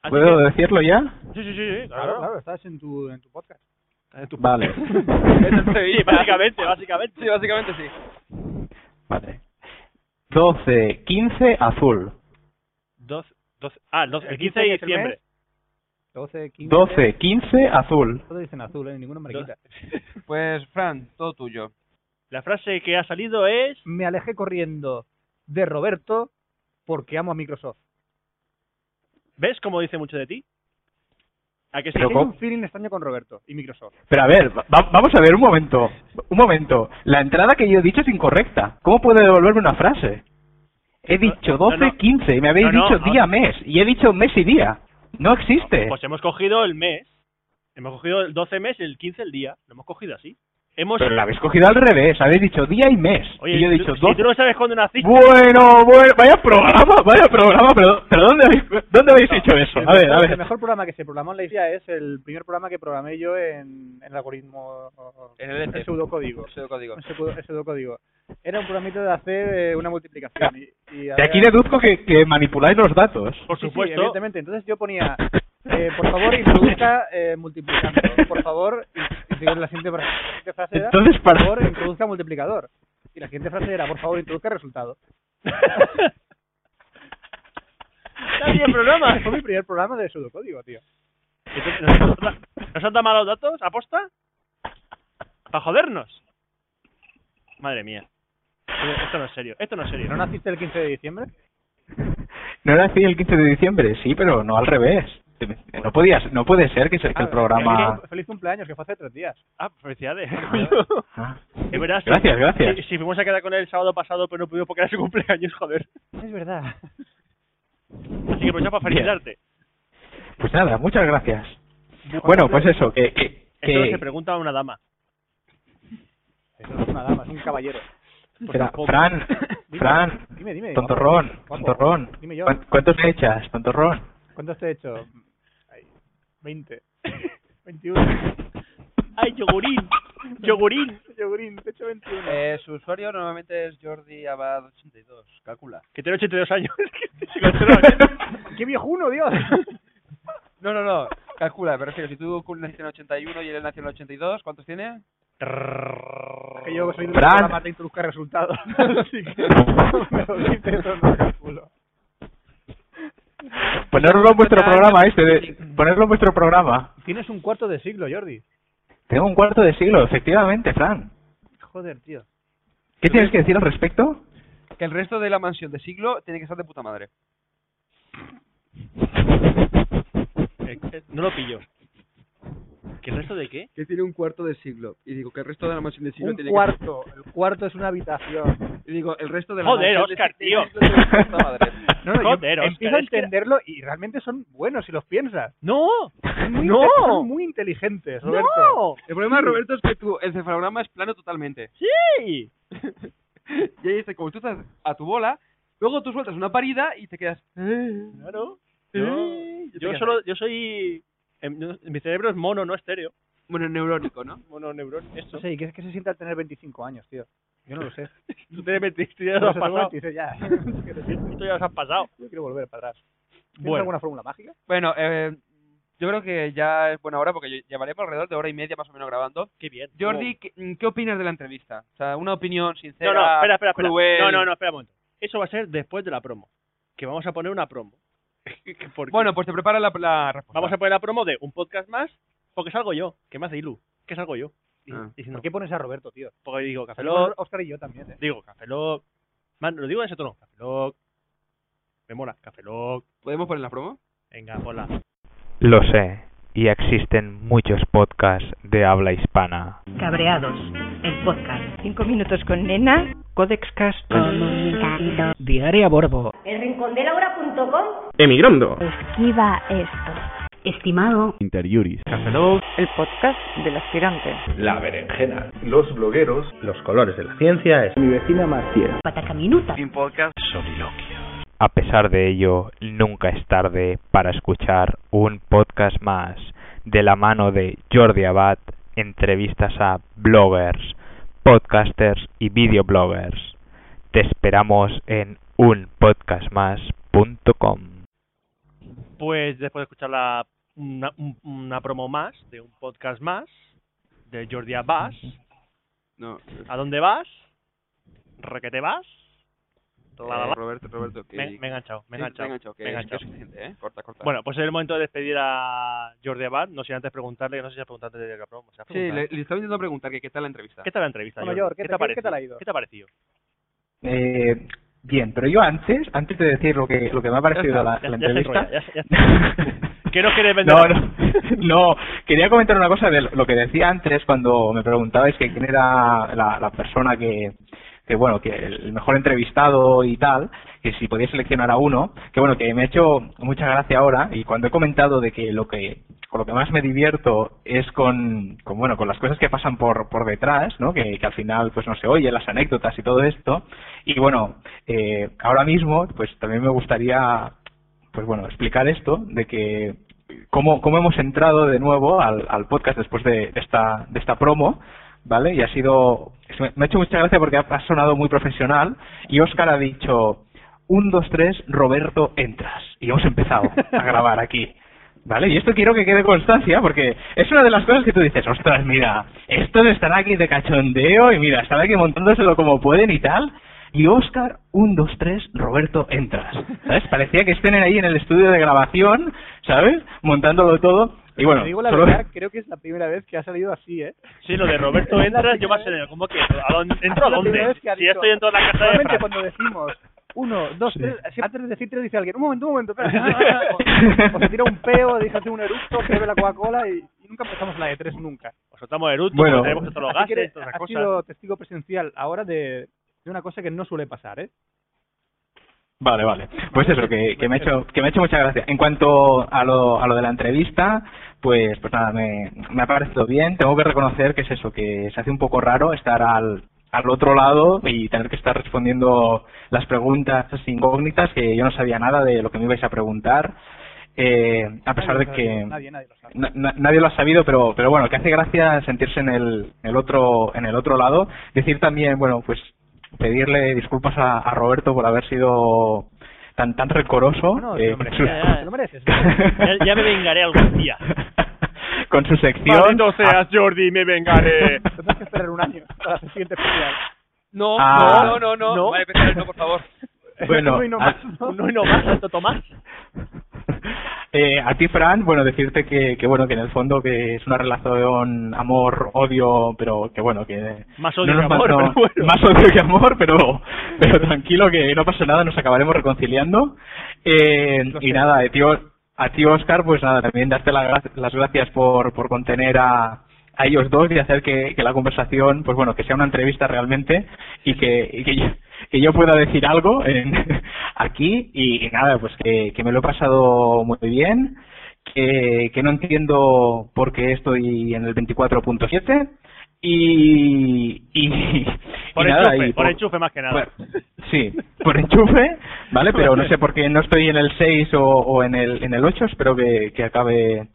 A: Así
D: ¿Puedo decirlo ya?
A: que- sí, sí, sí, sí,
B: Claro,
A: claro.
B: claro, estás en tu, en tu podcast.
A: (laughs)
D: Vale.
A: Sí, básicamente, básicamente.
C: Sí, básicamente sí.
D: Vale. 12, 15, azul.
A: 12, 12, ah, el 12, el
B: El
A: 15 de
B: 15 que es el
A: diciembre.
B: 12, 15.
D: 12, 15, azul.
B: Todos dicen azul, ¿eh? ninguna mariquita.
C: Pues, Fran, todo tuyo.
A: La frase que ha salido es
B: Me alejé corriendo de Roberto porque amo a Microsoft.
A: ¿Ves cómo dice mucho de ti? ¿A que sí?
D: Pero
B: Tengo un feeling extraño con Roberto y Microsoft.
D: Pero a ver, va- vamos a ver un momento. Un momento. La entrada que yo he dicho es incorrecta. ¿Cómo puede devolverme una frase? He dicho
A: no,
D: 12,
A: no.
D: 15 y me habéis
A: No, no,
D: dicho
A: ahora-
D: día, mes. Y he dicho mes y día. No existe.
A: Pues hemos cogido el mes. Hemos cogido el 12 mes, el 15 el día. Lo hemos cogido así. Hemos
D: Pero la habéis cogido al revés. Habéis dicho día y mes.
A: pues, Oye,
D: y yo he
A: tú-
D: dicho
A: si tú
D: 12.
A: no sabes cuándo naciste,
D: Bueno, bueno, vaya programa, vaya programa, pero, pero ¿dónde habéis, dónde habéis hecho eso? A ver, a
B: El
D: ver.
B: mejor programa que se programó en la isla es el primer programa que programé yo en, en el algoritmo.
C: En el este.
D: Eh,
C: ET.
B: pseudocódigo.
C: Pseudocódigo.
B: Un pseudo- un pseudocódigo. Era un programito de hacer eh, una multiplicación. Y, y
D: De
B: había-
D: aquí deduzco que, que manipuláis los datos. (laughs)
A: por
B: Sí, sí,
A: supuesto, (laughs)
B: evidentemente. Entonces yo ponía, eh, por favor, introduzca eh, multiplicando. Por favor, y- y digo, la siguiente fra- la siguiente frase era,
D: Entonces,
B: por
D: para-
B: favor,
D: (laughs)
B: introduzca multiplicador. Y la siguiente frase era, por favor, introduzca resultado.
A: Está bien, programa.
B: Este Fue
D: (laughs)
B: mi primer programa de pseudocódigo, tío.
A: Entonces, ¿Nos nos han dado malos datos? ¿Aposta? ¿Para jodernos? Madre mía. Oye, Esto no es serio, esto no es serio.
B: ¿No naciste el 15 de diciembre?
D: No era así el 15 de diciembre, sí, pero no al revés. No podías, no puede ser que, se- que el
B: Ah,
D: programa.
B: Feliz, feliz cumpleaños, que fue hace tres días.
A: Ah, felicidades. (laughs)
D: Ah.
A: Es verdad, sí.
D: Gracias, gracias.
A: Si, si fuimos a quedar con él el sábado pasado, pero no pudimos porque era su cumpleaños, joder.
B: Es verdad.
A: Así que aprovecha para felicitarte.
D: Pues nada, muchas gracias. Bueno, pues eso, que... que,
A: Esto no
D: que-
A: se pregunta a una dama.
B: Eso no es una dama, es un caballero.
A: Pues
D: Fra-
A: tampoco. (laughs)
D: Fran,
B: Dime,
D: Fran,
B: dime, dime.
D: tontorrón,
B: Guapo,
D: tontorrón.
B: Dime yo,
D: ¿Cuán- ¿Cuántos le echas,
A: (laughs)
D: tontorrón?
B: ¿cuántos te he hecho? Ay, (laughs) 20. 21.
A: ¡Ay, yogurín! ¡Yogurín!
B: Yogurín, te he hecho 21.
C: Eh, su usuario normalmente es Jordi Abad 82, calcula.
A: Que tiene 82 años. (laughs) Que se ¿eh? controla.
B: ¡Qué viejuno, Dios!
C: No, no, no, calcula, me refiero, si tú naciste en 81 y él nació en 82, ¿cuántos tiene?
B: que yo soy de
D: Fran.
B: programa de introduzca
D: (laughs)
B: resultados. Así que no me lo dices, eso no lo calculo.
D: (laughs) Ponerlo en vuestro
C: Ya, ya,
D: programa
C: ya.
D: este, de- ponerlo en vuestro programa.
B: Tienes un cuarto de siglo, Jordi.
D: Tengo un cuarto de siglo, efectivamente, Fran.
B: Joder, tío.
D: ¿Qué tienes que decir al respecto?
C: Que el resto de la mansión de siglo tiene que estar de puta madre.
A: Eh, eh, no lo pillo. ¿Qué el resto de qué?
C: Que tiene un cuarto de siglo. Y digo, que el resto de la mansión de
B: Un cuarto. El cuarto es una habitación.
C: Y digo, el resto de
A: la Joder, mansión de Óscar, siglo tío. tiene que
C: de
A: (laughs)
C: puta madre.
B: No, no, yo
A: Joder, Óscar,
B: empiezo a
A: es que era-
B: entenderlo y realmente son buenos si los piensas.
A: ¡No!
B: Son muy
A: ¡No!
B: inte- Son muy inteligentes, Roberto.
A: ¡No!
C: El problema de Roberto es que tu encefalograma es plano totalmente.
A: ¡Sí!
C: (laughs) Y ahí dice, como tú estás a tu bola, luego tú sueltas una parida y te quedas... "Eh,
A: Claro.
C: eh",
A: Yo,
C: y te
A: yo
C: quedas
A: solo,
C: ahí.
A: yo soy... em, yo- Mi cerebro es mono, no estéreo.
C: Bueno, neurónico, ¿no?
A: Mono neurón. Esto.
B: No sé, ¿y qué, qué se siente al tener 25 años, tío? Yo no lo (laughs) sé.
A: Tú te metiste, tú ya
B: Yo
A: lo has
B: tengo
A: pasado.
B: 26 (laughs) ya. Es que te sientes.
A: Tú ya los has pasado.
B: Yo quiero volver para atrás. ¿Tienes
A: Bueno.
B: alguna fórmula mágica?
C: Bueno, eh, yo creo que ya es buena hora porque yo llevaré por alrededor de hora y media más o menos grabando.
A: Qué bien.
C: Jordi, ¿qué, mm, ¿qué opinas de la entrevista? O sea, una opinión sincera,
A: No, no, espera, espera, espera.
C: cruel.
A: No, no, no, espera un momento. Eso va a ser después de la promo. Que vamos a poner una promo. (laughs) Porque
C: Bueno, pues te prepara la, la respuesta.
A: vamos a poner la promo de un podcast más, porque salgo yo, que me hace ilu, que salgo yo. Y-
C: Ah.
A: Diciendo,
B: ¿Por qué pones a Roberto, tío?
A: porque digo Café
B: Salimos
A: Lock,
B: Oscar y yo también, ¿eh?
A: digo Café Lock, man, lo digo en ese tono, Café Lock, me mola, Café Lock,
C: ¿Podemos poner la promo?
A: venga, hola.
F: Lo sé, y existen muchos podcasts de habla hispana.
G: Cabreados, el podcast. Cinco minutos con Nena. Codex Cast. Diaria Borbo.
H: El rincón de Laura.com.
I: Emigrando.
H: Esquiva esto. Estimado.
I: Interiuris.
G: El podcast del aspirante.
I: La berenjena. Los blogueros. Los colores de la ciencia. Es mi vecina Martiera.
H: Patacaminuta.
F: A pesar de ello, nunca es tarde para escuchar un podcast más de la mano de Jordi Abad, entrevistas a bloggers, podcasters y videobloggers. Te esperamos en unpodcastmas.com.
A: Pues después de escuchar la, una, un- una promo más, de un podcast más, de Jordi Abbas,
C: No.
A: ¿a dónde vas? ¿Requete vas? La, la, la.
C: Eh, Roberto, Roberto. que-
A: Me, me he enganchado, me he
C: Sí, te he
A: enganchado,
C: que
A: me he
C: es- que
A: enganchado.
C: es suficiente, ¿eh? Corta, corta.
A: Bueno, pues es el momento de despedir a Jordi Abad, no sin antes preguntarle, que no sé si has preguntado antes de la promo. ¿se has
C: sí,
A: preguntado?
C: le, le estaba intentando preguntar que qué tal la entrevista.
A: ¿Qué tal la entrevista,
B: Bueno,
A: Jordi?
B: Jordi, ¿qué
A: te ha
B: tal- qué-
A: parecido?
B: qué tal ha ido?
A: ¿Qué te ha parecido?
D: Eh, bien, pero yo antes, antes de decir lo que, lo que me ha parecido la,
A: Ya-
D: la
A: ya se
D: entrevista...
A: enrolla, ya-
B: (laughs)
A: ya- ¿Qué no quieres vender?
D: No, no, no, (laughs) quería comentar una cosa de lo que decía antes cuando me preguntabais que quién era la, la persona que, que, bueno, que el mejor entrevistado y tal, que si podía seleccionar a uno, que bueno, que me ha hecho mucha gracia ahora y cuando he comentado de que lo que con lo que más me divierto es con, con, bueno, con las cosas que pasan por, por detrás, ¿no? Que, que al final pues no se oye, las anécdotas y todo esto. Y bueno, eh, ahora mismo pues también me gustaría pues bueno, explicar esto de que cómo, cómo hemos entrado de nuevo al, al podcast después de esta, de esta promo, ¿vale? Y ha sido, es- me- me ha hecho mucha gracia porque ha, ha sonado muy profesional y Oscar ha dicho, un, dos, tres, Roberto, entras. Y hemos empezado a grabar aquí. Vale, y esto quiero que quede constancia porque es una de las cosas que tú dices, ostras, mira, estos están aquí de cachondeo y mira, están aquí montándoselo como pueden y tal. Y Oscar, un, dos, tres, Roberto, entras. ¿Sabes? Parecía que estén ahí en el estudio de grabación, ¿sabes? Montándolo todo. Y bueno,
B: Te digo la
D: solo-
B: verdad, creo que es la primera vez que ha salido así, ¿eh?
A: Sí, lo de Roberto
B: Es (laughs) la
A: entra, yo
B: primera
A: me
B: vez-
A: acelero. ¿Cómo que? ¿A dónde, ¿Entro
B: Es
A: a
B: (laughs) la primera
A: dónde?
B: vez que ha
A: Si ya
B: dicho-
A: estoy dentro de la casa de
D: (laughs)
B: Normalmente
A: Fran.
B: cuando decimos uno, dos,
D: Sí.
B: tres, si antes de decir tres dice alguien, un momento, un momento,
D: (laughs)
B: espera. Ah, O, o se tira un peo, dice hace un eructo, bebe la Coca-Cola y, y nunca empezamos la de tres nunca.
A: Os soltamos eructo,
D: Bueno.
A: porque tenemos todos los
B: Así que
A: gases,
B: eres-
A: todas esas
B: has
A: cosas.
B: sido testigo presencial ahora de, de una cosa que no suele pasar, ¿eh?
D: (laughs) Vale,
B: Pues
D: vale. Pues eso, que, que me ha hecho, que me ha hecho mucha gracia. En cuanto a lo, a lo de la entrevista, pues, pues nada, me, me ha parecido bien. Tengo que reconocer que es eso, que se hace un poco raro estar al, al otro lado y tener que estar respondiendo las preguntas incógnitas, que yo no sabía nada de lo que me ibais a preguntar. Eh, a pesar de que
B: Nadie, nadie lo sabe.
D: na- na- nadie lo ha sabido, pero, pero bueno, que hace gracia sentirse en el, en el otro, en el otro lado. Decir también, bueno, pues pedirle disculpas a, a Roberto por haber sido tan, tan recoroso.
B: No, no,
D: eh,
B: sí, hombre,
D: con (laughs)
B: ya,
D: sus-
B: ya, te lo mereces.
D: (laughs)
A: Ya, ya me vengaré algún día.
D: con su sección.
A: Maldito
D: Ah,
A: seas, Jordi, me
B: (laughs)
A: vengaré.
B: Tendrás que esperar un
D: (laughs)
B: año para el siguiente especial.
C: No,
D: Ah.
C: no, no, no,
A: No.
C: no. Vale, especiales no, por favor.
D: (laughs) Bueno,
B: Un no
D: ah,
B: más, ¿no?
A: No, no más, Santo Tomás.
D: (laughs) Eh, a ti, Fran, bueno, decirte que, que bueno, que en el fondo que es una relación amor-odio, pero que bueno, que...
A: Más odio
D: nos
A: que amor, pero
D: pasa-
A: bueno.
D: Más odio que amor, pero, pero tranquilo que no pasa nada, nos acabaremos reconciliando. Eh, y nada, eh, tío, a ti, Oscar, pues nada, también darte la gra- las gracias por, por contener a a ellos dos y hacer que, que la conversación, pues bueno, que sea una entrevista realmente y que, y que yo, que yo pueda decir algo en- (laughs) aquí y, nada, pues que, que me lo he pasado muy bien, que, que no entiendo por qué estoy en el 24.7 y, y, y
A: Por
D: nada,
A: enchufe,
D: y
A: por enchufe más que nada.
D: bueno, Pues, (laughs) sí, por enchufe,
A: (laughs)
D: ¿vale? Pero no sé por qué no estoy en el 6 o, o en el en el 8, espero que, que acabe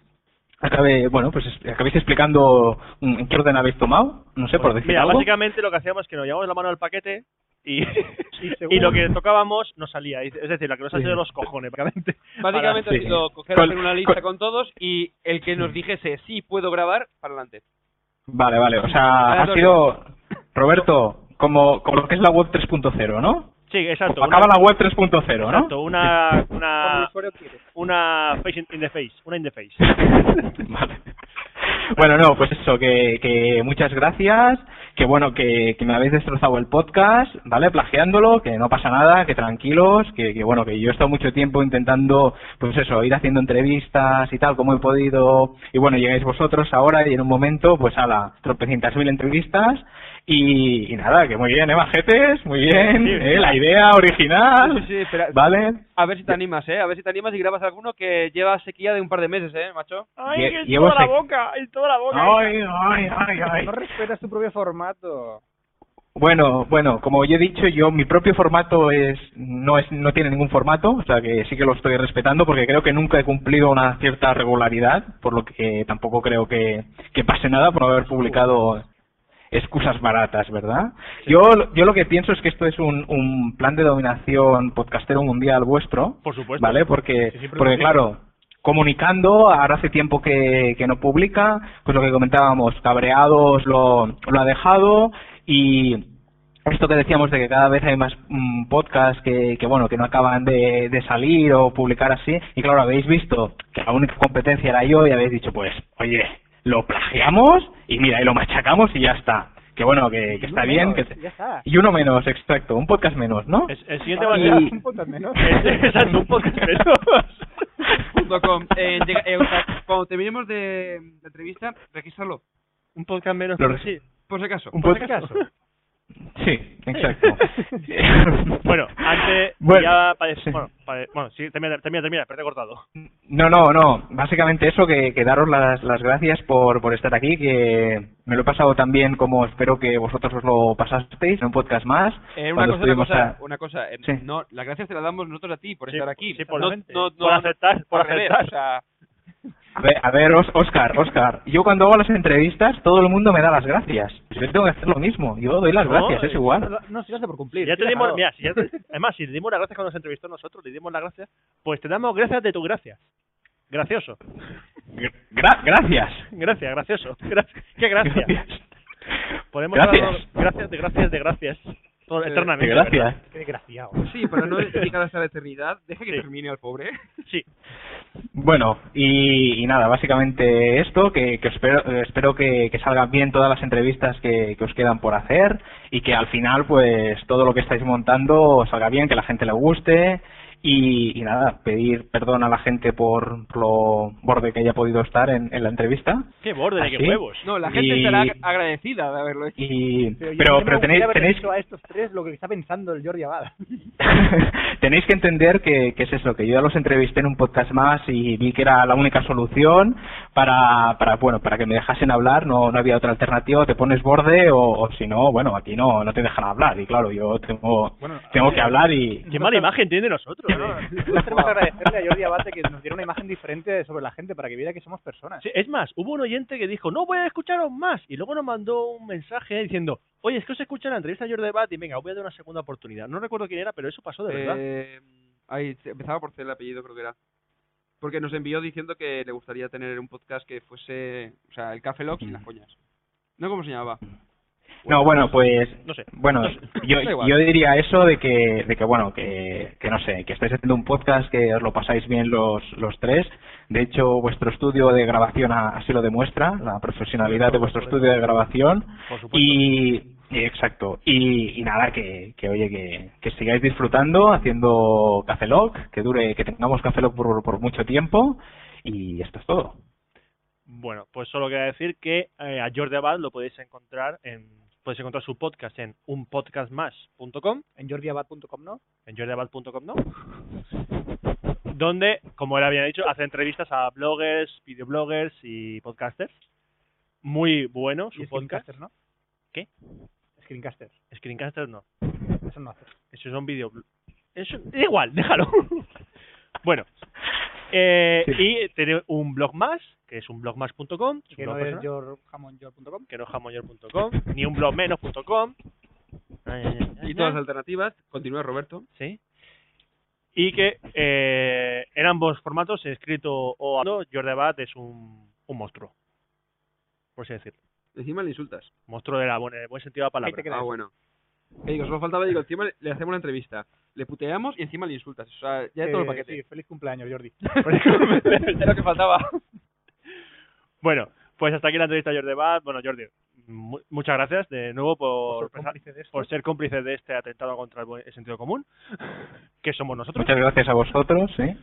D: acabe, bueno, pues es- acabéis explicando mm, en qué orden habéis tomado, no sé, por decir
A: Pues Mira,
D: algo.
A: básicamente lo que hacíamos es que nos llevábamos la mano al paquete (laughs) y,
B: Y
A: y,
B: según-
A: lo que tocábamos nos salía. Es decir, lo que nos ha
D: Sí.
A: sido los cojones, (laughs) prácticamente.
C: Básicamente
D: Ahora,
C: ha
D: sí.
C: sido coger,
D: Con-
C: hacer una lista
D: con-
C: con todos y el que nos dijese sí puedo grabar, para adelante.
D: Vale, vale, o sea, ha
C: Aleatorio.
D: sido Roberto como como lo que es la web 3.0, ¿no?
A: Sí, exacto.
D: Pues Acaba
A: una-
D: la web 3.0, ¿no?
A: Exacto, una, una,
B: Cuando el usuario quiere.
A: una face in, in the face, una in the
D: (laughs)
A: face.
D: Vale. Bueno, no, pues eso, que, que muchas gracias, que bueno, que, que me habéis destrozado el podcast, ¿vale? Plagiándolo, que no pasa nada, que tranquilos, que, que bueno, que yo he estado mucho tiempo intentando, pues eso, ir haciendo entrevistas y tal, como he podido, y bueno, llegáis vosotros ahora y en un momento, pues a las tropecientas mil entrevistas, y, y nada, que muy bien, ¿eh, majetes? Muy bien,
A: Sí, sí.
D: ¿eh? La idea original,
C: Sí, sí, sí, espera.
D: ¿vale?
C: A ver si te animas, eh. A ver si te animas y grabas alguno que lleva sequía de un par de meses, eh, macho.
D: Ay, Lle- que en llevo toda la sec-
A: boca, en toda la
D: Ay, ay, ay, ay.
B: No respetas tu propio formato.
D: Bueno, bueno, como yo he dicho, yo mi propio formato es no es no tiene ningún formato, o sea que sí que lo estoy respetando porque creo que nunca he cumplido una cierta regularidad, por lo que tampoco creo que, que pase nada por no haber publicado excusas baratas, ¿verdad? Yo yo lo que pienso es que esto es un, un plan de dominación podcastero mundial vuestro,
A: Por supuesto.
D: ¿vale? Porque
A: Sí, siempre
D: porque
A: lo digo.
D: claro, comunicando, ahora hace tiempo que, que no publica, pues lo que comentábamos, cabreados lo, lo ha dejado y esto que decíamos de que cada vez hay más mm, podcasts que, que, bueno que no acaban de, de salir o publicar así y claro habéis visto que la única competencia era yo y habéis dicho pues oye lo plagiamos y mira y lo machacamos y ya está que bueno que, que está
B: Uno
D: bien
B: menos,
D: que-
B: Ya está.
D: y uno menos exacto un podcast menos no
A: Es- el siguiente va a
B: Vale,
A: ser...
D: (laughs) Y-
B: un punto al (laughs) menos.
A: Exacto, un podcast
D: (laughs)
A: menos.
C: Punto com. Eh, llega- eh, o sea, cuando terminemos de la entrevista, regístralo.
A: Un podcast menos.
D: Lo-
A: sí.
C: Por si acaso.
D: un
A: por si (laughs)
D: podcast (laughs)
A: acaso.
D: sí exacto
A: Bueno, antes
D: Bueno,
A: ya parece...
D: sí.
A: Bueno, pare- bueno, sí, termina, termina, termina, pero te he cortado.
D: No, no, no. Básicamente eso, que, que daros las, las gracias por, por estar aquí, que me lo he pasado tan bien como espero que vosotros os lo pasasteis en un podcast más.
C: Eh, una
D: cuando
C: cosa, una
D: estuvimos
C: cosa,
D: a-
C: una cosa. eh,
D: Sí.
C: no, las gracias te las damos nosotros a ti por
A: Sí,
C: estar aquí.
A: sí, por
C: no,
A: la-
C: no, no,
A: por aceptar, por
C: al revés,
A: aceptar.
C: o sea,
D: A ver, a ver, Os- Oscar, Oscar, yo cuando hago las entrevistas todo el mundo me da las gracias. Pues Yo tengo que hacer lo mismo, yo doy las
A: No,
D: gracias, es
A: eh,
D: igual.
B: No, no, si lo hace por cumplir.
A: ya te
B: sí,
A: dimos,
D: Ah,
B: claro.
A: mira, si ya
D: (laughs)
A: te- además, si le dimos las gracias cuando nos entrevistó a nosotros, le dimos las gracias, pues te damos gracias de tu gracias. Gracioso.
D: Gra- gracias.
A: Gracias, gracioso. (laughs) Gracias. Qué gracias. Podemos
D: Gracias.
A: darnos gracias de gracias de gracias. Todo-
C: Eh,
A: eternamente.
D: Qué gracias.
A: ¿verdad?
B: Qué desgraciado.
C: sí,
A: (laughs)
C: para no llegar hasta la eternidad, deja que
A: Sí.
C: termine el pobre. (laughs)
A: Sí.
D: Bueno, y, y nada, básicamente esto, que, que espero, eh, espero que, que salgan bien todas las entrevistas que, que os quedan por hacer y que al final, pues, todo lo que estáis montando os salga bien, que la gente le guste y, y nada, pedir perdón a la gente por lo borde que haya podido estar en, en la entrevista.
A: Qué borde, de qué
D: ¿Ah, sí?
A: huevos.
C: No, la gente
D: Y-
C: estará ag- agradecida de haberlo hecho.
D: Y,
B: Pero, yo-
D: pero,
B: yo me
D: pero
B: gustaría
D: tenéis,
B: haber
D: tenéis,
B: hecho a estos tres lo que está pensando el Jordi Abad. (laughs)
D: (laughs) tenéis que entender que, que es eso, que yo ya los entrevisté en un podcast más y vi que era la única solución, para, para bueno para que me dejasen hablar no, no había otra alternativa o te pones borde o, o si no bueno aquí no no te dejan hablar y claro yo tengo
B: Bueno,
D: tengo que hablar y
A: Qué mala imagen tiene de nosotros.
B: No,
A: eh.
B: nosotros tenemos que agradecerle a Jordi Abate que nos diera una imagen diferente sobre la gente para que viera que somos personas.
A: Sí, es más, hubo un oyente que dijo, no voy a escucharos más. Y luego nos mandó un mensaje diciendo, oye, es que os escuché la entrevista de Jordi Bat y venga, os voy a dar una segunda oportunidad. No recuerdo quién era, pero eso pasó de verdad.
C: Eh, ahí, se- empezaba por C el apellido, creo que era. Porque nos envió diciendo que le gustaría tener un podcast que fuese, o sea, el Café Lock y las coñas. ¿No cómo se llamaba?
D: no bueno pues
C: Eh,
A: No sé.
D: Bueno,
A: No sé.
D: yo,
C: Da igual.
D: yo diría eso de que, de que bueno, que, que no sé, que estáis haciendo un podcast, que os lo pasáis bien los, los tres. De hecho, vuestro estudio de grabación a- así lo demuestra, la profesionalidad de vuestro estudio de grabación.
A: Por supuesto.
D: Y, y exacto. Y, y nada, que, que oye, que, que sigáis disfrutando haciendo Café Lock, que dure, que tengamos Café Lock por, por mucho tiempo. Y esto es todo.
A: Bueno, pues solo queda decir que eh, a Jordi Abad lo podéis encontrar en podéis encontrar su podcast en unpodcastmas.com,
B: En jordiabat.com, ¿no?
A: en jordiabad.com, ¿no? Donde, como él había dicho, hace entrevistas a bloggers, videobloggers y podcasters. Muy bueno
B: Y
A: su podcast.
B: Screencasters, ¿no?
A: ¿Qué?
B: Screencasters.
A: Screencasters no.
B: Eso no hace.
A: Eso son video. Eso, da igual, déjalo. (laughs) bueno. Eh,
D: Sí.
A: Y tiene un blog más, que es unblogmas.com, es un
B: Que
A: blog
B: no es
A: personal,
B: jorjamonjor.com.
A: que no es jamonyor.com, ni un blog menos.com.
C: Y todas las alternativas. Continúa Roberto.
A: Sí. Y que eh, en ambos formatos, escrito o hablado, Jordi Abad es un, un monstruo. Por así decirlo.
C: Encima le insultas.
A: Monstruo de la, bu- en el buen sentido de la
B: Ahí
A: palabra.
B: te quedas.
C: Ah, bueno. Eh, digo, solo faltaba, digo, encima le- le hacemos una entrevista. Le puteamos y encima le insultas. O sea, ya
B: Eh,
C: todo el paquete.
B: sí, feliz cumpleaños, Jordi.
C: (laughs)
B: (laughs)
C: Era lo que faltaba.
A: Bueno, pues hasta aquí la entrevista a Jordi Abad. Bueno, Jordi, mu- muchas gracias de nuevo por,
B: Por
A: prestar-
B: cómplice de esto.
A: por ser cómplices de este atentado contra el buen- el sentido común, (laughs) que somos nosotros.
D: Muchas gracias a vosotros. ¿eh?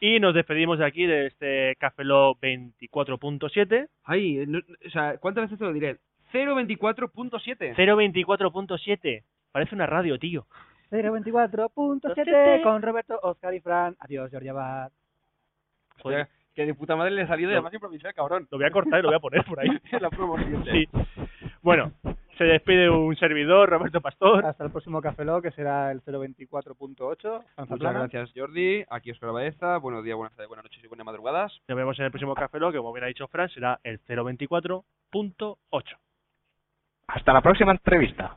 A: Y nos despedimos de aquí, de este Café Lock 24.7,
C: Ay, no- o sea, ¿cuántas veces te lo diré? 024.7.
A: 024.7. Parece una radio, tío.
B: 024.7 con Roberto, Oscar y Fran. Adiós, Jordi Abad.
C: O sea, que de puta madre le salió de
A: No.
C: además improvisar, cabrón.
A: Lo voy a cortar y lo voy a poner por ahí.
C: (laughs)
B: (laughs)
C: la promoción.
A: Sí. Bueno, se despide un servidor, Roberto Pastor.
B: Hasta el próximo Café Lock, que será el 024.8. Fran
C: Muchas
B: Zaplana.
C: gracias, Jordi. Aquí Oscar Baeza. Buenos días, buenas tardes, buenas noches y buenas madrugadas.
A: Nos vemos en el próximo Café Lock, que como bien ha dicho Fran, será el 024.8.
D: Hasta la próxima entrevista.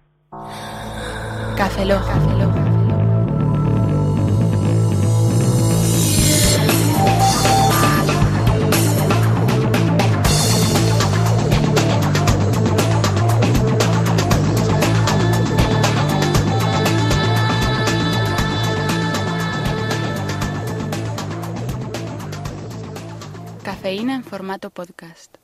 J: Café Lock. Cafeína en formato podcast.